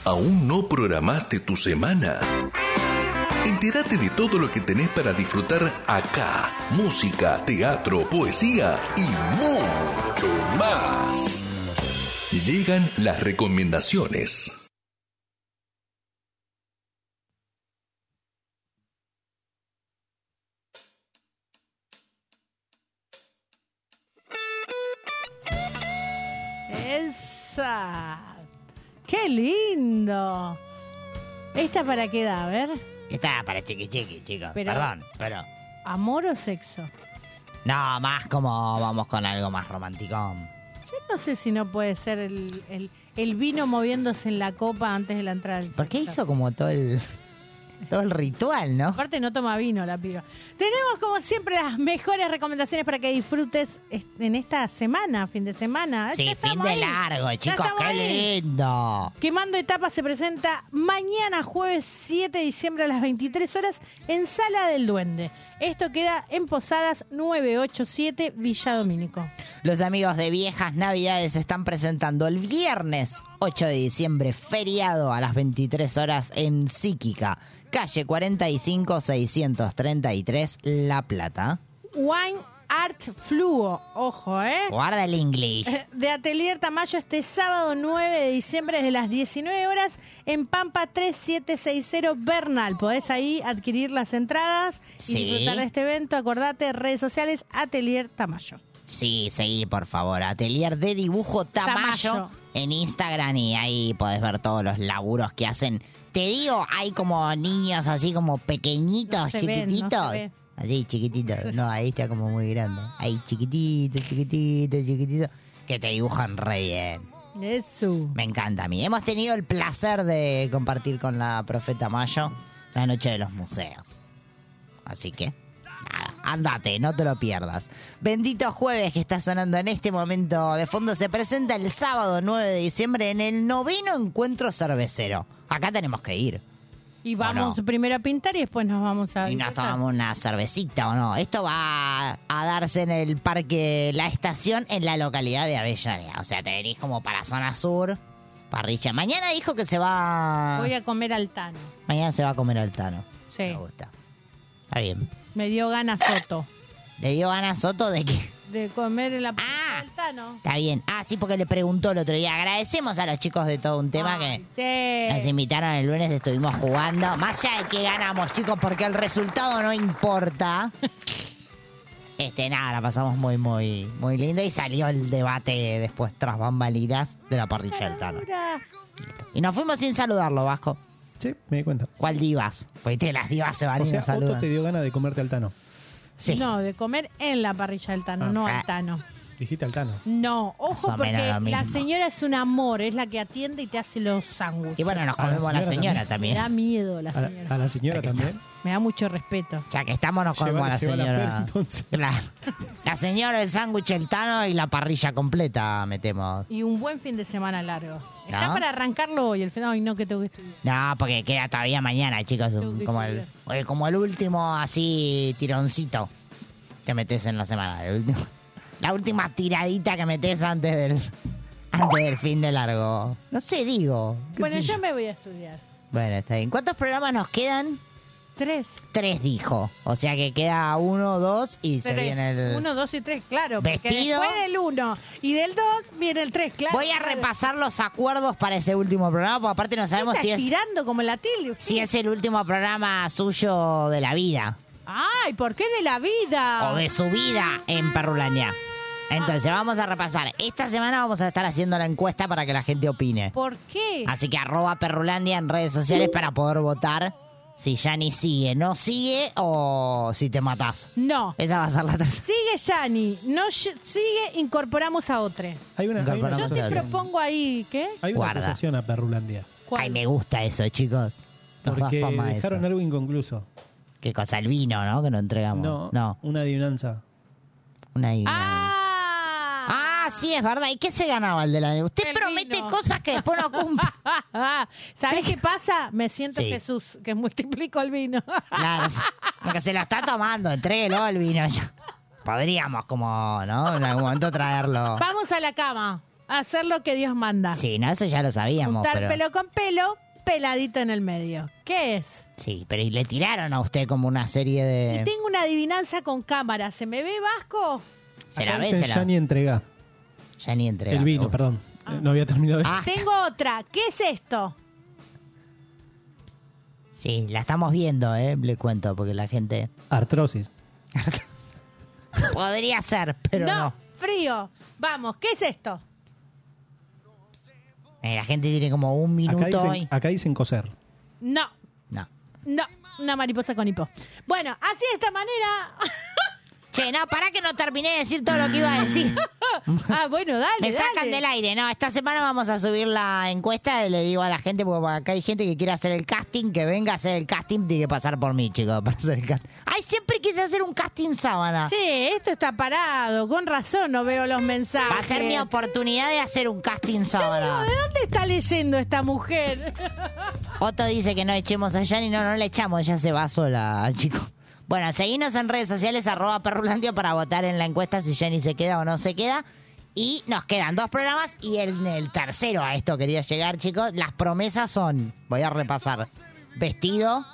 ¿Aún no programaste tu semana? Entérate de todo lo que tenés para disfrutar acá. Música, teatro, poesía y mucho más. Llegan las recomendaciones.
Esa. ¡Qué lindo! ¿Esta para qué edad? A ver.
Está para chiqui chiqui, chicos.
Pero-
Perdón, pero.
¿Amor o sexo?
No, más como vamos con algo más romántico.
Yo no sé si no puede ser el, el- el vino moviéndose en la copa antes de la entrada. del
¿Por qué
sexo.
hizo como todo el. todo el ritual, no?
Aparte no toma vino la piba. Tenemos como siempre las mejores recomendaciones para que disfrutes est- en esta semana, fin de semana. Ah, Ya
Sí, fin
estamos
de
ahí.
largo,
Ya
chicos,
estamos
qué
ahí.
lindo.
Quemando Etapas se presenta mañana jueves 7 de diciembre a las 23 horas en Sala del Duende. Esto queda en Posadas 987 Villa Domínico.
Los amigos de Viejas Navidades se están presentando el viernes 8 de diciembre, feriado a las 23 horas en Psíquica, calle 45-633 La Plata.
Wine Art Fluo, ojo, ¿eh?
Guarda el inglés.
De Atelier Tamayo este sábado 9 de diciembre desde las 19 horas en Pampa 3760 Bernal. Podés ahí adquirir las entradas
Sí.
y disfrutar de este evento. Acordate, redes sociales Atelier Tamayo.
Sí, seguí por favor. Atelier de dibujo Tamayo,
Tamayo.
en Instagram y ahí podés ver todos los laburos que hacen. Te digo, hay como niños así como pequeñitos,
No se ven, no se
chiquititos.
ve.
así chiquititos. No, ahí está como muy grande. Ahí chiquitito, chiquitito, chiquitito. Que te dibujan re bien.
Eso.
Me encanta a mí. Hemos tenido el placer de compartir con la profeta Mayo la noche de los museos. Así que, nada, andate, no te lo pierdas. Bendito jueves que está sonando en este momento de fondo. Se presenta el sábado 9 de diciembre en el noveno encuentro cervecero. Acá tenemos que ir.
Y vamos
no?
primero a pintar y después nos vamos a...
Y nos tomamos una cervecita o no. Esto va a darse en el parque La Estación en la localidad de Avellaneda. O sea, te venís como para zona sur, parrilla. Mañana dijo que se va...
Voy a comer al Tano.
Mañana se va a comer al Tano.
Sí. Me
gusta. Está bien.
Me dio ganas Soto
¿Le dio Ana Soto de qué?
de comer en la ah, al Tano.
Está bien. Ah, sí, porque le preguntó el otro día. Agradecemos a los chicos de todo un tema que nos
Sí.
invitaron el lunes, estuvimos jugando. Más allá de que ganamos, chicos, porque el resultado no importa. Este, nada, la pasamos muy, muy, muy lindo y salió el debate después tras bambalinas de la parrilla del Tano. Y nos fuimos sin saludarlo, Vasco.
Sí, me di cuenta.
¿Cuál divas? Pues te las divas se van
O
y
sea,
nos saludan.
Otto te dio ganas de comerte al Tano.
No, de comer en la parrilla del Tano,
Ah.
no
Ah.
al Tano.
Dijiste al Tano.
No,
Más o
ojo
menos
porque
lo
la
mismo.
señora es un amor, es la que atiende y te hace los sándwiches.
Y bueno, nos comemos a la señora también.
Me da miedo la señora.
A la señora también.
Me da mucho respeto.
Ya que estamos, nos comemos a la
Llévala- llévala a Fer,
señora.
entonces.
Claro. La señora, el sándwich, el tano y la parrilla completa metemos.
Y un buen fin de semana largo. Está
¿No?
para arrancarlo hoy, el final. Ay, no, que tengo que estudiar.
No, porque queda todavía mañana, chicos. un-
que
como, el, oye, como el último así tironcito que metes en la semana. el último- la última tiradita que metes antes del, antes del fin de largo. No sé, digo. qué
Bueno,
sé
yo
yo.
me voy a estudiar.
Bueno, está bien. ¿Cuántos programas nos quedan?
Tres.
Tres, dijo. O sea que queda uno, dos y se
Tres.
viene el...
Uno, dos y tres, claro. Porque
¿Vestido?
después del uno y del dos viene el tres, claro.
Voy a
claro.
repasar los acuerdos para ese último programa, porque aparte no sabemos
Está
si es,
tirando como la tilde.
si es el último programa suyo de la vida
Ay, ¿por qué de la vida?
o de su vida en Perrulandia. Entonces vamos a repasar. Esta semana vamos a estar haciendo la encuesta para que la gente opine.
¿Por qué?
Así que arroba Perrulandia en redes sociales para poder votar si ya ni sigue, no sigue o si te matás.
No.
Esa va a ser la tercera.
Sigue Yani, no sh- sigue, incorporamos a otra.
Hay una, hay una
Incorporamos
Yo te
a otra.
propongo ahí, ¿qué?
Hay una
Guarda.
acusación a Perrulandia.
Ay, me gusta eso, chicos. Nos da
Porque
fama eso.
dejaron algo inconcluso.
Qué cosa, el vino, ¿no? Que no entregamos.
No,
no.
una adivinanza.
Una Ah, sí, es verdad. ¿Y qué se ganaba el de la Usted promete cosas que después no cumple.
¿Sabes qué pasa? Me siento
Sí.
Jesús, que multiplico el vino.
Claro. Porque se lo está tomando. Entréguelo el vino ya. Podríamos como, ¿no? En algún momento traerlo.
Vamos a la cama. hacer lo que Dios manda.
Sí, no, eso ya lo sabíamos.
Juntar
Pero,
pelo con pelo, peladito en el medio. ¿Qué es?
Sí, pero y le tiraron a usted como una serie de...
Tengo una adivinanza con cámara. ¿Se me ve Vasco?
Se la
Acá
ve,
dicen
se la
Ya ni entrega.
Ya ni entrega.
El vino,
me gusta.
perdón. Eh, No había terminado.
Ah.
de-
Tengo otra. ¿Qué es esto?
Sí, la estamos viendo, ¿eh? Le cuento, porque la gente...
Artrosis.
Podría ser, pero no.
Frío. Vamos, ¿qué es esto?
Eh, la gente tiene como un
Acá
minuto
dicen,
y...
acá dicen coser.
No,
No.
no. Una mariposa con hipo. Bueno, así de esta manera.
Che, no, pará que no terminé de decir todo lo que iba a decir.
ah, bueno, dale.
Me sacan
dale.
del aire. No, esta semana vamos a subir la encuesta y le digo a la gente, porque acá hay gente que quiere hacer el casting, que venga a hacer el casting, tiene que pasar por mí, chicos, para hacer el casting. Ay, siempre quise hacer un casting sábana.
Che, esto está parado. Con razón no veo los mensajes.
Va a ser mi oportunidad de hacer un casting sábana.
¿De dónde está leyendo esta mujer?
Otto dice que no echemos a Yanni, no, no la echamos, ella se va sola, chicos. Bueno, seguinos en redes sociales, arroba perrulandia para votar en la encuesta si Yanni se queda o no se queda. Y nos quedan dos programas y en el tercero a esto quería llegar, chicos. Las promesas son, voy a repasar, vestido,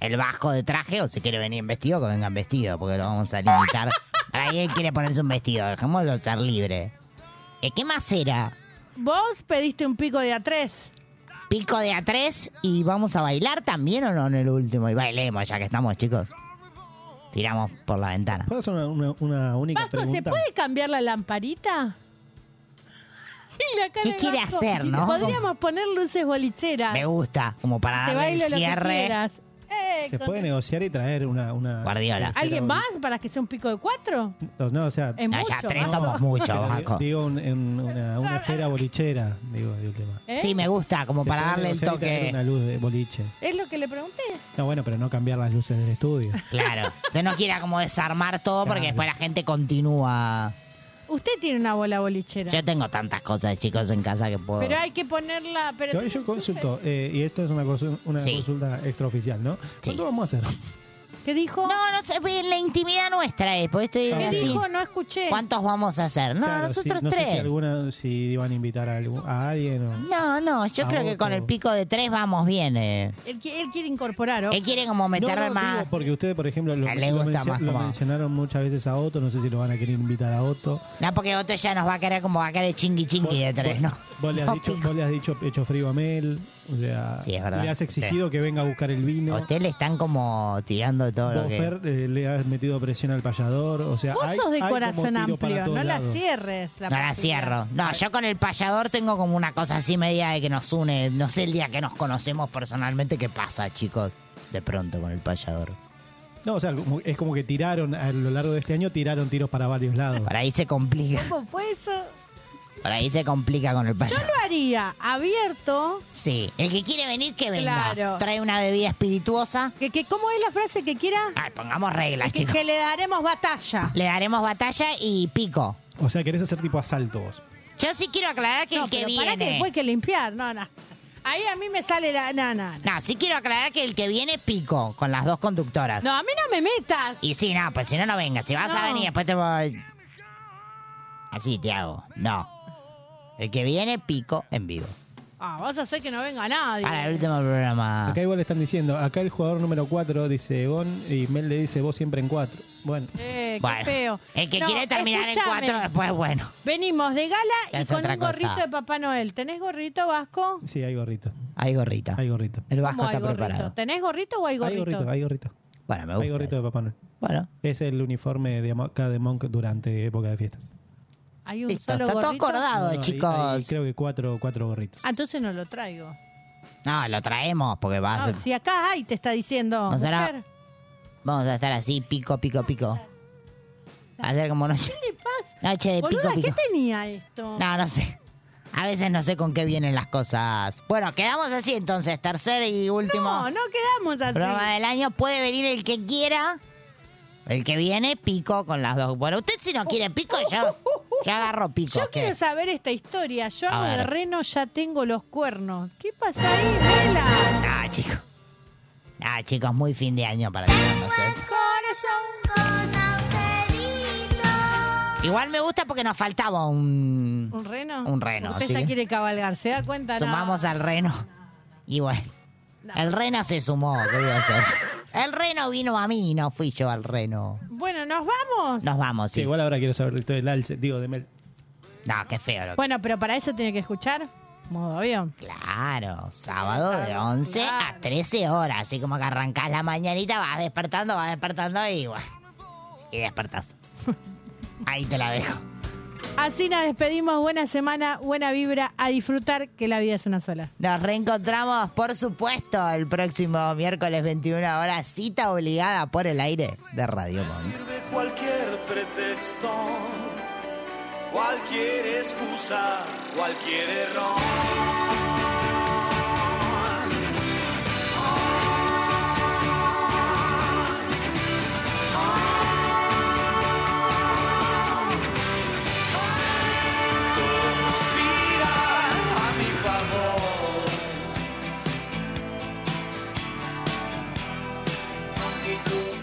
el vasco de traje, o si quiere venir en vestido, que venga en vestido, porque lo vamos a limitar. Para él quiere ponerse un vestido, dejémoslo ser libre. Eh, ¿Qué más era?
Vos pediste un pico de A3.
Pico de A3 y vamos a bailar también o no en el último. Y bailemos ya que estamos, chicos. Tiramos por la ventana.
¿Puedo hacer una, una- una única
¿Se
pregunta?
puede cambiar la lamparita? Y la cara
¿Qué
de
quiere
Vasco.
hacer, no?
Podríamos poner luces bolicheras.
Me gusta, como para
Te
darle
bailo
el
lo que
cierre.
quieras. Eh,
¿Se
con-
puede negociar y traer una... una
Guardiola.
¿Alguien más para que sea un pico de cuatro?
No, no, o sea...
Es No, ya mucho. tres somos
mucho,
Pero digo-
Vasco.
Digo, un- en una, una esfera bolichera, digo, de última.
¿Eh?
Sí, me gusta, como
Se
para
puede
darle el
negociar y traer
toque.
Una luz de boliche.
Es lo que le pregunté.
No, bueno, pero no cambiar las luces del estudio.
Claro. Usted no quiera como desarmar todo porque
Claro.
después la gente continúa.
Usted tiene una bola bolichera.
Yo tengo tantas cosas, chicos, en casa que puedo.
Pero hay que ponerla. Pero
Igual yo consulto, eh, y esto es una, consu- una consulta extraoficial, ¿no? ¿Cuánto vamos a hacer?
¿Qué dijo?
No, no sé, pues, la intimidad nuestra es, porque estoy
¿Qué
así.
dijo?
No escuché.
¿Cuántos vamos a hacer? No,
Claro, sí,
nosotros
no
tres.
Sé si, alguna, si iban a invitar a, algún- a alguien o...
No, no, yo
A
creo
vos
que con
todo.
el pico de tres vamos bien. Eh.
Él, qui- él quiere incorporar. ojo.
Él quiere como meter
No, no,
más.
digo, porque ustedes, por ejemplo, lo,
A él le
lo
gusta
mencio-
más
lo
como-
mencionaron muchas veces a Otto, no sé si lo van a querer invitar a Otto.
No, porque Otto ya nos va a querer como va a querer chingui chingui de tres, ¿no?
Vos le has, dicho, vos le has dicho hecho frío a Mel, o sea,
Sí, es verdad.
le has exigido que venga a buscar el vino.
A Usted le están como tirando todo
Vos,
lo que.
Fer, eh, le has metido presión al payador, o sea,
Vos
hay,
sos de
hay como
corazón
tiro para
amplio.
todos
No la
lados.
cierres.
No la cierro. No, yo con el payador tengo como una cosa así media de que nos une. No sé el día que nos conocemos personalmente qué pasa, chicos. De pronto con el payador.
No, o sea, como- es como que tiraron, a lo largo de este año tiraron tiros para varios lados.
Para ahí se complica.
¿Cómo fue eso?
Por ahí se complica con el
Yo
payador.
lo haría abierto.
Sí. El que quiere venir, que venga.
Claro.
Trae una bebida espirituosa.
Que, que, ¿Cómo es la frase que quiera?
Ay, pongamos reglas,
que,
chicos.
que le daremos batalla.
Le daremos batalla y pico.
O sea, querés hacer tipo asalto vos.
Yo sí quiero aclarar que
No,
el que
pero pará
viene.
que después hay que limpiar. No, no. Ahí a mí me sale la. No, no.
No, sí quiero aclarar que el que viene pico con las dos conductoras.
No, a mí no me metas.
Y sí, no, pues si no, no venga. Si vas
No.
a venir, después te voy. Así te hago. No. El que viene pico en vivo.
Ah, vas a hacer que no venga nadie.
Para el último programa.
Acá igual están diciendo, acá el jugador número 4 dice Egon y Mel le dice vos siempre en 4. Bueno.
Eh, qué
Bueno,
feo.
El que
No,
quiere terminar
escuchame.
en cuatro después, bueno.
Venimos de gala
Ya
y
es
con
otra
un gorrito
cosa.
de Papá Noel. ¿Tenés gorrito, Vasco?
Sí, hay gorrito.
Hay gorrito.
Hay gorrito.
El
¿Cómo hay gorrito? ¿Tenés gorrito o hay
Hay
gorrito?
gorrito, hay gorrito.
Bueno, me
Hay
gusta
gorrito de Papá Noel.
Bueno.
Es el uniforme de Mo- acá de Monk durante época de fiestas.
Hay un
Listo,
solo
está todo
gorrito.
acordado,
hay-
chicos.
hay creo que cuatro, cuatro gorritos.
Ah, entonces no lo traigo.
No, lo traemos porque va a
No,
ser.
si acá hay, te está diciendo.
No será-
mujer,
Vamos a estar así, pico, pico, pico. Va a ser como noche.
¿Qué le pasa?
Noche de pico,
Boluda,
pico.
¿qué tenía esto?
No, no sé. A veces no sé con qué vienen las cosas. Bueno, quedamos así entonces. Tercer y último
No, no quedamos así.
programa del año. Puede venir el que quiera. El que viene, pico con las dos. Bueno, usted si no quiere pico, yo, yo agarro pico.
Yo
¿qué?
quiero saber esta historia. Yo
A
hago
ver.
el reno, ya tengo los cuernos. ¿Qué pasa ahí, Vela?
Ah, chicos. Ah, chicos, muy fin de año para tirarnos, ¿eh?
Corazón con
Igual me gusta porque nos faltaba un.
¿Un reno?
Un reno,
Usted
sí.
ya quiere cabalgar, ¿se da cuenta? No.
Sumamos al reno. Y bueno. El reno se sumó, ¿qué voy a hacer? El reno vino a mí, no fui yo al reno.
Bueno, ¿nos vamos?
Nos vamos, sí.
Sí, igual ahora quiero saber la historia del alce, digo, de Mel.
No, qué feo. Lo que-
Bueno, pero para eso tiene que escuchar modo avión.
Claro, sábado de 11 a 13 horas. Así como que arrancás la mañanita, vas despertando, vas despertando y bueno. Y despertás. Ahí te la dejo.
Así nos despedimos. Buena semana, buena vibra. A disfrutar que la vida es una sola.
Nos reencontramos, por supuesto, el próximo miércoles 21 horas. Cita obligada por el aire de Radio Monk.
sirve cualquier pretexto, cualquier excusa, cualquier error. Todo conspira a mi favor. Actitud